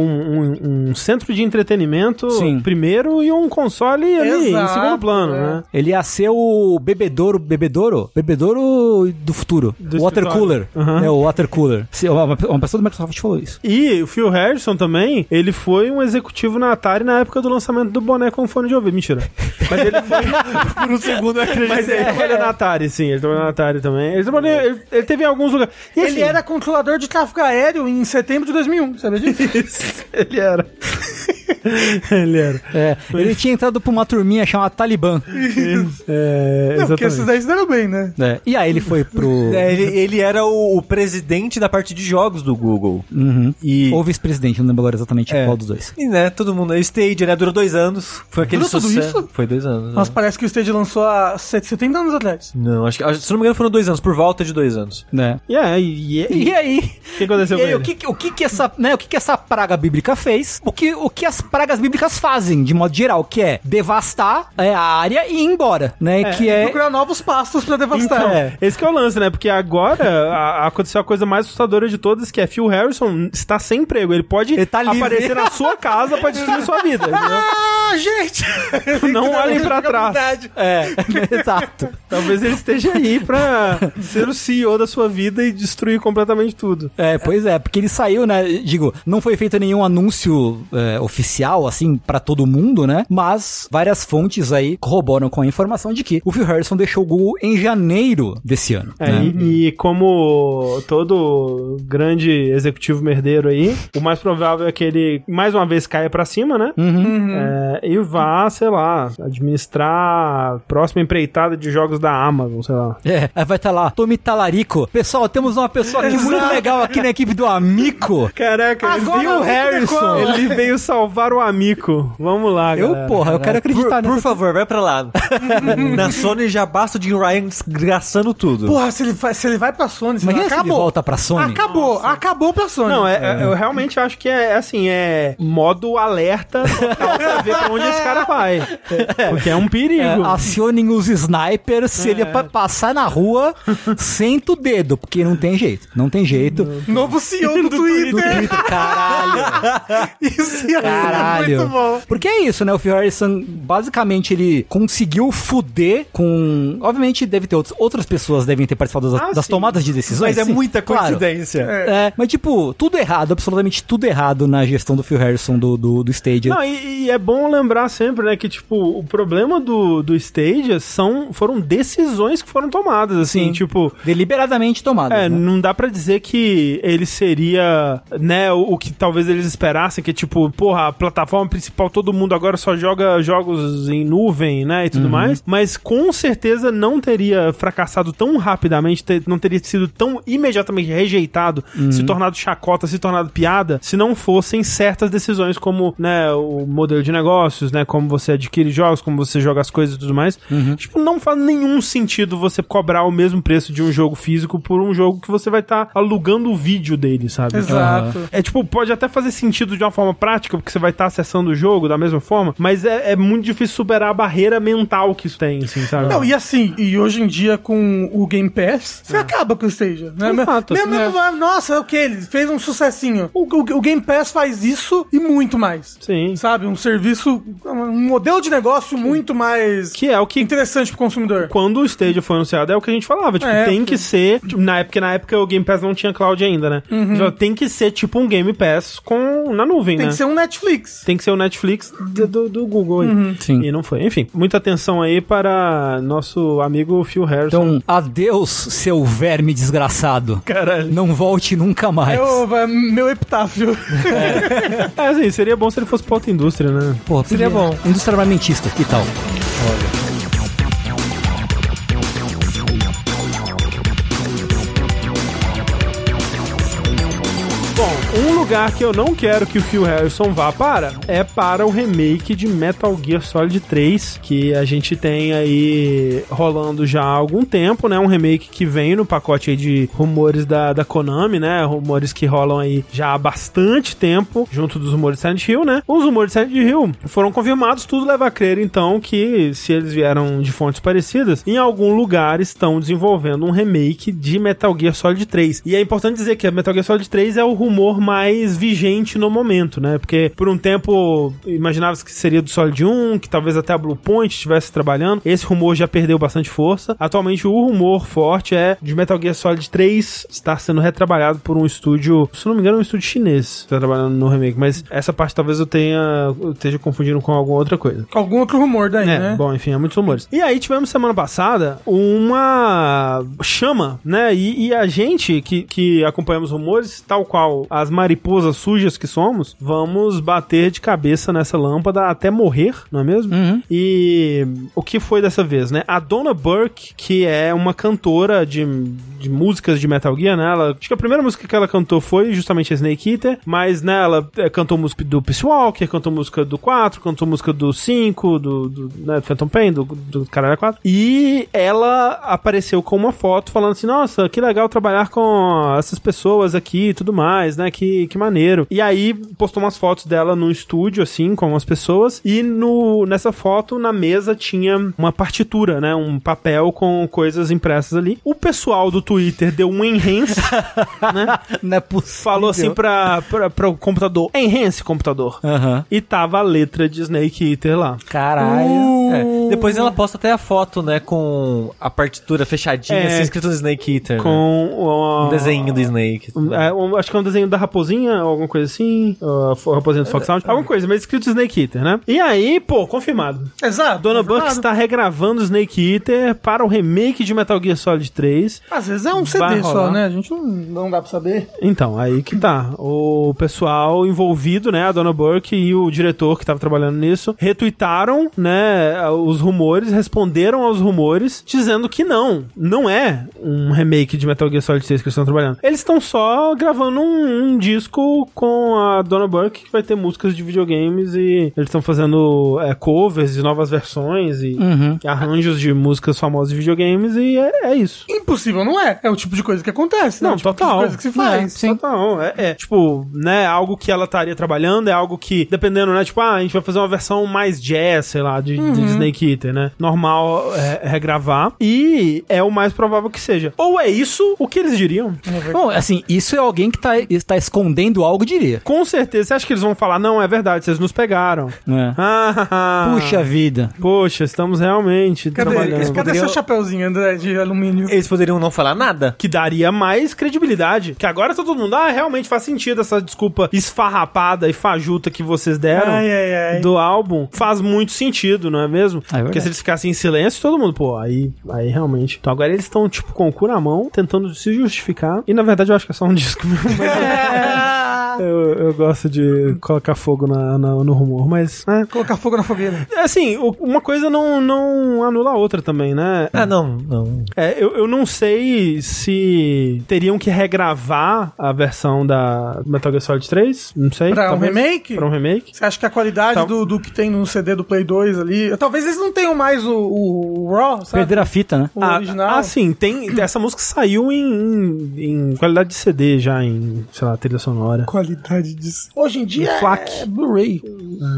Speaker 1: um- um centro de entretenimento
Speaker 4: Sim.
Speaker 1: primeiro e um console ali em
Speaker 3: Exato,
Speaker 1: segundo plano,
Speaker 3: é.
Speaker 1: né?
Speaker 4: Ele ia ser o bebedouro, bebedouro? Bebedouro do futuro.
Speaker 1: Do
Speaker 4: water
Speaker 1: escritório.
Speaker 4: cooler.
Speaker 1: Aham.
Speaker 4: É o water cooler. Se- Uma uma pessoa do Microsoft falou isso.
Speaker 1: E o Phil Harrison também, ele foi um executivo na Atari na época do lançamento do boné com fone de ouvido. Mentira. Mas ele foi. Por um segundo eu acreditei.
Speaker 4: é.
Speaker 1: Mas ele trabalhou na Atari, sim. Ele trabalhou na Atari também. Ele, trabalhou, ele, ele teve em alguns lugares. E,
Speaker 3: Ele
Speaker 1: assim,
Speaker 3: era controlador de tráfego aéreo em setembro de 2001, sabe um, disso?
Speaker 1: Ele era. ele era.
Speaker 4: É, ele tinha entrado pra uma turminha chamada Talibã.
Speaker 1: É,
Speaker 3: Não,
Speaker 1: exatamente.
Speaker 3: porque
Speaker 4: tá-
Speaker 3: esses daí se deram bem, né?
Speaker 4: né? E aí ele foi pro.
Speaker 2: É, ele, ele era o, o presidente da parte de jogos do Google.
Speaker 4: Uhum.
Speaker 2: E,
Speaker 4: Ou vice-presidente, não lembro agora exatamente
Speaker 2: É.
Speaker 4: qual dos dois.
Speaker 2: e, né, todo mundo. O Stage, né? Durou dois anos. Foi aquele
Speaker 3: Durou tudo
Speaker 2: sucesso.
Speaker 3: isso?
Speaker 2: Foi dois
Speaker 1: É.
Speaker 2: anos.
Speaker 3: Mas
Speaker 2: né.
Speaker 3: parece que o Stage lançou há 70 anos atrás.
Speaker 2: Não, acho que. acho- Se não me engano, foram dois anos, por volta de dois anos.
Speaker 4: Né?
Speaker 1: E aí, e aí?
Speaker 4: E aí?
Speaker 1: O que aconteceu
Speaker 4: E
Speaker 1: com
Speaker 4: aí,
Speaker 1: ele?
Speaker 4: o que, que- o que que essa, né, o que que essa praga bíblica fez? O que, o que as pragas bíblicas fazem, de modo geral, que é devastar é, a área e ir embora, né? que é
Speaker 3: Procurar novos pastos pra devastar.
Speaker 1: Então,
Speaker 4: É.
Speaker 1: esse que é o lance, né? Porque agora a- aconteceu a coisa mais assustadora de todas, que é Phil Harrison está sem emprego. Ele pode
Speaker 4: Ele tá livre.
Speaker 1: aparecer na sua casa pra destruir sua vida. entendeu?
Speaker 3: Ah, gente!
Speaker 1: Não olhem pra trás.
Speaker 3: Verdade.
Speaker 4: É, exato.
Speaker 1: Talvez ele esteja aí pra ser o CEO da sua vida e destruir completamente tudo.
Speaker 4: É, pois é, porque ele saiu, né? Digo, não foi feito nenhum anúncio é, oficial, assim, pra todo mundo, né? Mas várias fontes aí corroboram com a informação de que o Phil Harrison deixou o Google em janeiro desse ano.
Speaker 1: É,
Speaker 4: né?
Speaker 1: e, e como todo grande executivo merdeiro aí, o mais provável é que ele mais uma vez caia pra cima, né?
Speaker 4: Uhum.
Speaker 1: É, e vá, sei lá, administrar a próxima empreitada de jogos da Amazon, sei lá.
Speaker 4: É, aí vai estar lá, Tommy Talarico. Pessoal, temos uma pessoa aqui muito
Speaker 3: Exato.
Speaker 4: legal aqui na equipe do Amico.
Speaker 1: Caraca,
Speaker 3: Agora
Speaker 1: Phil
Speaker 3: eu sei que
Speaker 1: Harrison,
Speaker 3: decola.
Speaker 1: ele veio salvar o amigo. Vamos lá,
Speaker 4: Eu,
Speaker 1: galera.
Speaker 4: porra, eu quero acreditar
Speaker 2: Por, por
Speaker 4: nisso.
Speaker 2: favor, vai pra lá. Na Sony já basta de Ryan desgraçando tudo.
Speaker 3: Porra, se ele, vai, se ele vai pra Sony, se
Speaker 4: Imagina se ele
Speaker 3: acabou.
Speaker 4: volta pra Sony.
Speaker 3: Acabou, acabou pra Sony.
Speaker 1: Não, é, é, eu realmente acho que é assim, é modo alerta total pra ver pra onde esse cara vai. Porque é um perigo.
Speaker 4: É, acionem os snipers, se ele pa- passar na rua, senta o dedo, porque não tem jeito, não tem jeito.
Speaker 3: Novo CEO do,
Speaker 4: Do
Speaker 3: Twitter.
Speaker 4: Twitter, caralho.
Speaker 3: Isso ia ser
Speaker 4: Caralho.
Speaker 3: muito bom.
Speaker 4: Porque é isso, né? O Phil Harrison, basicamente, ele conseguiu fuder com. Obviamente, deve ter outros, outras pessoas devem ter participado das,
Speaker 1: Ah,
Speaker 4: das
Speaker 1: sim.
Speaker 4: tomadas de decisões.
Speaker 2: é
Speaker 4: sim, claro. É, mas, tipo, tudo errado, absolutamente tudo errado na gestão do Phil Harrison do, do, do Stadia.
Speaker 1: Não, e, e é bom lembrar sempre, né, que, tipo, o problema do, do Stadia são, foram decisões que foram tomadas, assim,
Speaker 4: Sim.
Speaker 1: tipo...
Speaker 4: Deliberadamente tomado.
Speaker 1: É,
Speaker 4: né?
Speaker 1: não dá pra dizer que ele seria, né, o, o que talvez eles esperassem, que tipo, porra, a plataforma principal, todo mundo agora só joga jogos em nuvem, né, e tudo mais. Mas com certeza não teria fracassado tão rapidamente, ter- não teria sido tão imediatamente rejeitado, se tornado chacota, se tornado piada, se não fossem certas decisões como, né, o modelo de negócios, né, como você adquire jogos, como você joga as coisas e tudo mais. Tipo, não faz nenhum sentido você cobrar o mesmo preço de um jogo físico por um jogo que você vai estar alugando o vídeo dele, sabe?
Speaker 3: Exato.
Speaker 1: É tipo, pode até fazer sentido de uma forma prática, porque você vai estar acessando o jogo da mesma forma, mas é, é muito difícil superar a barreira mental que isso tem, assim, sabe?
Speaker 3: Não, e assim, e hoje em dia com o Game Pass, você acaba com o Stadia. Né?
Speaker 1: Exato.
Speaker 3: Mesmo, mesmo, nossa, o que? Ele fez um sucessinho. O, o- o Game Pass faz isso e muito mais.
Speaker 1: Sim.
Speaker 3: Sabe? Um serviço, um modelo de negócio muito mais
Speaker 1: Que é o que
Speaker 3: interessante pro consumidor.
Speaker 1: quando o Stadia foi anunciado, é o que a gente falava. Tipo,
Speaker 3: É,
Speaker 1: tem
Speaker 3: porque-
Speaker 1: que ser. tipo, na época, na época o Game Pass não tinha cloud ainda, né? Então, tem que ser tipo um Game Pass com, na nuvem,
Speaker 3: Uhum. Tem
Speaker 1: né?
Speaker 3: que ser um Netflix.
Speaker 1: Tem que ser o Netflix do, do- do Google aí.
Speaker 3: Uhum.
Speaker 4: Sim.
Speaker 1: E não foi. Enfim, muita atenção aí para nosso amigo Phil Harrison.
Speaker 4: Então, adeus, seu verme desgraçado.
Speaker 1: Caralho.
Speaker 4: Não volte nunca mais.
Speaker 3: Eu, vai- É meu epitáfio.
Speaker 1: É assim, seria bom se ele fosse pra outra indústria, né?
Speaker 4: Porra, seria bom. Indústria armamentista, que tal?
Speaker 1: Bom, Um lugar que eu não quero que o Phil Harrison vá para é para o remake de Metal Gear Solid 3, que a gente tem aí rolando já há algum tempo, né? Um remake que vem no pacote aí de rumores da, da Konami, né? Rumores que rolam aí já há bastante tempo, junto dos rumores de Silent Hill, né? Os rumores de Silent Hill foram confirmados, tudo leva a crer, então, que se eles vieram de fontes parecidas, em algum lugar estão desenvolvendo um remake de Metal Gear Solid 3. E é importante dizer que a Metal Gear Solid 3 é o rumor mais vigente no momento, né? Porque por um tempo imaginava-se que seria do Solid 1, que talvez até a Blue Point estivesse trabalhando. Esse rumor já perdeu bastante força. Atualmente o rumor forte é de Metal Gear Solid 3 estar sendo retrabalhado por um estúdio, se não me engano, um estúdio chinês que tá trabalhando no remake, mas essa parte talvez eu tenha eu esteja confundindo com alguma outra coisa.
Speaker 3: Algum outro rumor daí,
Speaker 1: É,
Speaker 3: né?
Speaker 1: bom, enfim, é muitos rumores. E aí tivemos semana passada uma chama, né? E, e a gente que, que acompanhamos rumores, tal qual as mariposas sujas que somos, vamos bater de cabeça nessa lâmpada até morrer, não é mesmo? E o que foi dessa vez, né? A Donna Burke, que é uma cantora de, de músicas de Metal Gear, né? Ela, acho que a primeira música que ela cantou foi justamente a Snake Eater, mas, né, ela é, cantou música do Peace Walker, cantou música do 4, cantou música do 5, do, do, né, do Phantom Pain, do, do Caralho 4. E ela apareceu com uma foto falando assim, nossa, que legal trabalhar com essas pessoas aqui e tudo mais, né? Que, que maneiro. E aí postou umas fotos dela num estúdio, assim, com as pessoas. E no, nessa foto, na mesa, tinha uma partitura, né? Um papel com coisas impressas ali. O pessoal do Twitter deu um enhance, né?
Speaker 4: Não é possível.
Speaker 1: Falou assim pra, pra, pro computador: enhance computador.
Speaker 4: Aham.
Speaker 1: E tava a letra de Snake Eater lá.
Speaker 4: Caralho.
Speaker 2: É, Depois ela posta até a foto, né, com a partitura fechadinha,
Speaker 1: É.
Speaker 2: assim, escrito Snake Eater. né?
Speaker 1: Com o.
Speaker 2: Um desenho do Snake.
Speaker 1: Um, é, um- acho que é um desenho da raposinha, ou alguma coisa assim. ou a fo- raposinha do Fox Sound. Alguma coisa, mas escrito Snake Eater, né? E aí, pô, confirmado. A
Speaker 3: Exato.
Speaker 1: Dona
Speaker 3: confirmado.
Speaker 1: Buck está regravando Snake Eater para o remake de Metal Gear Solid 3.
Speaker 3: Às vezes é um
Speaker 1: Vai
Speaker 3: CD
Speaker 1: rolar.
Speaker 3: só, né? A gente não, não dá pra saber.
Speaker 1: Então, aí que tá. O pessoal envolvido, né, a Donna Burke e o diretor que tava trabalhando nisso, retuitaram, né, os rumores, responderam aos rumores, dizendo que não, não é um remake de Metal Gear Solid 6 que eles estão trabalhando. Eles estão só gravando um, um disco com a Donna Burke, que vai ter músicas de videogames e eles estão fazendo é, covers e novas versões e arranjos de músicas famosas de videogames e é- é isso.
Speaker 3: Impossível, não é? É o tipo de coisa que acontece, né?
Speaker 1: Não,
Speaker 3: o tipo
Speaker 1: total.
Speaker 3: de coisa que se
Speaker 1: É,
Speaker 3: faz.
Speaker 1: sim. Total, é, é, Tipo, né, algo que ela estaria trabalhando, é algo que, dependendo, né, tipo, ah, a gente vai fazer uma versão mais jazz, sei lá, de, de Snake Eater, né? Normal é, regravar. E é o mais provável que seja. Ou é isso, o que eles diriam?
Speaker 4: Bom, assim, isso é alguém que tá, está escondendo algo, diria.
Speaker 1: Com certeza, você acha que eles vão falar, não, é verdade, vocês nos pegaram.
Speaker 4: né?
Speaker 1: Ah,
Speaker 4: Puxa vida.
Speaker 1: Poxa, estamos realmente
Speaker 3: Cadê,
Speaker 1: trabalhando.
Speaker 3: cadê seu chapéuzinho, André, de alumínio?
Speaker 2: Eles poderiam não falar nada.
Speaker 1: que daria mais credibilidade. Que agora tá todo mundo, ah, realmente faz sentido essa desculpa esfarrapada e fajuta que vocês deram
Speaker 3: Ai, ai, ai.
Speaker 1: do álbum. Faz muito sentido, não é mesmo?
Speaker 4: verdade.
Speaker 1: Porque se eles ficassem em silêncio, todo mundo, pô, aí, aí realmente. Então agora eles estão, tipo, com o cu na mão, tentando se justificar. E na verdade eu acho que é só um disco mesmo. mas Eu, eu gosto de colocar fogo na- na- no rumor, mas. né?
Speaker 3: Colocar fogo na fogueira.
Speaker 1: É, assim, o- uma coisa não, não anula a outra também, né?
Speaker 2: Ah, não, não.
Speaker 1: É, eu, eu não sei se teriam que regravar a versão da Metal Gear Solid 3, não sei.
Speaker 3: Pra um
Speaker 1: talvez.
Speaker 3: remake?
Speaker 1: Pra um remake.
Speaker 3: Você acha que a qualidade
Speaker 1: Tá.
Speaker 3: do, do que tem no CD do Play 2 ali. Talvez eles não tenham mais o, o Raw, sabe?
Speaker 4: Perder a fita, né?
Speaker 3: O
Speaker 1: Ah,
Speaker 3: original.
Speaker 1: ah, sim, tem. Essa música saiu em, em- em qualidade de CD já, em, sei lá, trilha sonora.
Speaker 3: Qualidade disso. Hoje em dia
Speaker 1: E FLAC. né?
Speaker 3: é Blu-ray.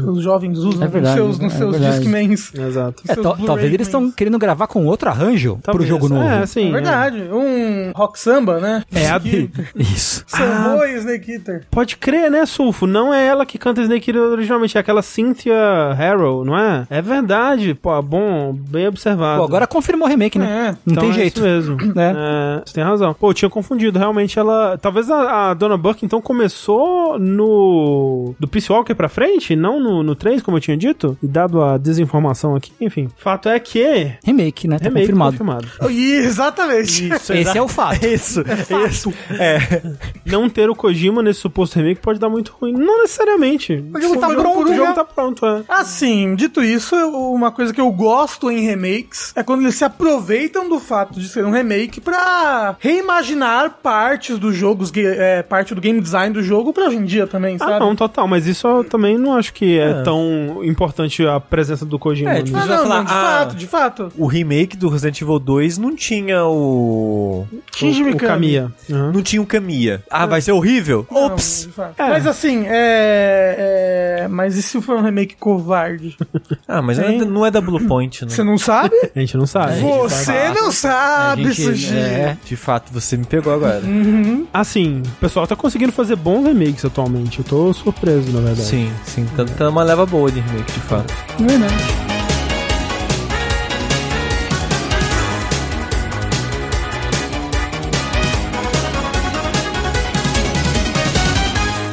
Speaker 3: Os jovens usam
Speaker 4: É verdade,
Speaker 3: nos seus, nos
Speaker 4: é
Speaker 3: seus
Speaker 4: verdade.
Speaker 3: Discmans.
Speaker 1: Exato.
Speaker 4: É,
Speaker 3: Seus
Speaker 4: tal-
Speaker 3: Blu-ray
Speaker 4: talvez eles estão
Speaker 3: mans.
Speaker 4: querendo gravar com outro arranjo
Speaker 1: Talvez.
Speaker 4: pro jogo novo.
Speaker 1: É, sim.
Speaker 3: É verdade. Um rock samba, né?
Speaker 1: É, É a Bi.
Speaker 4: Isso.
Speaker 3: Sambô e Snake Eater.
Speaker 1: Pode crer, né, Sulfo? Não é ela que canta Snake Eater originalmente, é aquela Cynthia Harrow, não é? É verdade, pô, bom, bem observado.
Speaker 4: Pô, agora confirmou o remake, né?
Speaker 3: É.
Speaker 4: Não
Speaker 1: Então
Speaker 4: tem
Speaker 1: é
Speaker 4: jeito.
Speaker 1: Isso mesmo.
Speaker 4: É.
Speaker 1: É, você tem razão. Pô, eu tinha confundido. Realmente ela. Talvez a, a Dona Buck então começou no. Do Peace Walker pra frente, não opinião no, no 3, como eu tinha dito, e dado a desinformação aqui, enfim. Fato é que.
Speaker 4: Remake, né? Tá
Speaker 1: Remake
Speaker 4: confirmado.
Speaker 1: confirmado.
Speaker 3: Ih, Exatamente. É
Speaker 4: Esse é o fato.
Speaker 2: Isso, isso.
Speaker 1: Não ter o Kojima nesse suposto remake pode dar muito ruim. Não necessariamente.
Speaker 3: O jogo tá
Speaker 1: Foi um
Speaker 3: pronto,
Speaker 1: por um, O
Speaker 3: né?
Speaker 1: jogo tá pronto, é.
Speaker 3: Assim, dito isso, eu- uma coisa que eu gosto em remakes é quando eles se aproveitam do fato de ser um remake pra reimaginar partes do jogo, os ga- é, parte do game design do jogo pra hoje em dia também, sabe?
Speaker 1: Ah, não, total, mas isso eu também não acho que é, tão importante a presença do Kojima.
Speaker 2: É,
Speaker 1: né?
Speaker 2: tipo,
Speaker 3: Ah,
Speaker 2: Você vai
Speaker 3: não,
Speaker 2: falar,
Speaker 3: não, de
Speaker 2: ah,
Speaker 3: fato, de fato.
Speaker 2: O remake do Resident Evil 2 não tinha o.
Speaker 3: Shinji
Speaker 1: O- o
Speaker 3: Mikami.
Speaker 1: Kamiya. Uhum.
Speaker 2: Não tinha o Kamiya. Ah, vai ser horrível?
Speaker 3: Não,
Speaker 2: Ops!
Speaker 3: de fato.
Speaker 1: É.
Speaker 3: Mas assim, é, é, Mas e se for um remake covarde?
Speaker 2: Ah, mas
Speaker 3: Sim.
Speaker 2: não é da Blue Point, né?
Speaker 3: Você não sabe?
Speaker 1: A gente não sabe.
Speaker 3: Você não
Speaker 4: A
Speaker 3: sabe,
Speaker 4: gente-
Speaker 3: Sushi.
Speaker 4: é.
Speaker 2: De fato, você me pegou agora.
Speaker 1: Assim, o pessoal tá conseguindo fazer bons remakes atualmente. Eu tô surpreso, na verdade.
Speaker 2: Sim, sim. Tá, tá uma leva boa de remake, de fato.
Speaker 3: Verdade.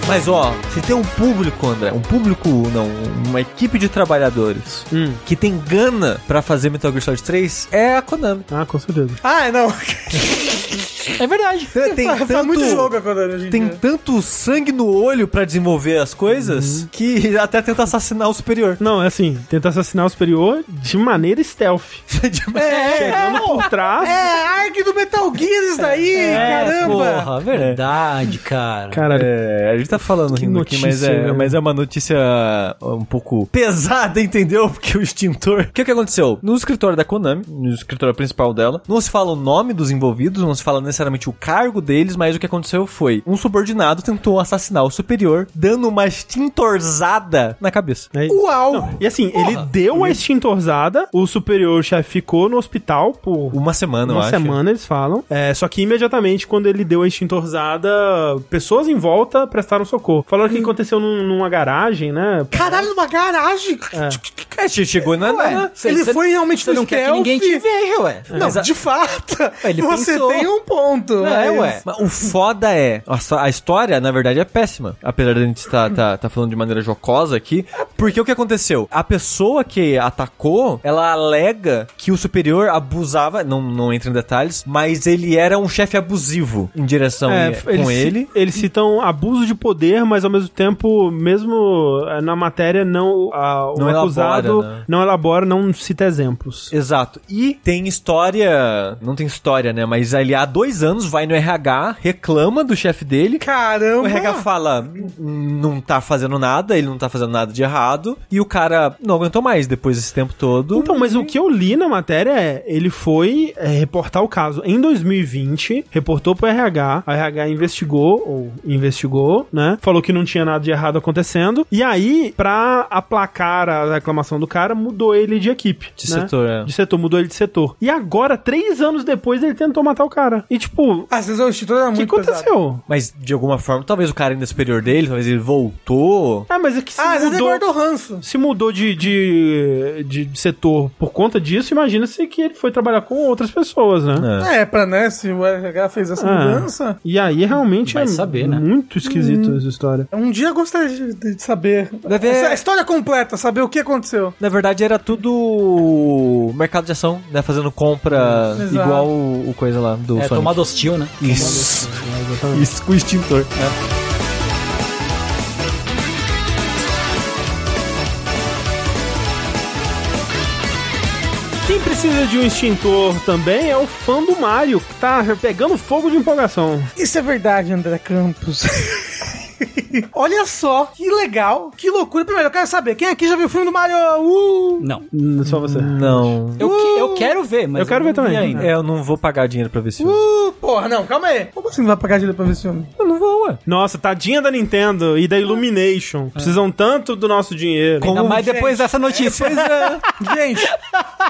Speaker 2: Mas ó, se tem um público, André, um público, não, uma equipe de trabalhadores
Speaker 1: Hum.
Speaker 2: que tem gana pra fazer Metal Gear Solid 3, é a Konami.
Speaker 1: Ah, com certeza.
Speaker 3: Ah, não.
Speaker 4: É verdade.
Speaker 2: Tem, tem
Speaker 3: Faz
Speaker 2: tanto,
Speaker 3: muito jogo agora hoje em
Speaker 2: tem
Speaker 4: é.
Speaker 3: dia.
Speaker 2: tanto sangue no olho pra desenvolver as coisas que até tenta assassinar o superior.
Speaker 1: Não, é assim, tenta assassinar o superior de maneira stealth.
Speaker 3: É, é,
Speaker 1: Chegando por trás.
Speaker 3: É, Ark do Metal Gear isso daí, caramba.
Speaker 4: Porra, verdade, cara.
Speaker 1: Caralho.
Speaker 2: É, a gente tá falando
Speaker 1: Que
Speaker 2: rindo aqui, mas
Speaker 1: notícia,
Speaker 2: é,
Speaker 1: né?
Speaker 2: mas é uma notícia um pouco pesada, entendeu? Porque o extintor. O que, que aconteceu? No escritório da Konami, no escritório principal dela, não se fala o nome dos envolvidos, não se fala necessariamente o cargo deles, mas o que aconteceu foi: um subordinado tentou assassinar o superior, dando uma extintorzada na cabeça.
Speaker 1: É.
Speaker 3: Uau.
Speaker 1: E assim, ele deu a extintorzada, o superior chefe ficou no hospital por
Speaker 2: Uma semana, eu
Speaker 1: uma
Speaker 2: acho.
Speaker 1: semana, eles falam. É, só que imediatamente, quando ele deu a extintorzada, pessoas em volta prestaram socorro. Falaram que aconteceu num- numa garagem, né?
Speaker 3: Caralho, numa garagem.
Speaker 2: É, che- chegou na. na-
Speaker 4: Cê-
Speaker 3: ele
Speaker 4: cê-
Speaker 3: foi realmente
Speaker 4: cê
Speaker 3: no
Speaker 4: não quer que
Speaker 3: stealth?
Speaker 4: ninguém te veja, ué.
Speaker 3: Não, de fato.
Speaker 4: Ele
Speaker 3: você
Speaker 4: pensou.
Speaker 3: tem um ponto.
Speaker 4: É,
Speaker 3: mas-
Speaker 4: ué.
Speaker 2: Mas o foda é, a, histó- a história, na verdade, é péssima. Apesar de a gente estar tá, tá falando de maneira jocosa aqui. Porque o que aconteceu? A pessoa que atacou, ela alega que o superior abusava, não, não entra em detalhes, mas ele era um chefe abusivo em direção
Speaker 1: É,
Speaker 2: e-
Speaker 1: f-
Speaker 2: com
Speaker 1: ci-
Speaker 2: ele.
Speaker 1: Eles citam abuso de poder, mas ao mesmo tempo, mesmo eh, na matéria, não, a- o
Speaker 2: Não elabora,
Speaker 1: acusado
Speaker 2: né?
Speaker 1: não elabora, não cita exemplos.
Speaker 2: Exato. E tem história. Não tem história, né? Mas ali há dois anos vai no RH, reclama do chefe dele. O
Speaker 3: Caramba.
Speaker 2: RH fala, não tá fazendo nada, ele não tá fazendo nada de errado, e o cara não aguentou mais depois desse tempo todo.
Speaker 1: Então, mas o que eu li na matéria é, ele foi eh, reportar o caso em 2020, reportou pro RH, a RH investigou, ou investigou, né? Falou que não tinha nada de errado acontecendo. E aí, pra aplacar a reclamação do cara, mudou ele de equipe.
Speaker 2: De
Speaker 1: né?
Speaker 2: setor, é.
Speaker 1: De setor, mudou ele de setor. E agora, três anos depois, ele tentou matar o cara. E tipo,
Speaker 3: Às vezes o instituto era
Speaker 1: o que
Speaker 3: é muito pesado.
Speaker 1: aconteceu?
Speaker 2: Mas de alguma forma, talvez o cara ainda é superior dele, talvez ele voltou.
Speaker 1: Ah, mas é que se
Speaker 3: Ah, às vezes ele
Speaker 1: mudou...
Speaker 3: guardou ranço.
Speaker 1: Se mudou de, de, de setor por conta disso, imagina-se que ele foi trabalhar com outras pessoas, né?
Speaker 3: É, pra, né, se o RH fez essa
Speaker 1: Ah.
Speaker 3: mudança...
Speaker 1: E aí realmente
Speaker 4: Vai
Speaker 1: é
Speaker 4: saber, né?
Speaker 1: muito esquisito essa história.
Speaker 3: Um dia eu gostaria de, de saber.
Speaker 2: Deve-
Speaker 4: é-
Speaker 3: Essa- a história completa, saber o que aconteceu.
Speaker 2: Na verdade, era tudo mercado de ação, né? Fazendo compra
Speaker 3: Hum, Exato.
Speaker 2: igual o, o coisa lá do
Speaker 4: É
Speaker 2: Sonic.
Speaker 4: tomada hostil, né?
Speaker 2: Isso. Isso com o extintor.
Speaker 1: Quem precisa de um extintor também é o fã do Mario, que tá pegando fogo de empolgação.
Speaker 3: Isso é verdade, André Campos. Olha só, que legal, que loucura. Primeiro, eu quero saber, quem aqui já viu o filme do Mario? Uh!
Speaker 4: Não.
Speaker 1: é Só você.
Speaker 2: Não.
Speaker 4: Eu, que- eu quero ver, mas.
Speaker 1: Eu quero ver
Speaker 4: não vi
Speaker 1: também.
Speaker 4: ainda.
Speaker 2: É, eu não vou pagar dinheiro pra ver esse filme.
Speaker 3: Uh, porra, não, calma aí. Como assim não vai pagar dinheiro pra ver esse filme?
Speaker 2: Eu não vou, ué.
Speaker 1: Nossa, tadinha da Nintendo e da Illumination. Precisam tanto do nosso dinheiro.
Speaker 4: Ainda mais
Speaker 3: gente.
Speaker 4: depois dessa notícia.
Speaker 3: Gente,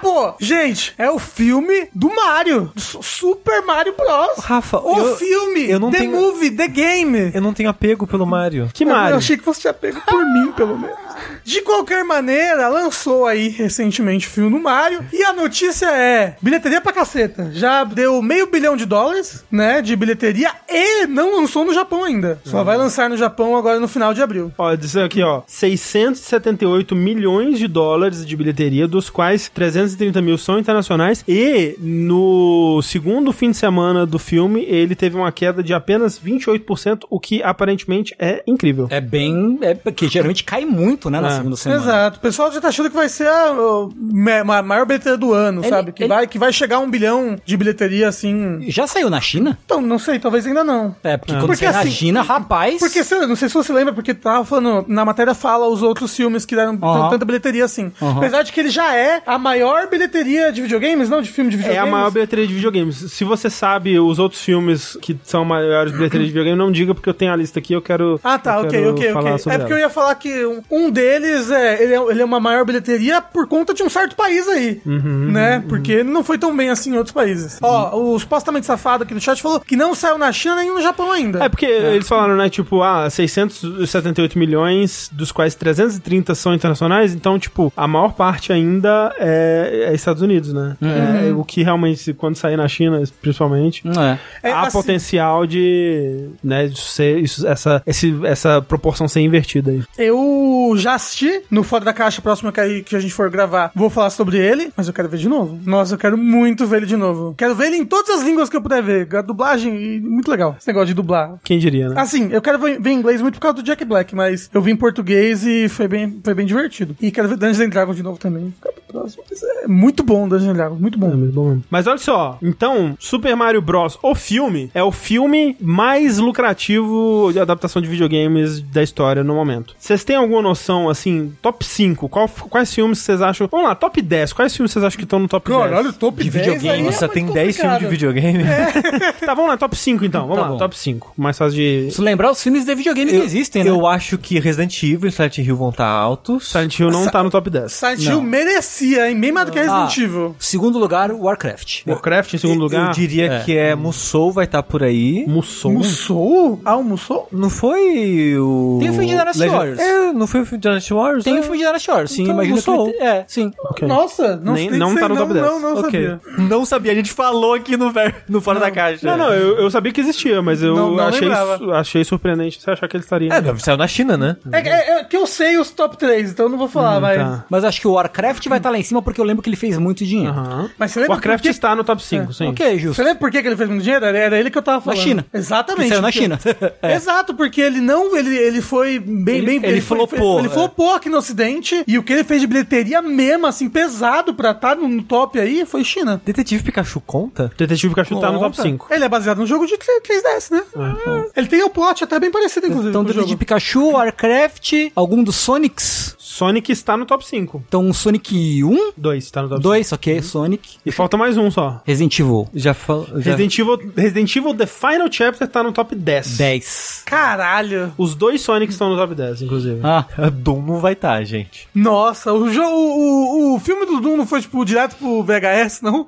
Speaker 3: pô, gente, é o filme do Mario, do Su- Super Mario Bros.
Speaker 2: Rafa,
Speaker 3: o
Speaker 2: eu-
Speaker 3: filme,
Speaker 2: eu não
Speaker 3: The
Speaker 2: tenho-
Speaker 3: Movie, The Game.
Speaker 2: Eu não tenho apego pelo Mario.
Speaker 1: Que
Speaker 3: Eu
Speaker 1: Mario?
Speaker 3: achei que você tinha pego por mim, pelo menos. De qualquer maneira, lançou aí recentemente o filme do Mario. E a notícia é: bilheteria pra caceta. Já deu meio bilhão de dólares, né? De bilheteria e não lançou no Japão ainda. Só vai lançar no Japão agora no final de abril.
Speaker 1: Ó, disse aqui, ó, 678 milhões de dólares de bilheteria, dos quais 330 mil são internacionais. E no segundo fim de semana do filme, ele teve uma queda de apenas 28%, o que aparentemente é incrível.
Speaker 4: É bem. É porque geralmente cai muito, né? Na
Speaker 1: É.
Speaker 4: segunda semana.
Speaker 3: Exato. O pessoal já tá achando que vai ser a, a- a maior bilheteria do ano,
Speaker 4: Ele-
Speaker 3: sabe? Que,
Speaker 4: ele-
Speaker 3: vai, que vai chegar a um bilhão de bilheteria, assim.
Speaker 4: Já saiu na China?
Speaker 3: Então, não sei, talvez ainda não.
Speaker 4: É, porque quando
Speaker 3: Porque
Speaker 4: saiu na
Speaker 3: assim-
Speaker 4: China, rapaz.
Speaker 3: Porque, assim, se- não sei se você lembra, porque tava falando, na matéria fala os outros filmes que deram t-
Speaker 4: Aham.
Speaker 3: tanta bilheteria assim.
Speaker 4: Aham.
Speaker 3: Apesar de que ele já é a maior bilheteria de videogames, não? De filme de
Speaker 1: É
Speaker 3: videogames.
Speaker 1: a maior bilheteria de videogames. Se você sabe os outros filmes que são maiores bilheterias de videogame, não diga, porque eu tenho a lista aqui, eu quero.
Speaker 3: Ah, tá,
Speaker 1: eu
Speaker 3: ok,
Speaker 1: quero
Speaker 3: ok, ok.
Speaker 1: falar
Speaker 3: É
Speaker 1: sobre
Speaker 3: porque eu
Speaker 1: ela.
Speaker 3: ia falar que um- um deles é ele, é ele é uma maior bilheteria por conta de um certo país aí,
Speaker 1: Uhum,
Speaker 3: né? Porque ele não foi tão bem assim em outros países. Ó, o supostamente safado aqui no chat falou que não saiu na China nem no Japão ainda.
Speaker 1: É porque eles falaram, né, tipo, ah, 678 milhões, dos quais 330 são internacionais, então, tipo, a maior parte ainda é, é Estados Unidos, né? É, o que realmente, quando sair na China, principalmente,
Speaker 4: Não é.
Speaker 3: É,
Speaker 1: há
Speaker 3: assim-
Speaker 1: potencial de, né, de ser, isso- essa, esse- essa proporção ser invertida aí.
Speaker 3: Eu já assisti no Fora da Caixa, próximo que, aí, que a gente for gravar, vou falar sobre ele, mas eu quero ver de novo. Nossa, eu quero muito ver ele de novo. Quero ver ele em todas as línguas que eu puder ver. A dublagem, e muito legal esse negócio de dublar.
Speaker 1: Quem diria, né?
Speaker 3: Assim, eu quero ver ver em inglês muito por causa do Jack Black, mas eu vi em português e foi bem, foi bem divertido. E quero ver Dungeons and Dragons de novo também. Fica pro próximo. mas É muito bom Dungeons and Dragons, muito
Speaker 1: É,
Speaker 3: bom.
Speaker 1: mas bom mesmo. Mas olha só, então, Super Mario Bros. O filme é o filme mais lucrativo de adaptação de videogames da história no momento. Vocês têm alguma noção, assim, top 5? Qual- quais filmes vocês acham? Vamos lá, top 10. Quais filmes vocês acham que estão no top 10?
Speaker 3: top
Speaker 2: De
Speaker 3: é
Speaker 4: é
Speaker 2: videogame, só tem 10 filmes de videogame.
Speaker 1: Tá, vamos lá, top 5 então. Vamos
Speaker 4: Tá
Speaker 1: lá,
Speaker 4: bom.
Speaker 1: top 5. Mais fácil de.
Speaker 4: Preciso lembrar os filmes de videogame que existem, né?
Speaker 2: Eu acho que Resident Evil e Silent Hill vão estar altos.
Speaker 1: Silent Hill não tá no top 10.
Speaker 3: Silent Hill
Speaker 4: Não.
Speaker 3: merecia, hein? Bem mais do que Resident
Speaker 4: Ah.
Speaker 3: Evil.
Speaker 4: Segundo lugar, Warcraft.
Speaker 1: Warcraft em segundo
Speaker 2: Eu
Speaker 1: lugar.
Speaker 2: diria
Speaker 4: É.
Speaker 2: que é Musou vai estar por aí.
Speaker 1: Musou.
Speaker 3: Almoçou? Almoçou?
Speaker 2: Não foi o.
Speaker 4: Tem o filme de Dynasty
Speaker 2: Legend-
Speaker 4: Warriors.
Speaker 2: É, não foi o filme de Dynasty Warriors?
Speaker 4: Tem
Speaker 2: É.
Speaker 4: o filme de Dana Shore, sim,
Speaker 2: Então,
Speaker 4: imagina que...
Speaker 2: Musou.
Speaker 4: ele- É, sim.
Speaker 1: Ok.
Speaker 3: Nossa, não
Speaker 1: Nem-
Speaker 3: sei
Speaker 1: não
Speaker 3: sei,
Speaker 1: tá no top 10.
Speaker 3: Não, não
Speaker 2: Ok.
Speaker 3: sabia.
Speaker 2: Não sabia, a gente falou aqui no, ver- no Fora da Caixa.
Speaker 1: Não, não, eu, eu sabia que existia, mas eu
Speaker 3: Não- não
Speaker 1: achei,
Speaker 3: lembrava.
Speaker 1: su- achei surpreendente você achar que ele estaria.
Speaker 2: É, não, saiu na China, né?
Speaker 3: É, que- é- é que eu sei os top 3, então eu não vou falar, mas...
Speaker 1: tá.
Speaker 4: Mas acho que o Warcraft vai estar lá em cima porque eu lembro que ele fez muito dinheiro.
Speaker 1: Aham.
Speaker 3: Mas você lembra
Speaker 1: Warcraft é
Speaker 3: por que-
Speaker 1: está no top 5, sim.
Speaker 4: É, Ok,
Speaker 3: Você
Speaker 4: justo.
Speaker 3: lembra por que que ele fez muito dinheiro? Era, era ele que eu tava falando.
Speaker 4: China.
Speaker 3: Exatamente.
Speaker 4: Que saiu na
Speaker 3: porque-
Speaker 4: China. É.
Speaker 3: Exato, porque ele não... Ele, ele foi bem...
Speaker 4: Ele-
Speaker 3: bem
Speaker 4: ele
Speaker 3: foi-
Speaker 4: flopou,
Speaker 3: Ele
Speaker 4: é.
Speaker 3: flopou aqui no Ocidente. E o que ele fez de bilheteria mesmo, assim, pesado pra estar no top aí, foi China.
Speaker 2: Detetive Pikachu conta?
Speaker 1: Detetive Pikachu tá no top
Speaker 3: Conta.
Speaker 1: 5.
Speaker 3: Ele é baseado num jogo de 3DS, né? Ele tem um plot até bem parecido, inclusive,
Speaker 4: Então,
Speaker 3: com o
Speaker 4: Detetive
Speaker 3: jogo.
Speaker 4: Pikachu, Warcraft, algum dos Sonics.
Speaker 1: Sonic está no top 5.
Speaker 4: Então, Sonic 1,
Speaker 1: 2 tá no top 5.
Speaker 4: 2, ok, Sonic,
Speaker 1: E falta mais um só.
Speaker 4: Resident Evil
Speaker 2: Uhum. Já falou.
Speaker 1: Resident Evil, Resident Evil The Final Chapter tá no top 10.
Speaker 4: 10.
Speaker 3: Caralho.
Speaker 1: Os dois Sonics estão no top 10, inclusive.
Speaker 4: Ah,
Speaker 2: A Doom não vai estar, gente.
Speaker 3: Nossa, o, jogo, o, o- o filme do Doom não foi, tipo, direto pro VHS, não?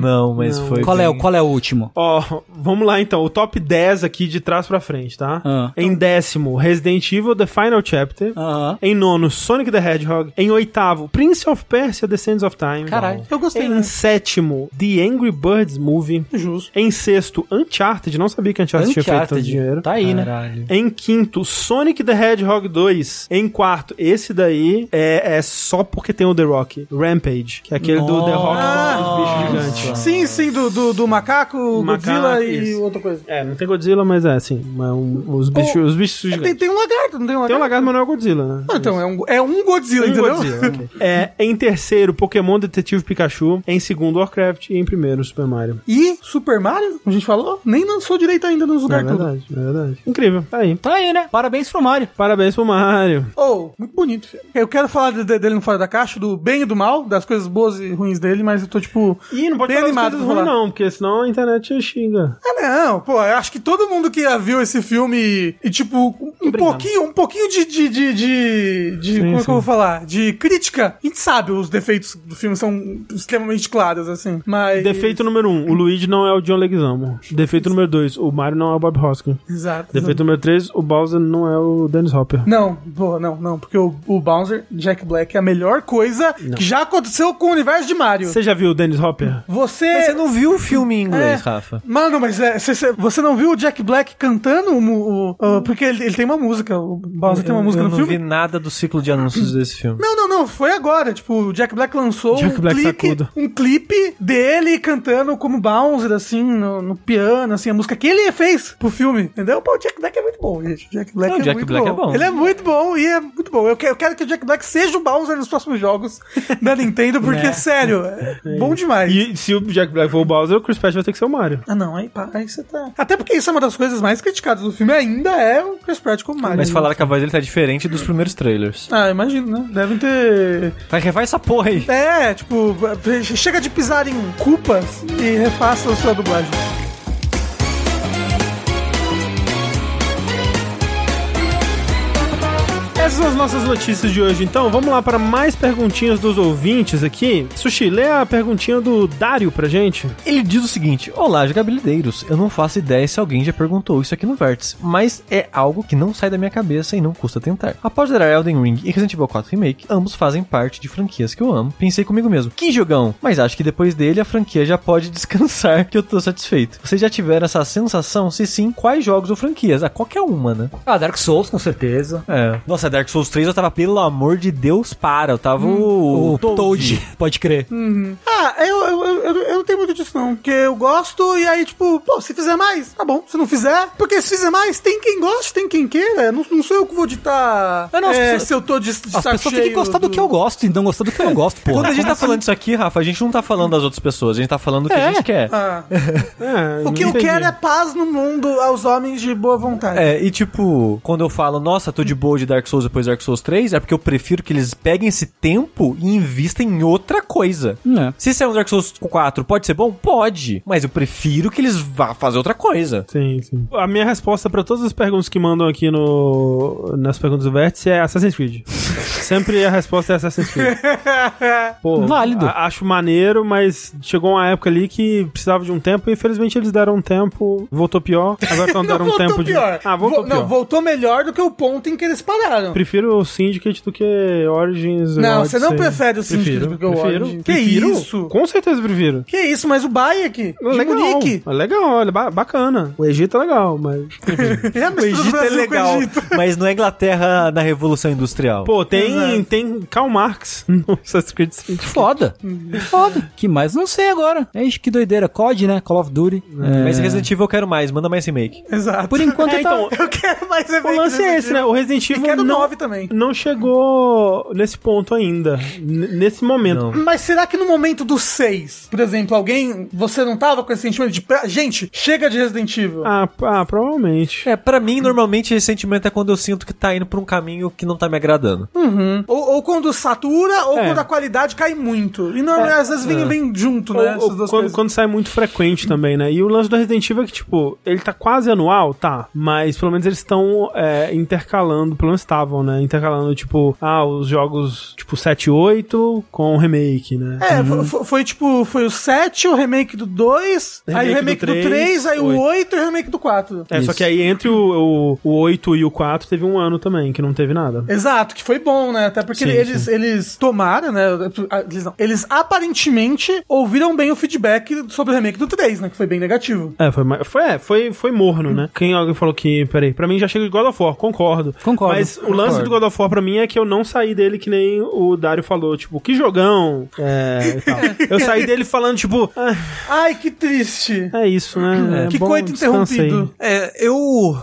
Speaker 2: Não, mas foi.
Speaker 4: qual é,
Speaker 2: bem-
Speaker 4: o- qual é o último?
Speaker 1: Ó, vamos lá então. O top 10 aqui de trás pra frente, tá?
Speaker 4: Ah.
Speaker 1: Em décimo, Resident Evil The Final Chapter.
Speaker 4: Aham.
Speaker 1: Em nono, Sonic the Hedgehog. Em oitavo, Prince of Persia The Sands of Time.
Speaker 4: Caralho.
Speaker 3: Eu gostei,
Speaker 1: Em
Speaker 3: né?
Speaker 1: sétimo, The Angry Birds Movie.
Speaker 3: Justo.
Speaker 1: Em sexto, Uncharted. Não sabia que Uncharted, tinha feito tanto dinheiro.
Speaker 4: Tá aí, né?
Speaker 2: Caralho.
Speaker 1: Em quinto, Sonic the Hedgehog 2. Em quarto, esse daí é, é só porque tem o The Rock. Rampage. Que é aquele do The Rock com os bichos gigantes.
Speaker 3: Ah! Sim, sim, do, do, do macaco, Godzilla
Speaker 1: Macaco,
Speaker 3: e
Speaker 1: isso.
Speaker 3: outra coisa.
Speaker 1: É, não tem Godzilla, mas é assim. mas um- os bichos, os bichos
Speaker 3: É, tem,
Speaker 1: gigantes.
Speaker 3: tem um lagarto, não tem um lagarto?
Speaker 1: Tem um lagarto, mas não é o Godzilla, né?
Speaker 3: Ah, então, é um, é um Godzilla,
Speaker 1: Tem um
Speaker 3: entendeu?
Speaker 1: Godzilla, ok. é, em terceiro, Pokémon Detetive Pikachu. Em segundo, Warcraft. E em primeiro, Super Mario.
Speaker 3: E Super Mario, como a gente falou, nem lançou direito ainda nos
Speaker 1: É
Speaker 3: lugares tudo.
Speaker 1: verdade, é verdade. Incrível, tá aí.
Speaker 4: Tá aí, né? Parabéns pro Mario.
Speaker 1: Parabéns pro Mario.
Speaker 3: Oh, muito bonito, filho. Eu quero falar de- de- dele no Fora da Caixa, do bem e do mal, das coisas boas e ruins dele, mas eu tô tipo.
Speaker 1: Ih, não pode
Speaker 3: Bem
Speaker 1: falar das
Speaker 3: animado
Speaker 1: coisas
Speaker 3: pra
Speaker 1: ruins,
Speaker 3: falar.
Speaker 1: não, porque senão a internet xinga.
Speaker 3: Ah, não, pô, eu acho que todo mundo que viu esse filme e, tipo, um
Speaker 1: brincando.
Speaker 3: pouquinho um pouquinho de. de, de, de, de- como é que eu vou falar? De crítica. A gente sabe, os defeitos do filme são extremamente claros, assim. Mas.
Speaker 1: Defeito número um, o Luigi não é o John Leguizamo. Defeito número dois, o Mario não é o Bob Hoskins.
Speaker 3: Exato.
Speaker 1: Defeito número três, o Bowser não é o Dennis Hopper.
Speaker 3: Não, porra, não, não. Porque o, o Bowser, Jack Black, é a melhor coisa que já aconteceu com o universo de Mario.
Speaker 1: Você já viu o Dennis Hopper?
Speaker 3: Você.
Speaker 2: É, Você não viu o filme em inglês,
Speaker 3: É.
Speaker 2: Rafa?
Speaker 3: Mano, mas é, cê- cê- você não viu o Jack Black cantando? o mu- o- o- porque ele, ele tem uma música. O Bowser tem uma
Speaker 2: Eu-
Speaker 3: música
Speaker 2: eu
Speaker 3: no filme?
Speaker 2: não vi nada do ciclo de anúncios desse filme.
Speaker 3: Não, não, não, foi agora. Tipo, o Jack Black lançou
Speaker 1: Jack
Speaker 3: um,
Speaker 1: Black
Speaker 3: clipe,
Speaker 1: sacudo.
Speaker 3: um clipe dele cantando como Bouncer, assim, no, no piano, assim, a música que ele fez pro filme, entendeu? Pô, o Jack Black é muito bom, gente. O Jack Black,
Speaker 2: Não,
Speaker 3: é,
Speaker 2: o Jack
Speaker 3: muito
Speaker 2: Black
Speaker 3: bom.
Speaker 2: é bom.
Speaker 3: Ele é muito bom e é muito bom. Eu que- eu quero, que o Jack Black seja o Bowser nos próximos jogos da Nintendo,
Speaker 2: Né.
Speaker 3: porque, sério, é bom demais.
Speaker 1: E se o Jack Black for o Bowser, o Chris Pratt vai ter que ser o Mario.
Speaker 3: Ah, não, aí pá, aí você tá. Até porque isso é uma das coisas mais criticadas do filme, ainda é o Chris Pratt como Mario.
Speaker 2: Mas falaram que a voz dele tá diferente dos primeiros trailers.
Speaker 3: Ah, imagino, né? Devem ter
Speaker 2: Vai, refaz essa porra aí.
Speaker 3: É, tipo, chega de pisar em culpas e refaça a sua dublagem.
Speaker 1: Essas são as nossas notícias de hoje, então vamos lá para mais perguntinhas dos ouvintes aqui. Sushi, lê a perguntinha do Dário pra gente.
Speaker 2: Ele diz o seguinte: Olá, jogabilideiros. Eu não faço ideia se alguém já perguntou isso aqui no Vértice, mas é algo que não sai da minha cabeça e não custa tentar. Após zerar Elden Ring e Resident Evil 4 Remake, ambos fazem parte de franquias que eu amo. Pensei comigo mesmo: que jogão! Mas acho que depois dele a franquia já pode descansar, que eu tô satisfeito. Vocês já tiveram essa sensação? Se sim, quais jogos ou franquias? Ah, qualquer uma, né?
Speaker 4: Ah, Dark Souls, com certeza.
Speaker 2: É. Nossa, Dark Souls 3 eu tava, pelo amor de Deus, para. Eu tava Hum. o.
Speaker 4: O Toad, pode crer.
Speaker 3: Ah, eu, eu, eu, eu não tenho muito disso, não. Porque eu gosto e aí, tipo, pô, se fizer mais, tá bom. Se não fizer, porque se fizer mais, tem quem goste, tem quem queira. Não, não sou eu que vou ditar
Speaker 4: Ah, não, as
Speaker 3: é,
Speaker 4: pessoas-
Speaker 3: se eu tô de, de saco
Speaker 4: As pessoas têm que
Speaker 3: cheio
Speaker 4: gostar do... que eu gosto e não gostar do que eu não gosto, pô.
Speaker 2: Quando a gente tá falando isso aqui, Rafa, a gente não tá falando das outras pessoas, a gente tá falando do que a gente quer.
Speaker 3: Ah,
Speaker 1: É,
Speaker 3: o que
Speaker 1: não
Speaker 3: eu
Speaker 1: entendi.
Speaker 3: quero é paz no mundo aos homens de boa vontade.
Speaker 2: É, e tipo, quando eu falo, nossa, tô de boa de Dark Souls depois de Dark Souls 3, é porque eu prefiro que eles peguem esse tempo e invistam em outra coisa.
Speaker 4: É.
Speaker 2: Se sair um Dark Souls 4, pode ser bom? Pode. Mas eu prefiro que eles vá fazer outra coisa.
Speaker 1: Sim, sim. A minha resposta pra todas as perguntas que mandam aqui no nas perguntas do Vértice é Assassin's Creed. Sempre a resposta é Assassin's Creed. Pô,
Speaker 4: Válido.
Speaker 1: a- acho maneiro, mas chegou uma época ali que precisava de um tempo e infelizmente eles deram um tempo, voltou pior, agora estão deram um
Speaker 3: voltou
Speaker 1: tempo
Speaker 3: pior.
Speaker 1: de... Ah, voltou
Speaker 3: Vo-
Speaker 1: pior.
Speaker 3: Não, voltou melhor do que o ponto em que eles pararam.
Speaker 1: Prefiro o Syndicate do que Origins.
Speaker 3: Não,
Speaker 1: Odyssey.
Speaker 3: você não prefere o
Speaker 1: Prefiro,
Speaker 3: Syndicate do que o
Speaker 1: prefiro.
Speaker 3: Origin. Que
Speaker 1: Prefiro.
Speaker 3: isso?
Speaker 1: Com certeza prefiro.
Speaker 3: Que é isso, mas o Bayek, de
Speaker 1: Legal,
Speaker 3: Munique,
Speaker 1: é legal, olha, ba- bacana. O Egito é legal, mas...
Speaker 3: É a mistura
Speaker 2: O
Speaker 3: do
Speaker 2: Egito
Speaker 3: Brasil
Speaker 2: é
Speaker 3: com
Speaker 2: legal,
Speaker 3: o Egito.
Speaker 2: mas não é Inglaterra na Revolução Industrial.
Speaker 1: Pô, tem,
Speaker 3: Exato.
Speaker 1: tem Karl Marx no Assassin's Creed Syndicate.
Speaker 4: Foda. É Foda. Que mais? Não sei agora. É isso, que doideira. COD, né? Call of Duty. É.
Speaker 2: Mas Resident Evil eu quero mais, manda mais remake.
Speaker 3: Exato.
Speaker 4: Por enquanto
Speaker 1: É,
Speaker 4: ele tá...
Speaker 1: então,
Speaker 3: Eu quero mais
Speaker 1: o
Speaker 3: eventos.
Speaker 1: lance é esse, né? O Resident
Speaker 3: E
Speaker 1: Evil
Speaker 3: quero
Speaker 1: não,
Speaker 3: 9 também.
Speaker 1: não chegou nesse ponto ainda. n- nesse momento.
Speaker 3: Mas será que no momento do 6, por exemplo, alguém. Você não tava com esse sentimento de. pra- Gente, chega de Resident Evil.
Speaker 1: Ah, p- ah, provavelmente.
Speaker 2: É, pra mim, normalmente, esse sentimento é quando eu sinto que tá indo pra um caminho que não tá me agradando.
Speaker 3: Ou, ou quando satura, ou
Speaker 1: É.
Speaker 3: quando a qualidade cai muito. E não, às vezes vem, vem junto, né?
Speaker 1: Ou- ou
Speaker 3: essas
Speaker 1: quando,
Speaker 3: duas coisas.
Speaker 1: quando sai muito frequente também, né? E o lance do Resident Evil é que, tipo, ele tá quase anual, tá? Mas pelo menos eles estão é, intercalando, pelo menos estavam, né? Intercalando, tipo, ah, os jogos, tipo, 7 e 8 com o remake, né?
Speaker 3: É, fo- fo- foi, tipo, foi o 7, o remake do 2, aí o
Speaker 1: Remake
Speaker 3: remake
Speaker 1: do
Speaker 3: do 3,
Speaker 1: três,
Speaker 3: aí o
Speaker 1: oito.
Speaker 3: 8 e o remake do 4.
Speaker 1: É, só
Speaker 2: Isso.
Speaker 1: que aí entre o, o, o 8 e o 4 teve um ano também, que não teve nada.
Speaker 3: Exato, que foi bom, né? Até porque
Speaker 1: Sim,
Speaker 3: eles, eles tomaram, né? Eles, não. Eles aparentemente ouviram bem o feedback sobre o remake do 3, né? Que foi bem negativo.
Speaker 1: É, foi, ma- foi, é, foi, foi morno, né? Quem alguém falou que, peraí, pra mim já chega de God of War, concordo.
Speaker 4: Concordo.
Speaker 1: Mas o lance do God of War pra mim é que eu não saí dele que nem o Dario falou, tipo, que jogão, é, e tal. Eu saí dele falando, tipo, ah,
Speaker 3: Ai, que triste.
Speaker 1: é isso, né? É
Speaker 3: que
Speaker 1: bom,
Speaker 3: coito
Speaker 1: descansa aí.
Speaker 3: interrompido.
Speaker 2: É, eu.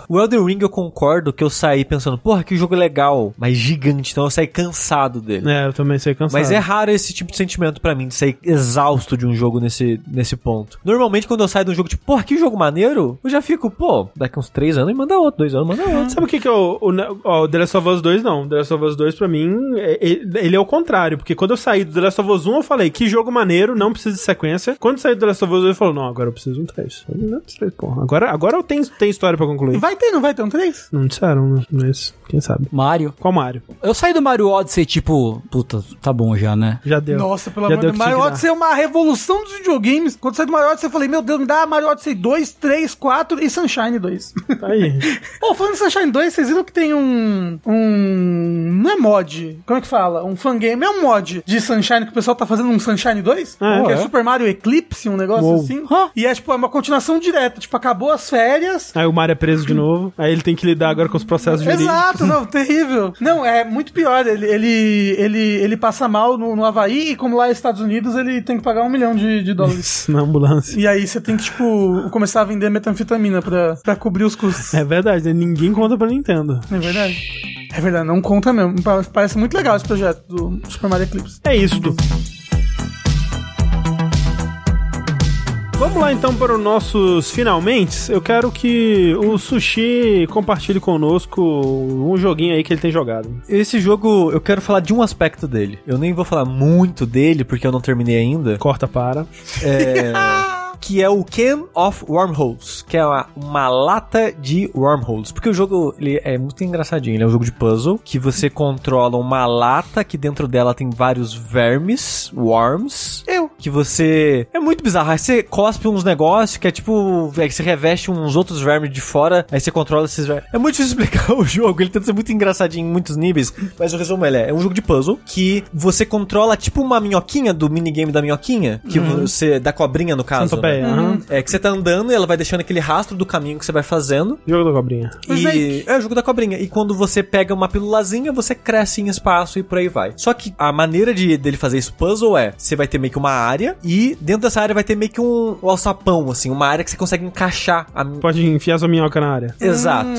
Speaker 2: O Elden Ring eu concordo que eu saí pensando, porra, que jogo legal, mas gigante, então eu saí cansado dele.
Speaker 1: É, eu também sei cansado.
Speaker 2: Mas é raro esse tipo de sentimento pra mim, de sair exausto de um jogo nesse, nesse ponto. Normalmente, quando eu saio de um jogo tipo, porra, que jogo maneiro, eu já fico, pô, daqui uns três anos e manda outro, dois anos, manda outro.
Speaker 1: Sabe o que que eu... O, ne- ó, o The Last of Us 2 não. The Last of Us 2 pra é um, mim, é- ele ele é o contrário. Porque quando eu saí do The Last of Us 1 eu falei, que jogo maneiro, não precisa de sequência. Quando saiu do Last of Us, ele falou: Não, agora eu preciso de um 3. Eu falei, "Não, três, porra. Agora, agora eu tenho, tenho história pra concluir.
Speaker 3: Vai ter, não vai ter um 3?
Speaker 1: Não disseram, né? Mas quem sabe.
Speaker 4: Mario.
Speaker 1: Qual Mario?
Speaker 4: Eu saí do Mario Odyssey, tipo, puta, tá bom já, né?
Speaker 1: Já deu.
Speaker 3: Nossa, pelo
Speaker 1: Já
Speaker 3: amor de
Speaker 1: deu
Speaker 3: Deus.
Speaker 1: o que tinha
Speaker 3: Mario
Speaker 1: que dar.
Speaker 3: Odyssey é uma revolução dos videogames. Quando saiu do Mario Odyssey, eu falei, meu Deus, me dá Mario Odyssey 2, 3, 4 e Sunshine 2.
Speaker 1: Tá aí.
Speaker 3: Pô, falando em Sunshine 2, vocês viram que tem um. Um. Não é mod. Como é que fala? Um fangame. É um mod de Sunshine que o pessoal tá fazendo um Sunshine 2?
Speaker 1: Ah,
Speaker 3: que é,
Speaker 1: é?
Speaker 3: Super Mario Eclipse, um negócio
Speaker 1: Uou.
Speaker 3: assim. E é tipo é uma continuação direta. Tipo, acabou as férias.
Speaker 1: Aí o Mario é preso de novo. Aí ele tem que lidar agora com os processos jurídicos.
Speaker 3: Exato, não, terrível. Não, é muito pior. Ele, ele, ele, ele passa mal no, no Havaí e, como lá é Estados Unidos, ele tem que pagar um milhão de, de dólares.
Speaker 1: Na ambulância.
Speaker 3: E aí você tem que, tipo, começar a vender metanfetamina pra, pra cobrir os custos.
Speaker 1: É verdade, né? ninguém conta pra Nintendo.
Speaker 3: Não É verdade. É verdade, não conta mesmo. Pa- Parece muito legal esse projeto do Super Mario Eclipse.
Speaker 1: É isso. Vamos lá então para os nossos finalmente. Eu quero que o Sushi compartilhe conosco um joguinho aí que ele tem jogado.
Speaker 2: Esse jogo, eu quero falar de um aspecto dele. Eu nem vou falar muito dele, porque eu não terminei ainda.
Speaker 1: Corta para.
Speaker 2: que é o Can of Wormholes, que é uma, uma lata de wormholes. Porque o jogo ele é muito engraçadinho, ele é um jogo de puzzle que você controla uma lata que dentro dela tem vários vermes, worms.
Speaker 3: Eu.
Speaker 2: Que você. É muito bizarro. Aí você cospe uns negócios que é tipo. É que você reveste uns outros vermes de fora, aí você controla esses vermes. É muito difícil explicar o jogo, ele tenta ser muito engraçadinho em muitos níveis, mas o resumo ele é: é um jogo de puzzle que você controla tipo uma minhoquinha do minigame da minhoquinha, que você. da cobrinha no caso. né?
Speaker 1: Santopeia. aham.
Speaker 2: É que você tá andando e ela vai deixando aquele rastro do caminho que você vai fazendo.
Speaker 1: Jogo da cobrinha.
Speaker 3: O Snake.
Speaker 2: E é o jogo da cobrinha. E quando você pega uma pilulazinha, você cresce em espaço e por aí vai. Só que a maneira de dele fazer isso puzzle é: você vai ter meio que uma área e dentro dessa área vai ter meio que um, um alçapão, assim, uma área que você consegue encaixar a
Speaker 1: Pode enfiar sua minhoca na área.
Speaker 2: Exato.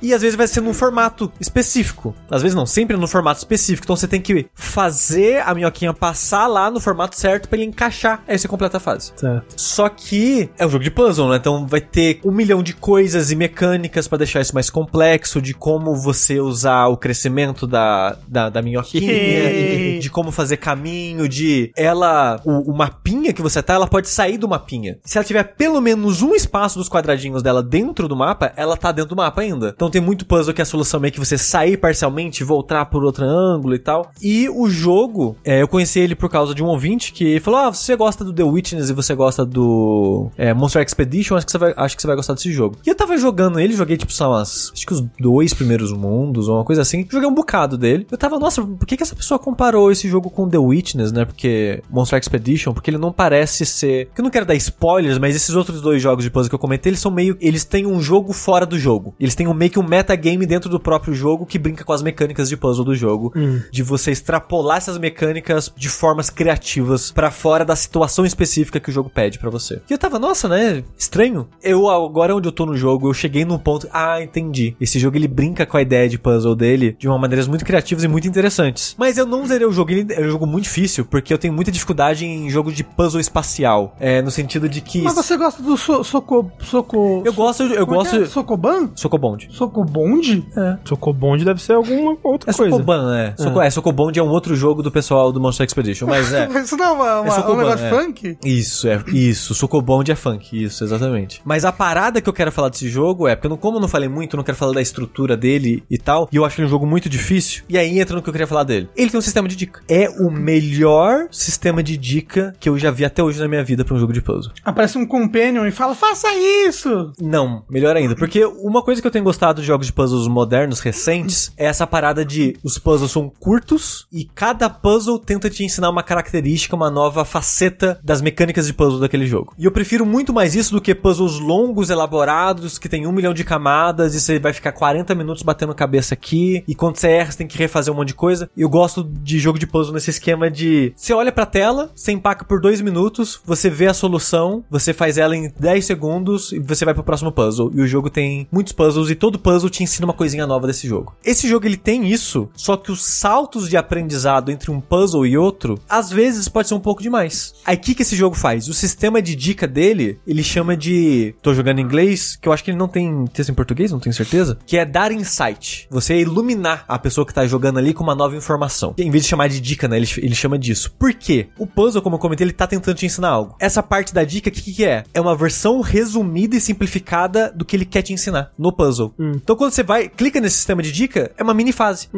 Speaker 2: E às vezes vai ser num formato específico. Às vezes não, sempre num formato específico. Então você tem que fazer a minhoquinha passar lá no formato certo pra ele encaixar. Aí você completa a fase.
Speaker 1: Certo.
Speaker 2: Só que é um jogo de puzzle, né? Então vai ter um milhão de coisas e mecânicas pra deixar isso mais complexo, de como você usar o crescimento da, da, da minhoquinha,
Speaker 3: Yay.
Speaker 2: de como fazer caminho, de ela. O, o mapinha que você tá, ela pode sair do mapinha. Se ela tiver pelo menos um espaço dos quadradinhos dela dentro do mapa, ela tá dentro do mapa ainda. Então tem muito puzzle que a solução é meio que você sair parcialmente, voltar por outro ângulo e tal. E o jogo, é, eu conheci ele por causa de um ouvinte que falou: Ah, você gosta do The Witness e você gosta do é, Monster Expedition, acho que, você vai, acho que você vai gostar desse jogo. E eu tava jogando ele, joguei tipo, sei lá, umas, acho que os dois primeiros mundos ou uma coisa assim. Joguei um bocado dele. Eu tava, nossa, por que, que essa pessoa comparou esse jogo com The Witness, né? Porque Monster Expedition, porque ele não parece ser. que Eu não quero dar spoilers, mas esses outros dois jogos de puzzle que eu comentei, eles são meio. Eles têm um jogo fora do jogo. Eles têm um, meio que um metagame dentro do próprio jogo que brinca com as mecânicas de puzzle do jogo.
Speaker 3: Hum.
Speaker 2: De você extrapolar essas mecânicas de formas criativas pra fora da situação específica que o jogo pede pra você. E eu tava, nossa, né? Estranho. Eu, agora onde eu tô no jogo, eu cheguei num ponto. Ah, entendi. Esse jogo ele brinca com a ideia de puzzle dele de uma maneiras muito criativas e muito interessantes. Mas eu não zerei o jogo, ele é um jogo muito difícil, porque eu tenho muita dificuldade em jogo de puzzle espacial. É, no sentido de que.
Speaker 3: Mas você gosta do so, soco, soco...
Speaker 2: Eu gosto, eu
Speaker 3: como é que é?
Speaker 2: gosto.
Speaker 3: Socoban?
Speaker 2: Socobond.
Speaker 3: Socobonde? É.
Speaker 1: Socobonde deve ser alguma outra
Speaker 2: É
Speaker 1: coisa.
Speaker 2: Socoban, né? Soco-
Speaker 3: Ah.
Speaker 2: é, Socobond é um outro jogo do pessoal do Monster Expedition, mas é.
Speaker 3: Isso não é, uma, uma-
Speaker 2: Socoban,
Speaker 3: um negócio
Speaker 2: é.
Speaker 3: funk?
Speaker 2: Isso, é isso. Socobond é funk, isso, exatamente. Mas a parada que eu quero falar desse jogo é, porque eu não- como eu não falei muito, eu não quero falar da estrutura dele e tal, e eu acho ele um jogo muito difícil, e aí entra no que eu queria falar dele. Ele tem um sistema de dica. É o melhor sistema de dica que eu já vi até hoje na minha vida pra um jogo de puzzle.
Speaker 3: Aparece um companion e fala, faça isso!
Speaker 2: Não, melhor ainda, porque uma coisa que eu tenho gostado de jogos de puzzles modernos, recentes, é essa parada de os puzzles são curtos e cada puzzle tenta te ensinar uma característica, uma nova faceta das mecânicas de puzzle daquele jogo. E eu prefiro muito mais isso do que puzzles longos, elaborados, que tem um milhão de camadas e você vai ficar 40 minutos batendo cabeça aqui e quando você erra você tem que refazer um monte de coisa. Eu gosto de jogo de puzzle nesse esquema de você olha pra tela, você empaca por dois minutos, você vê a solução, você faz ela em 10 segundos e você vai pro próximo puzzle. E o jogo tem muitos puzzles e todo puzzle te ensina uma coisinha nova desse jogo. Esse jogo ele tem isso, só que os saltos de aprendizado entre um puzzle e outro, às vezes pode ser um pouco demais. Aí o que, que esse jogo faz? O sistema de dica dele, ele chama de. Tô jogando em inglês, que eu acho que ele não tem texto em português, não tenho certeza. Que é dar insight. Você é iluminar a pessoa que tá jogando ali com uma nova informação. Em vez de chamar de dica, né? Ele, ele chama disso. Por quê? O puzzle, como eu comentei, ele tá tentando te ensinar algo. Essa parte da dica, o que, que é? É uma versão resumida e simplificada do que ele quer te ensinar no puzzle. Então quando você vai, clica nesse sistema de dica, é uma mini fase.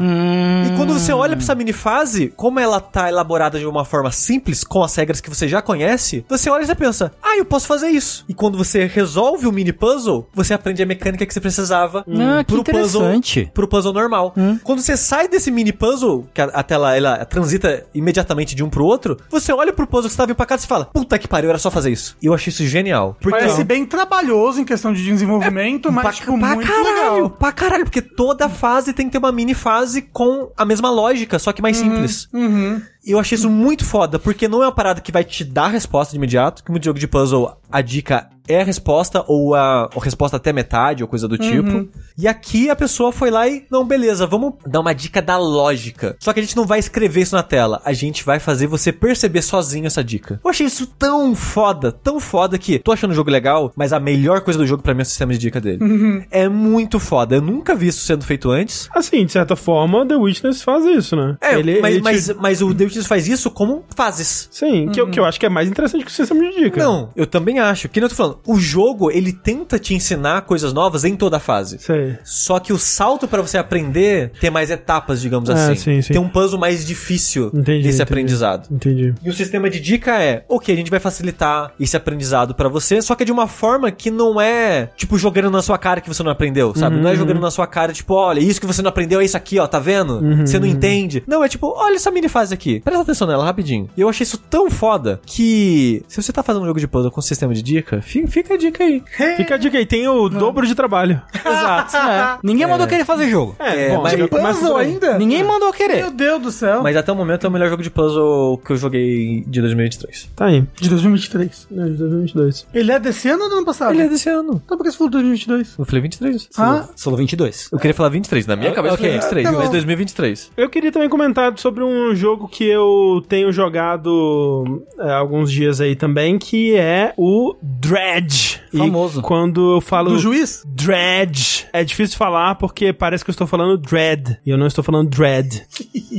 Speaker 2: E quando você
Speaker 5: Hum.
Speaker 2: olha pra essa mini fase, como ela tá elaborada de uma forma simples, com as regras que você já conhece, você olha e você pensa, ah, eu posso fazer isso. E quando você resolve o mini puzzle, você aprende a mecânica que você precisava
Speaker 5: Ah, que interessante. Hum.
Speaker 2: puzzle pro puzzle normal. Quando você sai desse mini puzzle, que a, a tela ela transita imediatamente de um pro outro, você olha pro puzzle que você tava empacado e fala, puta que pariu, era só fazer isso. E eu achei isso genial. Porque assim, É
Speaker 3: Parece bem trabalhoso em questão de desenvolvimento, mas, tipo,
Speaker 2: pra
Speaker 3: muito
Speaker 2: caralho,
Speaker 3: legal.
Speaker 2: pra caralho, porque toda fase tem que ter uma mini fase com a mesma lógica, só que mais simples.
Speaker 3: Uhum.
Speaker 2: E eu achei isso muito foda, porque não é uma parada que vai te dar a resposta de imediato, que muito jogo de puzzle a dica é a resposta, ou a, ou resposta até metade, ou coisa do tipo. E aqui a pessoa foi lá e, não, beleza, vamos dar uma dica da lógica. Só que a gente não vai escrever isso na tela, a gente vai fazer você perceber sozinho essa dica. Eu achei isso tão foda, tão foda que tô achando o jogo legal, mas a melhor coisa do jogo pra mim é o sistema de dica dele. É muito foda, eu nunca vi isso sendo feito antes.
Speaker 1: Assim, de certa forma, The Witness faz isso, né?
Speaker 2: É, mas,
Speaker 1: te-
Speaker 2: mas, mas o David faz isso como fases.
Speaker 1: Sim, que, eu- que eu acho que é mais interessante que o sistema de dica.
Speaker 2: Não, eu também acho. Que nem eu tô falando, o jogo, ele tenta te ensinar coisas novas em toda a fase.
Speaker 1: Sei.
Speaker 2: Só que o salto pra você aprender tem mais etapas, digamos
Speaker 1: Ah,
Speaker 2: assim.
Speaker 1: sim, sim.
Speaker 2: Tem um puzzle mais difícil
Speaker 1: Entendi,
Speaker 2: desse
Speaker 1: entendi.
Speaker 2: aprendizado.
Speaker 1: Entendi.
Speaker 2: E o sistema de dica é, ok, a gente vai facilitar esse aprendizado pra você, só que é de uma forma que não é, tipo, jogando na sua cara que você não aprendeu, sabe? Não é jogando na sua cara, tipo, olha, isso que você não aprendeu é isso aqui, ó, tá vendo? Você não entende. Não, é tipo, olha essa mini fase aqui, presta atenção nela rapidinho. E eu achei isso tão foda que, se você tá fazendo um jogo de puzzle com sistema de dica, fi- fica a dica aí.
Speaker 1: Fica a dica aí, tem o dobro de trabalho.
Speaker 2: Exato.
Speaker 4: É. Ninguém mandou querer fazer jogo.
Speaker 1: É,
Speaker 2: mas-
Speaker 1: já começa
Speaker 3: Puzzle
Speaker 1: por aí.
Speaker 3: ainda?
Speaker 4: Ninguém mandou
Speaker 3: tipo, Meu
Speaker 4: querer.
Speaker 3: Deus do céu.
Speaker 2: É. Mas até o momento é o melhor jogo de puzzle que eu joguei de 2023.
Speaker 1: Tá aí.
Speaker 3: De 2023.
Speaker 1: É, de 2022.
Speaker 3: Ele é desse ano ou do ano passado?
Speaker 2: Ele é desse ano.
Speaker 3: Então por que você falou 2022?
Speaker 2: Eu falei 23.
Speaker 3: Ah,
Speaker 4: Solo 22.
Speaker 2: Eu queria falar 23, na minha cabeça eu falei 23,
Speaker 3: tá bom.
Speaker 2: mas 2023.
Speaker 1: Eu queria também comentar sobre um jogo que eu tenho jogado é, alguns dias aí também, que é o Dredge. E
Speaker 4: Famoso.
Speaker 1: quando eu falo
Speaker 3: do juiz?
Speaker 1: Dredge. É difícil falar porque parece que eu estou falando Dread. E eu não estou falando Dread.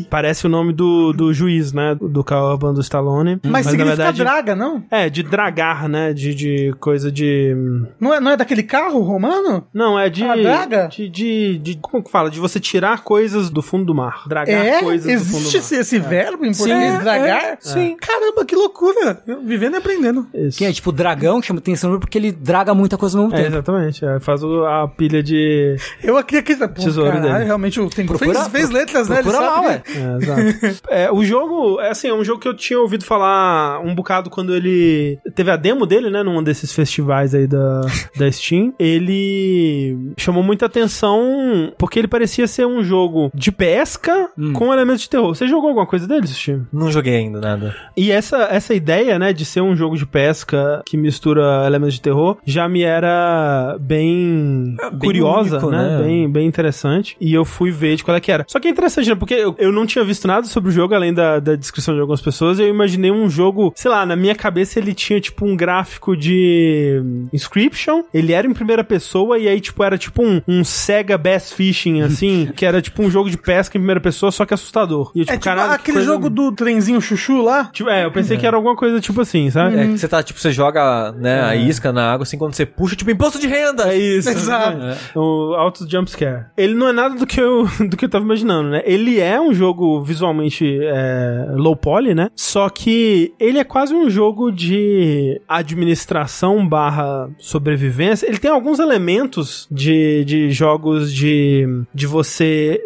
Speaker 1: parece o nome do, do juiz, né? Do Calban do Stallone.
Speaker 3: Mas, significa draga, não?
Speaker 1: É, de dragar, né? De, de coisa de. hum,
Speaker 3: Não é, não é daquele carro romano?
Speaker 1: Não, é de.
Speaker 3: Ah, draga?
Speaker 1: De, de, de- Como que fala? De você tirar coisas do fundo do mar. Dragar
Speaker 3: é?
Speaker 1: coisas do fundo do
Speaker 3: Existe
Speaker 1: mar. É.
Speaker 3: esse, esse verbo em português, dragar?
Speaker 1: sim.
Speaker 3: Caramba, que loucura. Eu vivendo e aprendendo.
Speaker 1: Isso.
Speaker 4: Que é tipo dragão, que chama atenção porque ele draga muita coisa ao mesmo
Speaker 1: É,
Speaker 4: tempo.
Speaker 1: exatamente. É, faz o- a pilha de.
Speaker 3: Eu aqui, aqui... Pô,
Speaker 1: Tesouro
Speaker 3: caralho,
Speaker 1: dele.
Speaker 3: realmente o tempo
Speaker 4: Procura-
Speaker 3: fez, fez letras, né? Ele
Speaker 4: Procura lá,
Speaker 3: sabe
Speaker 4: ué.
Speaker 1: É, exato. É, o jogo, é assim, é um jogo que eu tinha ouvido falar um bocado quando ele. Teve a demo dele, né? Num desses festivais aí da, da Steam. Ele chamou muita atenção porque ele parecia ser um jogo de pesca
Speaker 4: Hum.
Speaker 1: com elementos de terror. Você jogou alguma coisa dele, Steam?
Speaker 2: Não joguei ainda nada.
Speaker 1: E essa, essa ideia, né, de ser um jogo de pesca que mistura elementos de terror, já me era bem,
Speaker 3: É,
Speaker 2: bem
Speaker 1: curiosa,
Speaker 2: único,
Speaker 1: né?
Speaker 2: né?
Speaker 1: Bem, bem interessante. E eu fui ver de qual é que era. Só que é interessante, né? Porque eu, eu não tinha visto nada sobre o jogo, além da, da descrição de algumas pessoas, e eu imaginei um jogo, sei lá, na minha cabeça ele tinha, tipo, um gráfico de hum, Inscription, ele era em primeira pessoa, e aí, tipo, era tipo um, um Sega Bass Fishing, assim, que era tipo um jogo de pesca em primeira pessoa, só que assustador. E eu,
Speaker 3: É tipo
Speaker 1: "Caralho, que
Speaker 3: aquele
Speaker 1: coisa
Speaker 3: jogo do trenzinho chuchu lá.
Speaker 1: Tipo, é, eu pensei que era alguma coisa tipo assim, sabe?
Speaker 2: É que você tá, tipo, você joga, né,
Speaker 1: É.
Speaker 2: a isca na água, assim, quando você puxa, tipo, imposto de renda! É isso.
Speaker 3: Exato.
Speaker 1: O Auto Jump Scare. Ele não é nada do que eu, do que eu tava imaginando, né? Ele é um jogo visualmente é, low poly, né? Só que ele é quase um jogo de administração barra sobrevivência. Ele tem alguns elementos de, de jogos de, de você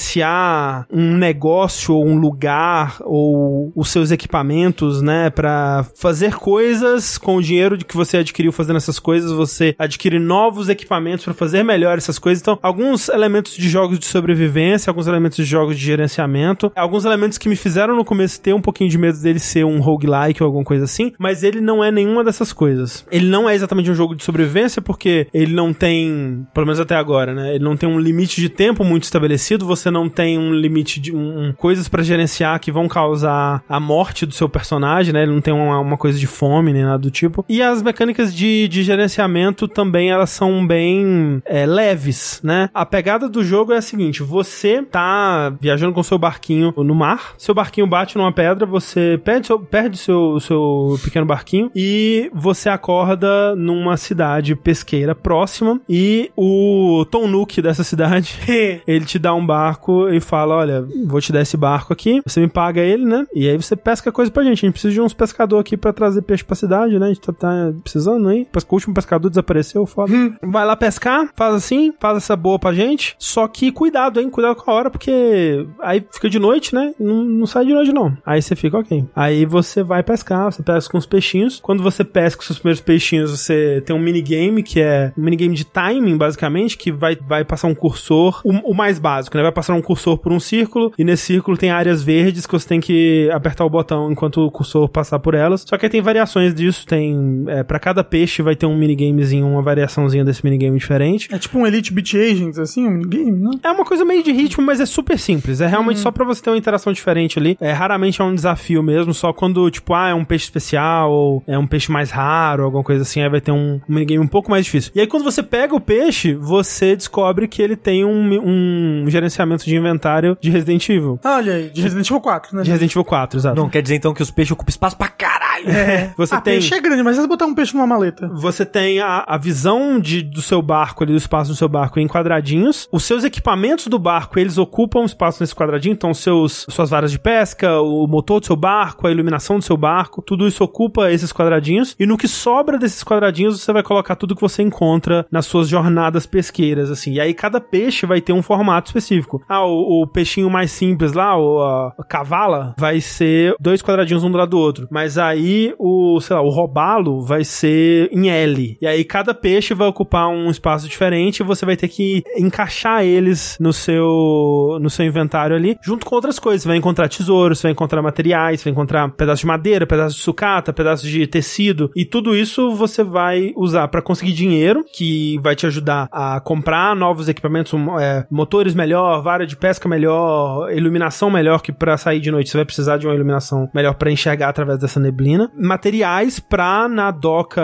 Speaker 1: gerenciar um negócio ou um lugar ou os seus equipamentos, né? Pra fazer coisas com o dinheiro de que você adquiriu fazendo essas coisas, você adquire novos equipamentos pra fazer melhor essas coisas. Então, alguns elementos de jogos de sobrevivência, alguns elementos de jogos de gerenciamento, alguns elementos que me fizeram no começo ter um pouquinho de medo dele ser um roguelike ou alguma coisa assim, mas ele não é nenhuma dessas coisas. Ele não é exatamente um jogo de sobrevivência porque ele não tem, pelo menos até agora, né? Ele não tem um limite de tempo muito estabelecido, você não tem um limite de um, um- coisas pra gerenciar que vão causar a morte do seu personagem, né? Ele não tem uma, uma coisa de fome nem nada do tipo. E as mecânicas de, de gerenciamento também elas são bem é, leves, né? A pegada do jogo é a seguinte: você tá viajando com seu barquinho no mar, seu barquinho bate numa pedra, você perde seu, perde seu, seu pequeno barquinho e você acorda numa cidade pesqueira próxima e o Tom Nook dessa cidade ele te dá um barco e fala: Olha, vou te dar esse barco aqui, você me paga ele, né? E aí você pesca coisa pra gente. A gente precisa de uns pescadores aqui pra trazer peixe pra cidade, né? A gente tá, tá precisando aí. O último pescador desapareceu, foda. Vai lá pescar, faz assim, faz essa boa pra gente. Só que cuidado, hein? Cuidado com a hora, porque aí fica de noite, né? Não, não sai de noite, não. Aí você fica ok. Aí você vai pescar, você pesca com os peixinhos. Quando você pesca os seus primeiros peixinhos, você tem um minigame que é um minigame de timing, basicamente, que vai, vai passar um cursor, o, o mais básico, né? Vai passar um cursor por um círculo e nesse círculo tem áreas verdes que você tem que apertar o botão enquanto o cursor passar por elas. Só que aí tem variações disso, tem é, para cada peixe vai ter um minigamezinho, uma variaçãozinha desse minigame diferente.
Speaker 3: É tipo um Elite Beat Agents, assim, um minigame, né?
Speaker 1: É uma coisa meio de ritmo, mas é super simples. É realmente
Speaker 3: Uhum.
Speaker 1: só pra você ter uma interação diferente ali. É, raramente é um desafio mesmo, só quando, tipo, ah, é um peixe especial, ou é um peixe mais raro, alguma coisa assim, aí vai ter um, um minigame um pouco mais difícil. E aí quando você pega o peixe, você descobre que ele tem um, um gerenciamento de inventário de Resident Evil.
Speaker 3: Ah, Olha aí, de Resident Evil 4, né?
Speaker 1: De Resident Evil 4, exato.
Speaker 2: Não quer dizer então que os peixes ocupam espaço pra caralho.
Speaker 1: É. Você
Speaker 3: ah,
Speaker 1: tem...
Speaker 3: peixe é grande, mas se você botar um peixe numa maleta.
Speaker 1: Você tem a, a visão de, do seu barco ali, do espaço do seu barco em quadradinhos. Os seus equipamentos do barco, eles ocupam espaço nesse quadradinho. Então, seus, suas varas de pesca, o motor do seu barco, a iluminação do seu barco, tudo isso ocupa esses quadradinhos. E no que sobra desses quadradinhos, você vai colocar tudo que você encontra nas suas jornadas pesqueiras, assim. E aí, cada peixe vai ter um formato específico. Ah, o, o peixinho mais simples lá, o, a, a cavala, vai ser dois quadradinhos um do lado do outro. Mas aí, o, sei lá, o robalo vai ser em L. E aí cada peixe vai ocupar um espaço diferente e você vai ter que encaixar eles no seu no seu inventário ali, junto com outras coisas. Você vai encontrar tesouros, você vai encontrar materiais, você vai encontrar pedaço de madeira, pedaço de sucata, pedaço de tecido e tudo isso você vai usar para conseguir dinheiro, que vai te ajudar a comprar novos equipamentos, um, é, motores melhor, vara de pesca melhor, iluminação melhor que para sair de noite você vai precisar de uma iluminação melhor para enxergar através dessa neblina, materiais para na doca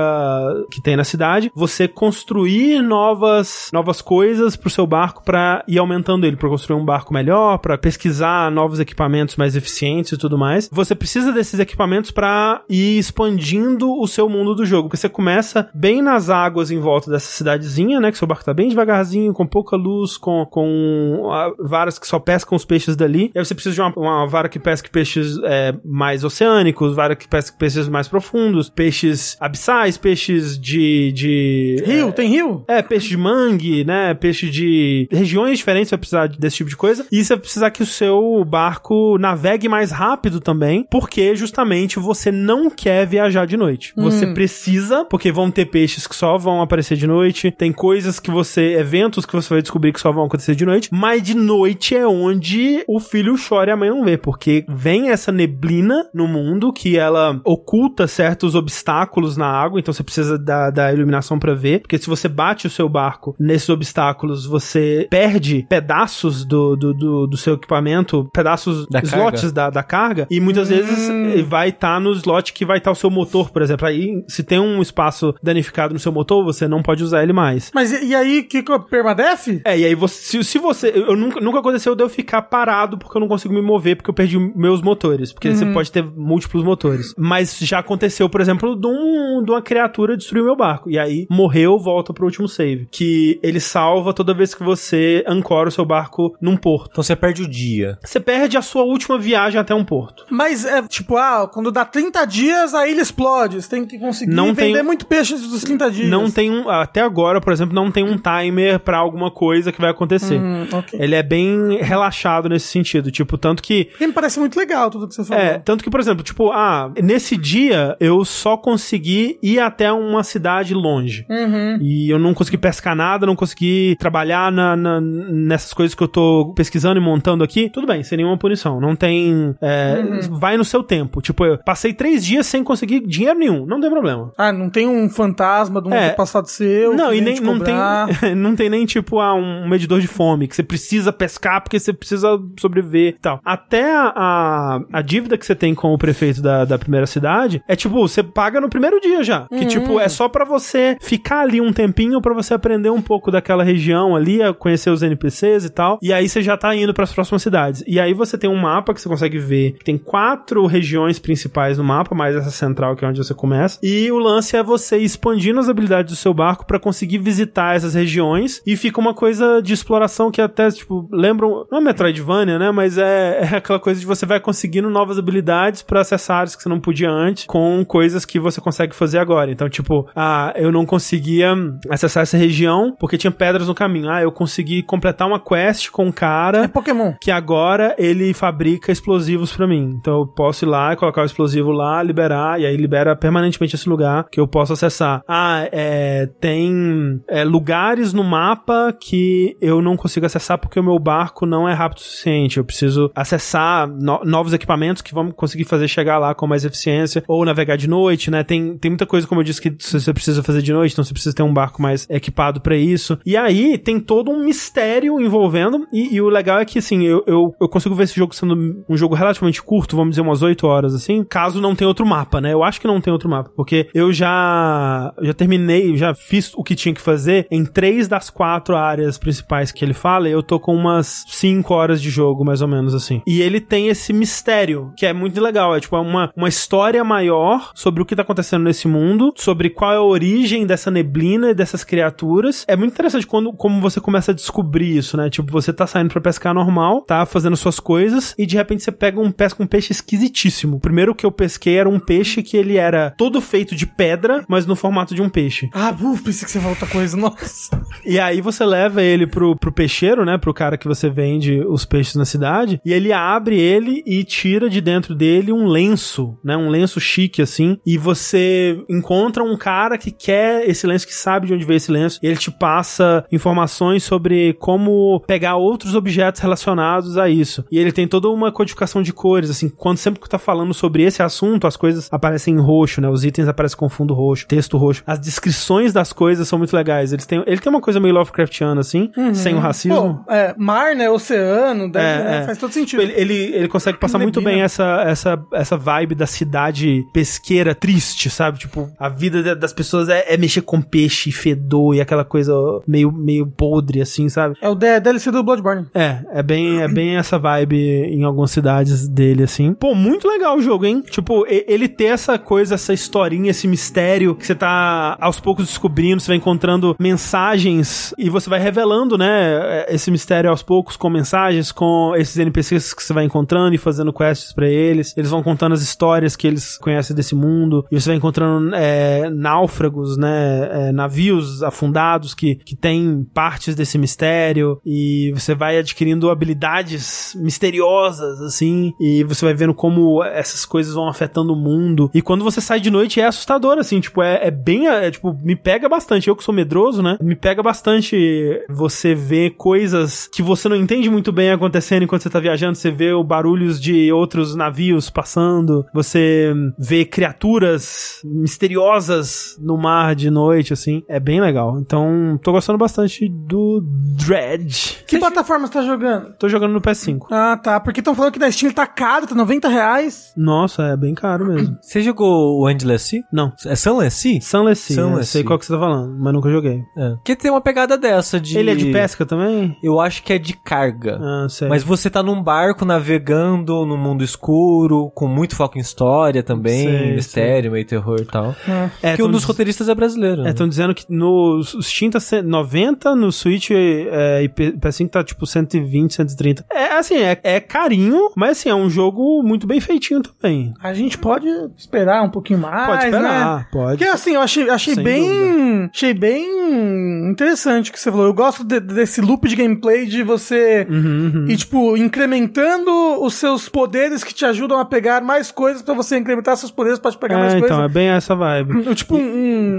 Speaker 1: que tem na cidade, você construir novas, novas coisas pro seu barco para ir aumentando ele, para construir um barco melhor, para pesquisar novos equipamentos mais eficientes e tudo mais. Você precisa desses equipamentos para ir expandindo o seu mundo do jogo, porque você começa bem nas águas em volta dessa cidadezinha, né, que seu barco tá bem devagarzinho, com pouca luz, com, com ah, varas que só pescam os peixes dali. E aí você precisa de uma, uma vara que pesque peixes é, mais oceânicos, vara que pesque peixes mais profundos, peixes abissais, peixes de, de
Speaker 3: Rio, tem rio?
Speaker 1: é, peixe de mangue, né? Peixe de regiões diferentes, você vai precisar desse tipo de coisa. E você vai precisar que o seu barco navegue mais rápido também, porque justamente você não quer viajar de noite. Você precisa, porque vão ter peixes que só vão aparecer de noite, tem coisas que você, eventos que você vai descobrir que só vão acontecer de noite, mas de noite é onde o filho chora e a mãe não vê, porque vem essa neblina no mundo que ela oculta certos obstáculos na água, então você precisa da, da iluminação pra ver, porque se você bate o seu barco nesses obstáculos, você perde pedaços do, do, do, do seu equipamento, pedaços
Speaker 2: Da
Speaker 1: slots Da, da carga, e muitas vezes eh, vai estar no slot que vai estar o seu motor, por exemplo. Aí, se tem um espaço danificado no seu motor, você não pode usar ele mais.
Speaker 3: Mas e, e aí, que que- permadef?
Speaker 1: É, e aí você, se, se você, eu nunca, nunca aconteceu de eu ficar parado porque eu não consigo me mover porque eu perdi meus motores, porque você pode ter múltiplos motores. Mas já aconteceu, por exemplo, de, um, de uma criatura destruir meu barco e aí morreu, volta pro último save, que ele salva toda vez que você ancora o seu barco num porto.
Speaker 2: Então você perde o dia.
Speaker 1: Você perde a sua última viagem até um porto.
Speaker 3: Mas é tipo, ah, quando dá 30 dias, a ilha explode. Você tem que conseguir
Speaker 1: Não
Speaker 3: vender
Speaker 1: tem-
Speaker 3: muito peixe antes dos 30 dias.
Speaker 1: Não tem um, até agora, por exemplo, não tem um timer pra alguma coisa que vai acontecer.
Speaker 3: Hum, ok.
Speaker 1: Ele é bem relaxado nesse sentido, tipo, tanto que
Speaker 3: E me parece muito legal tudo que você falou.
Speaker 1: É, tanto que, por exemplo, tipo, ah, nesse Nesse dia, eu só consegui ir até uma cidade longe.
Speaker 3: Uhum.
Speaker 1: E eu não consegui pescar nada, não consegui trabalhar na- na- nessas coisas que eu tô pesquisando e montando aqui. Tudo bem, sem nenhuma punição. Não tem. é, Vai no seu tempo. Tipo, eu passei três dias sem conseguir dinheiro nenhum. Não tem problema.
Speaker 3: Ah, não tem um fantasma de um
Speaker 1: É.
Speaker 3: passado seu.
Speaker 1: não,
Speaker 3: que
Speaker 1: e
Speaker 3: vem
Speaker 1: nem
Speaker 3: te
Speaker 1: não
Speaker 3: cobrar.
Speaker 1: tem, não tem nem tipo ah, um medidor de fome, que você precisa pescar porque você precisa sobreviver e tal. Até a, a, a dívida que você tem com o prefeito da, da primeira cidade é tipo, você paga no primeiro dia já. Que tipo, é só pra você ficar ali um tempinho pra você aprender um pouco daquela região ali, a conhecer os NPCs e tal. E aí você já tá indo pras próximas cidades. E aí você tem um mapa que você consegue ver que tem quatro regiões principais no mapa, mais essa central que é onde você começa. E o lance é você expandindo as habilidades do seu barco pra conseguir visitar essas regiões e fica uma coisa de exploração que até, tipo, lembram, não é Metroidvania, né, mas é, é aquela coisa de você vai conseguindo novas habilidades pra acessar áreas que você não podia antes com coisas que você consegue fazer agora. Então, tipo, ah, eu não conseguia acessar essa região porque tinha pedras no caminho. Ah, eu consegui completar uma quest com um cara
Speaker 3: É Pokémon.
Speaker 1: que agora ele fabrica explosivos pra mim. Então eu posso ir lá, colocar o explosivo lá, liberar, e aí libera permanentemente esse lugar que eu posso acessar. Ah, é, tem é, lugares no mapa que eu não consigo acessar porque o meu barco não é rápido o suficiente. Eu preciso acessar no- novos equipamentos que vão conseguir fazer chegar lá com mais eficiência, ou navegar de noite, né? Tem, tem muita coisa, como eu disse, que você precisa fazer de noite, então você precisa ter um barco mais equipado pra isso. E aí tem todo um mistério envolvendo, e, e o legal é que, assim, eu, eu, eu consigo ver esse jogo sendo um jogo relativamente curto, vamos dizer umas 8 horas, assim, caso não tenha outro mapa, né? Eu acho que não tem outro mapa, porque eu já, eu já terminei, já fiz o que tinha que fazer em três das quatro áreas principais que ele fala, e eu tô com umas 5 horas de jogo, mais ou menos, assim. E ele tem esse mistério, que é muito legal, é tipo uma, uma história maior sobre o que tá acontecendo nesse mundo, sobre qual é a origem dessa neblina e dessas criaturas. É muito interessante quando como você começa a descobrir isso, né? Tipo, você tá saindo pra pescar normal, tá fazendo suas coisas e de repente você pega um pesca um peixe esquisitíssimo. O primeiro que eu pesquei era um peixe que ele era todo feito de pedra, mas no formato de um peixe.
Speaker 3: Ah, uf, pensei que você falou outra coisa. Nossa.
Speaker 1: E aí você leva ele pro, pro peixeiro, né? Pro cara que você vende os peixes na cidade. E ele abre ele e tira de dentro dele um lenço, né? Um lenço chique, assim. E você encontra um cara que quer esse lenço, que sabe de onde veio esse lenço. E ele te passa informações sobre como pegar outros objetos relacionados a isso. E ele tem toda uma codificação de cores, assim. Quando sempre que tá falando sobre esse assunto, as coisas aparecem em roxo, né? Os itens aparecem com fundo roxo, texto roxo. As descrições das coisas são muito legais. Eles têm, ele tem uma coisa meio Lovecraftiana, assim, sem o racismo.
Speaker 3: Pô, é, mar, né? Oceano. deve-
Speaker 1: É,
Speaker 3: né,
Speaker 1: é.
Speaker 3: Faz todo sentido.
Speaker 1: Tipo, ele, ele, ele consegue passar muito
Speaker 3: Neblina.
Speaker 1: bem essa, essa, essa vibe da cidade pesqueira triste, sabe? Tipo, a vida da- das pessoas é, é mexer com peixe, fedor e aquela coisa meio, meio podre, assim, sabe?
Speaker 3: É o D- DLC do Bloodborne.
Speaker 1: É, é bem, é bem essa vibe em algumas cidades dele, assim. Pô, muito legal o jogo, hein? Tipo, e- ele ter essa coisa, essa historinha, esse mistério que você tá aos poucos descobrindo, você vai encontrando mensagens e você vai revelando, né, esse mistério aos poucos com mensagens, com esses NPCs que você vai encontrando e fazendo quests pra eles. Eles vão contando as histórias que eles conhecem desse mundo e você vai encontrando é, náufragos, né, é, navios afundados que, que tem partes desse mistério e você vai adquirindo habilidades misteriosas, assim, e você vai vendo como essas coisas vão afetando o mundo. E quando você sai de noite é assustador, assim, tipo, é, é bem, é, tipo, me pega bastante. Eu que sou medroso, né, me pega bastante você ver coisas que você não entende muito bem acontecendo enquanto você tá viajando, você vê o barulhos de outros navios passando, você vê criaturas misteriosas no mar de noite, assim, é bem legal. Então, tô gostando bastante do Dread.
Speaker 3: Que plataforma você tá jogando?
Speaker 1: Tô jogando no PS5.
Speaker 3: Ah, tá. Porque estão falando que na Steam ele tá caro, tá 90 reais.
Speaker 1: Nossa, é bem caro mesmo.
Speaker 2: Você jogou o Endless Sea?
Speaker 1: Não.
Speaker 2: É Sunless Sea?
Speaker 1: Sunless Sea,
Speaker 2: Sunless
Speaker 1: né? sei
Speaker 2: Sea.
Speaker 1: qual que você tá falando, mas nunca joguei.
Speaker 2: É. Que tem uma pegada dessa de...
Speaker 1: Ele é de pesca também?
Speaker 2: Eu acho que é de carga.
Speaker 1: Ah, sei.
Speaker 2: Mas você tá num barco navegando num mundo escuro, com muito foco em história também,
Speaker 1: Sei,
Speaker 2: mistério, meio terror e tal.
Speaker 3: Ah,
Speaker 1: é,
Speaker 2: Porque
Speaker 1: tão
Speaker 2: um dos
Speaker 1: des-
Speaker 2: roteiristas é brasileiro. né?
Speaker 1: É, estão dizendo que no Steam tá cento- 90, no Switch é, e P- PS5 tá tipo 120, 130. É assim, é, é carinho, mas assim, é um jogo muito bem feitinho também.
Speaker 3: A gente pode esperar um pouquinho mais,
Speaker 1: Pode
Speaker 3: né?
Speaker 1: esperar, pode.
Speaker 3: Porque assim, eu achei, achei
Speaker 1: Sem
Speaker 3: bem. Achei bem interessante o que você falou. Eu gosto de- desse loop de gameplay de você
Speaker 1: Uhum, uhum.
Speaker 3: e tipo, incrementando os seus poderes que te ajudam a pegar mais coisas pra você você incrementar seus poderes pra te pegar mais
Speaker 1: É,
Speaker 3: coisa.
Speaker 1: então, é bem essa vibe.
Speaker 3: Eu, tipo um,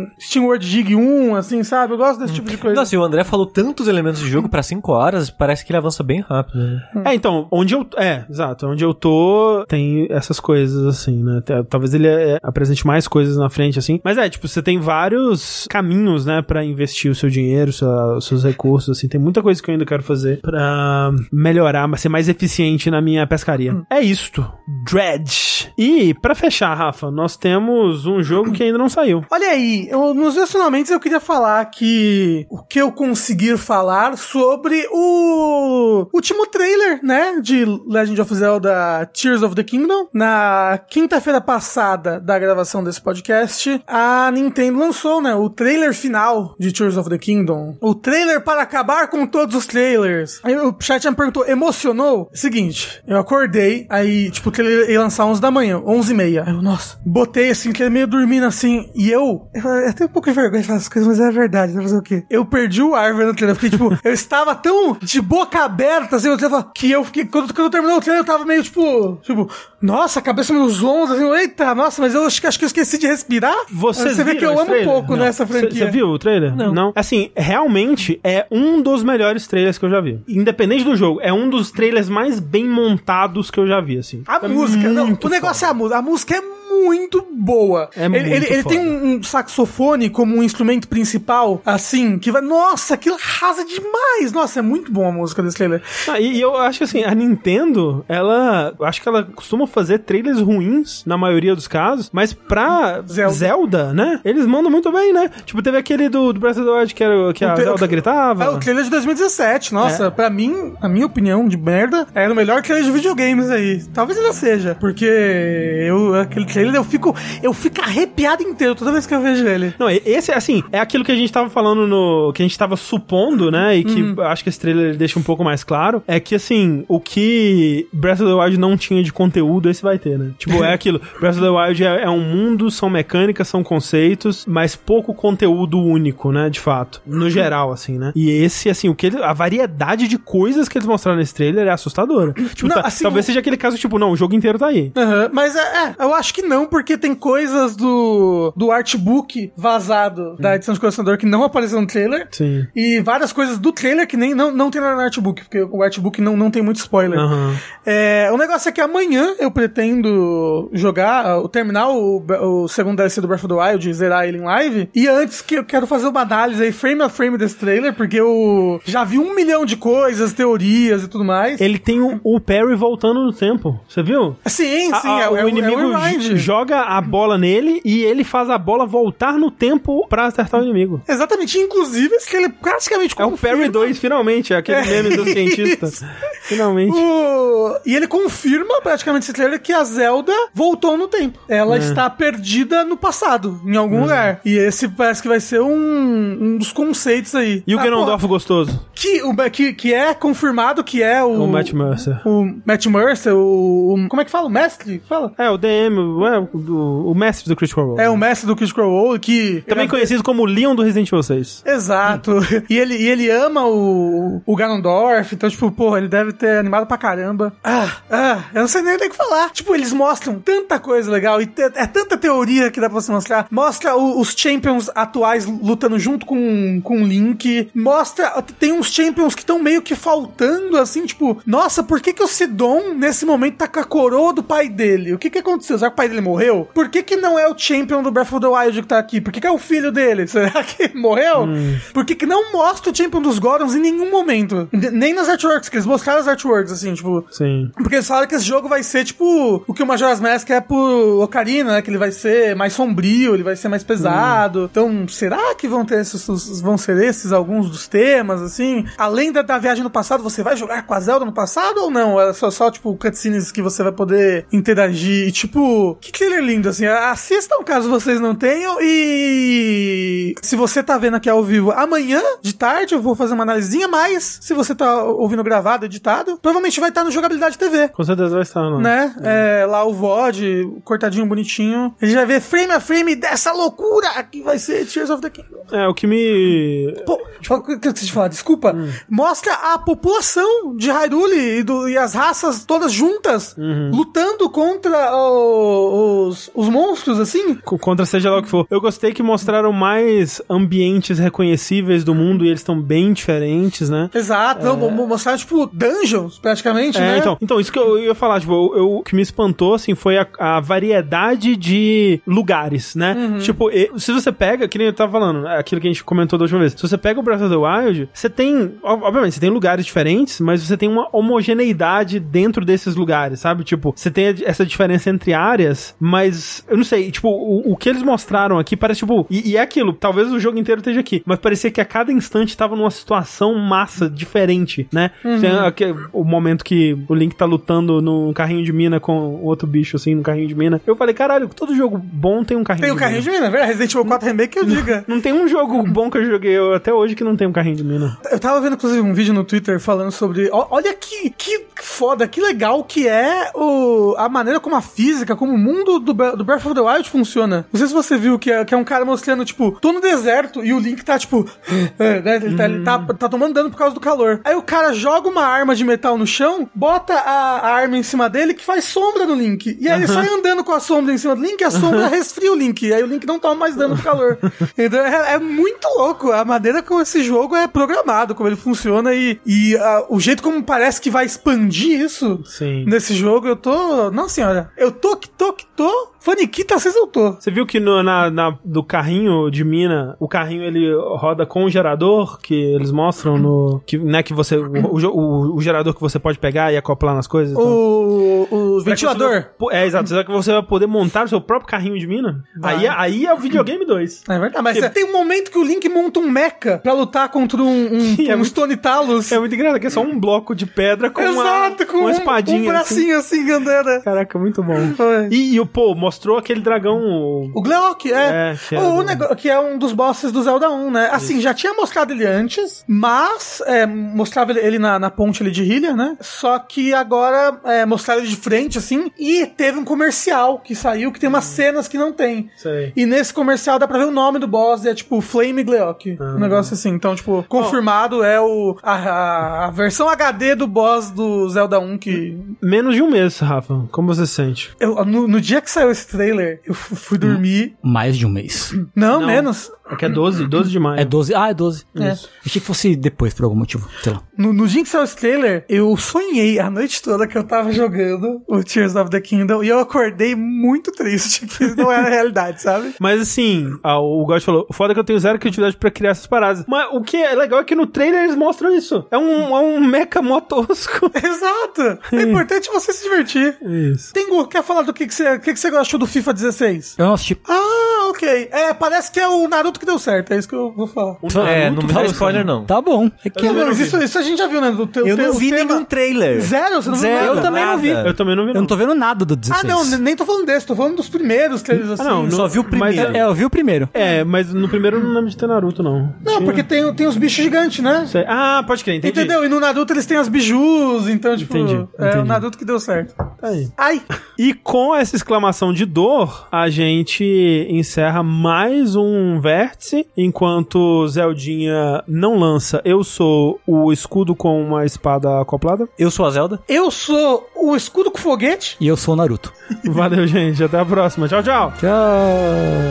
Speaker 3: um SteamWorld Dig 1, assim, sabe? Eu
Speaker 1: Hum.
Speaker 3: gosto desse tipo de coisa.
Speaker 2: Nossa, e o André falou tantos elementos de jogo pra 5 horas, parece que ele avança bem rápido. né?
Speaker 1: É, então, onde eu. É, exato. Onde eu tô, tem essas coisas, assim, né? Te- Talvez ele é, apresente mais coisas na frente, assim. Mas é, tipo, você tem vários caminhos, né, pra investir o seu dinheiro, sua- os seus recursos, assim. Tem muita coisa que eu ainda quero fazer pra melhorar, mas ser mais eficiente na minha pescaria. É isto. Dredge. E, pra fechar, Rafa, nós temos um jogo que ainda não saiu.
Speaker 3: Olha aí, eu, nos relacionamentos eu queria falar que o que eu conseguir falar sobre o último trailer, né, de Legend of Zelda Tears of the Kingdom. Na quinta-feira passada da gravação desse podcast, a Nintendo lançou, né, o trailer final de Tears of the Kingdom. O trailer para acabar com todos os trailers. Aí o chat me perguntou, emocionou? Seguinte, eu acordei, aí, tipo, que ele ia lançar 11 da manhã, 11 e meia. Aí eu, nossa, botei assim, que ele meio dormindo assim, e eu, eu eu tenho um pouco de vergonha de falar essas coisas, mas é verdade, né? Fazer o quê? Eu perdi o ar vendo o trailer, porque, tipo, eu estava tão de boca aberta, assim, eu tava, que eu fiquei, quando, quando terminou o trailer, eu tava meio, tipo, tipo, nossa, a cabeça nos 11, assim, eita, nossa, mas eu acho que, acho que eu esqueci de respirar.
Speaker 1: Você,
Speaker 3: Você vê que eu amo um pouco nessa franquia.
Speaker 1: Você viu o trailer? Não. Assim, realmente é um dos melhores trailers que eu já vi. Independente do jogo, é um dos trailers mais bem montados que eu já vi, assim.
Speaker 3: A
Speaker 1: É
Speaker 3: música, não.
Speaker 1: muito
Speaker 3: O negócio é a música. A música é muito boa.
Speaker 1: É
Speaker 3: ele,
Speaker 1: muito
Speaker 3: ele, ele
Speaker 1: foda.
Speaker 3: tem um um saxofone como um instrumento principal, assim, que vai. Nossa, aquilo arrasa demais! Nossa, é muito bom a música desse trailer.
Speaker 1: Ah, e, e eu acho que assim, a Nintendo, ela. eu Acho que ela costuma fazer trailers ruins, na maioria dos casos, mas pra
Speaker 3: Zelda.
Speaker 1: Zelda, né? Eles mandam muito bem, né? Tipo, teve aquele do, do Breath of the Wild que, era, o- que a
Speaker 3: O tra-
Speaker 1: Zelda gritava.
Speaker 3: É o trailer de 2017, nossa,
Speaker 1: É.
Speaker 3: pra mim, a minha opinião de merda, era o melhor trailer de videogames aí. Talvez ainda seja, porque eu, aquele trailer eu fico, eu fico arrepiado inteiro toda vez que eu vejo ele.
Speaker 1: Não, e- esse, assim, é aquilo que a gente tava falando no. que a gente tava supondo, né? E que
Speaker 3: Uhum.
Speaker 1: eu acho que esse trailer ele deixa um pouco mais claro. É que, assim, o que Breath of the Wild não tinha de conteúdo, esse vai ter, né? Tipo, é aquilo. Breath of the Wild é, é um mundo, são mecânicas, são conceitos, mas pouco conteúdo único, né? De fato. No geral, assim, né? E esse, assim, o que ele- a variedade de coisas que eles mostraram nesse trailer é assustadora. Tipo,
Speaker 3: Não,
Speaker 1: ta-
Speaker 3: assim,
Speaker 1: talvez
Speaker 3: o-
Speaker 1: seja aquele caso, tipo, não, o jogo inteiro tá aí.
Speaker 3: Aham, mas é, é, eu acho que não, porque tem coisas do, do artbook vazado
Speaker 1: Hum.
Speaker 3: da edição de colecionador que não apareceu no trailer.
Speaker 1: Sim.
Speaker 3: E várias coisas do trailer que nem não, não tem no artbook, porque o artbook não, não tem muito spoiler.
Speaker 1: Aham.
Speaker 3: É, o negócio é que amanhã eu pretendo jogar, uh, terminar o, o segundo DLC do Breath of the Wild, e zerar ele em live. E antes que eu quero fazer uma análise aí, frame a frame desse trailer, porque eu já vi um milhão de coisas, teorias e tudo mais.
Speaker 1: Ele tem o, o Perry voltando no tempo. Você viu?
Speaker 3: Sim,
Speaker 1: A-
Speaker 3: sim,
Speaker 1: a-
Speaker 3: é,
Speaker 1: o inimigo
Speaker 3: rewind.
Speaker 1: j- joga a bola nele e ele faz a bola voltar no tempo pra acertar o inimigo.
Speaker 3: Exatamente, inclusive esse que ele praticamente
Speaker 1: É o Perry 2, finalmente, é aquele
Speaker 3: É
Speaker 1: meme do cientista.
Speaker 3: isso.
Speaker 1: Finalmente.
Speaker 3: O- E ele confirma praticamente esse trailer que a Zelda voltou no tempo. Ela
Speaker 1: É.
Speaker 3: está perdida no passado, em
Speaker 1: Uhum.
Speaker 3: algum lugar. E esse parece que vai ser um, um dos conceitos aí.
Speaker 1: E o
Speaker 3: Ah,
Speaker 1: Ganondorf gostoso?
Speaker 3: pô, Que, o- que, que é confirmado que é o.
Speaker 1: O Matt Mercer.
Speaker 3: O Matt Mercer, o, o- Como é que fala? O mestre? Fala.
Speaker 1: É, o DM, o, é, o, do- o mestre do Critical Role.
Speaker 3: É o mestre do Kid Crow que.
Speaker 1: Também
Speaker 3: ele-
Speaker 1: conhecido como Leon do Resident Evil 6.
Speaker 3: Exato. E ele, e ele ama o, o Ganondorf, então, tipo, porra, ele deve ter animado pra caramba. Ah, ah, eu não sei nem nem o que falar. Tipo, eles mostram tanta coisa legal e te- é tanta teoria que dá pra você mostrar. Mostra o- os champions atuais lutando junto com, com o Link. Mostra, tem uns champions que estão meio que faltando, assim, tipo, nossa, por que que o Sidon, nesse momento, tá com a coroa do pai dele? O que que aconteceu? Será que o pai dele morreu? Por que que não é o champion do Breath of the Wild que tá aqui? Por que que é o filho dele? Será que morreu? Por que que não mostra o champion dos Gorons em nenhum momento? N- Nem nas artworks, que eles mostraram as artworks, assim, tipo...
Speaker 1: Sim.
Speaker 3: Porque eles falaram que esse jogo vai ser, tipo, o que o Majora's Mask é pro Ocarina, né? Que ele vai ser mais sombrio, ele vai ser mais pesado. Então, será que vão ter esses, os- vão ser esses alguns dos temas, assim? Além da, da viagem no passado, você vai jogar com a Zelda no passado ou não? É só, só tipo, cutscenes que você vai poder interagir. E, tipo, que trailer lindo, assim. Assistam caso vocês não tenham e... Se você tá vendo aqui ao vivo amanhã, de tarde, eu vou fazer uma analisinha, mas se você tá ouvindo gravado, editado, citado, provavelmente vai estar no Jogabilidade TV.
Speaker 1: Com certeza vai estar, não.
Speaker 3: Né? É, lá o VOD, o cortadinho bonitinho. A gente vai ver frame a frame dessa loucura que vai ser Tears of the Kingdom.
Speaker 1: É, o que me.
Speaker 3: Pô, o que eu preciso te falar, desculpa.
Speaker 1: Hum.
Speaker 3: Mostra a população de Hyrule e, do- e as raças todas juntas
Speaker 1: Uhum.
Speaker 3: lutando contra o- os, os monstros, assim.
Speaker 1: co- Contra seja lá o que for. Eu gostei que mostraram mais ambientes reconhecíveis do mundo e eles estão bem diferentes, né?
Speaker 3: Exato, não, mo- mostrar tipo dungeons, praticamente,
Speaker 1: É,
Speaker 3: né?
Speaker 1: então, então, isso que eu ia falar, tipo, eu, eu- o que me espantou, assim, foi a, a variedade de lugares, né? Tipo, e- se você pega, que nem eu tava falando, é, aquilo que a gente comentou da última vez, se você pega o Breath of the Wild, você tem, ob- obviamente, você tem lugares diferentes, mas você tem uma homogeneidade dentro desses lugares, sabe? Tipo, você tem essa diferença entre áreas, mas, eu não sei, tipo, o, o que eles mostraram aqui parece, tipo, e, e é aquilo, talvez o jogo inteiro esteja aqui, mas parecia que a cada instante tava numa situação massa, diferente, né?
Speaker 3: Uhum.
Speaker 1: Tem aque- o momento que o Link tá lutando num carrinho de mina com outro bicho, assim, num carrinho de mina. Eu falei, caralho, todo jogo bom tem um carrinho
Speaker 3: Tem o
Speaker 1: de
Speaker 3: carrinho de
Speaker 1: mina.
Speaker 3: mina, velho. Resident Evil 4 Remake, que eu diga.
Speaker 1: Não tem um jogo bom que eu joguei eu- até hoje que não tem um carrinho de mina.
Speaker 3: Eu tava vendo, inclusive, um vídeo no Twitter falando sobre. ó- Olha que, que foda, que legal que é o, a maneira como a física, como o mundo do, Be- do Breath of the Wild funciona. Não sei se você viu que é, que é um cara mostrando, tipo, tô no deserto e o Link tá, tipo. né? Ele, tá, ele tá, tá tomando dano por causa do calor. Aí o cara joga uma arma de metal no chão, bota a, a arma em cima dele que faz sombra no Link. E aí ele sai andando com a sombra em cima do Link e a sombra resfria o Link. E aí o Link não toma mais dano do calor. Então é, é muito louco a maneira como esse jogo é programado, como ele funciona e, e ah, o jeito como parece que vai expandir isso
Speaker 1: Sim.
Speaker 3: nesse jogo. Eu tô. Nossa senhora, eu tô que tô que tô. Faniquita, vocês eu tô.
Speaker 1: Você viu que no, na, na- do carrinho de mina, o carrinho ele roda com o gerador que eles mostram no. Que, né, que você. O, o jo- o- o gerador que você pode pegar e acoplar nas coisas. então.
Speaker 3: O, o ventilador.
Speaker 1: Pô, É, exato. Será que você vai poder montar o seu próprio carrinho de mina? Aí, aí é o videogame 2.
Speaker 3: É verdade, mas
Speaker 1: Porque-
Speaker 3: tem um momento que o Link monta um mecha pra lutar contra um, um,
Speaker 1: Sim, é
Speaker 3: um
Speaker 1: muito-
Speaker 3: Stone Talos.
Speaker 1: É muito engraçado, que é só um bloco de pedra com
Speaker 3: Exato,
Speaker 1: uma,
Speaker 3: com
Speaker 1: uma
Speaker 3: um-
Speaker 1: espadinha.
Speaker 3: Um
Speaker 1: assim.
Speaker 3: bracinho assim, Gandera.
Speaker 1: Caraca, muito bom.
Speaker 3: Foi.
Speaker 1: E, e o pô, mostrou aquele dragão. o-
Speaker 3: O Gleok, é.
Speaker 1: É, que é
Speaker 3: o
Speaker 1: do-
Speaker 3: nego- que é um dos bosses do Zelda 1, né? Assim, já tinha mostrado ele antes, mas é, mostrava ele- ele na, na ponte ali de Hylia, né? Só que agora é, mostraram ele de frente, assim, e teve um comercial que saiu que tem umas cenas que não tem.
Speaker 1: Sei.
Speaker 3: E nesse comercial dá pra ver o nome do boss, e é tipo Flame Gleok. Um negócio assim. Então, tipo, confirmado é o, a, a- a versão HD do boss do Zelda 1 que.
Speaker 1: Menos de um mês, Rafa. Como você se sente?
Speaker 3: Eu, no, no dia que saiu esse trailer, eu fu- fui dormir.
Speaker 4: Mais de um mês.
Speaker 3: Não,
Speaker 1: Não.
Speaker 3: menos.
Speaker 1: É que é 12, 12 de maio.
Speaker 4: É 12. Ah, é 12.
Speaker 3: É.
Speaker 4: Isso. Achei que fosse depois, por algum motivo. Sei lá.
Speaker 3: No, no dia que saiu esse trailer, eu sonhei a noite toda que eu tava jogando o Tears of the Kingdom e eu acordei muito triste, que não era a realidade, sabe?
Speaker 1: Mas assim, ah, o God falou, o foda é que eu tenho zero criatividade pra criar essas paradas. Mas o que é legal é que no trailer eles mostram isso. É um, é um mecha mó tosco.
Speaker 3: Exato! É importante você se divertir.
Speaker 1: Isso.
Speaker 3: Tengu, quer falar do que, que, você, o que, que você achou do FIFA 16?
Speaker 4: Eu não assisti.
Speaker 3: Ah, ok. É, parece que é o Naruto que deu certo, é isso que eu vou falar.
Speaker 1: Um
Speaker 2: É, não me dá
Speaker 4: fala
Speaker 2: spoiler, não.
Speaker 4: Tá bom. É que
Speaker 3: Não, mas isso, isso a gente já viu, né? Do teu,
Speaker 2: Eu
Speaker 3: teu
Speaker 2: não vi
Speaker 3: tema.
Speaker 2: nenhum trailer.
Speaker 3: Zero? Você não viu
Speaker 2: Zero.
Speaker 3: nada?
Speaker 4: Eu também não vi.
Speaker 1: Eu também não vi,
Speaker 4: Eu não tô vendo nada do 16.
Speaker 3: Ah, não, nem tô falando desse, tô falando dos primeiros trailers assim.
Speaker 1: Ah, não,
Speaker 2: Só vi o
Speaker 1: mas-
Speaker 2: primeiro.
Speaker 4: É, eu vi o primeiro.
Speaker 1: É, mas no primeiro eu não lembro de ter Naruto, não.
Speaker 3: Não, porque tem, tem os bichos gigantes, né?
Speaker 1: Sei. Ah, pode crer, entendi.
Speaker 3: Entendeu? E no Naruto eles têm as bijus, então, tipo,
Speaker 1: Entendi,
Speaker 3: é o
Speaker 1: entendi.
Speaker 3: Naruto que deu certo.
Speaker 1: Tá aí.
Speaker 3: Ai,
Speaker 1: E com essa exclamação de dor, a gente encerra mais um vértice. Enquanto Zeldinha não lança, eu sou o escudo com uma espada acoplada.
Speaker 2: Eu sou a Zelda.
Speaker 3: eu sou o escudo com foguete.
Speaker 4: E eu sou o Naruto.
Speaker 1: Valeu, gente. Até a próxima. Tchau, tchau.
Speaker 4: Tchau.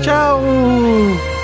Speaker 3: Tchau!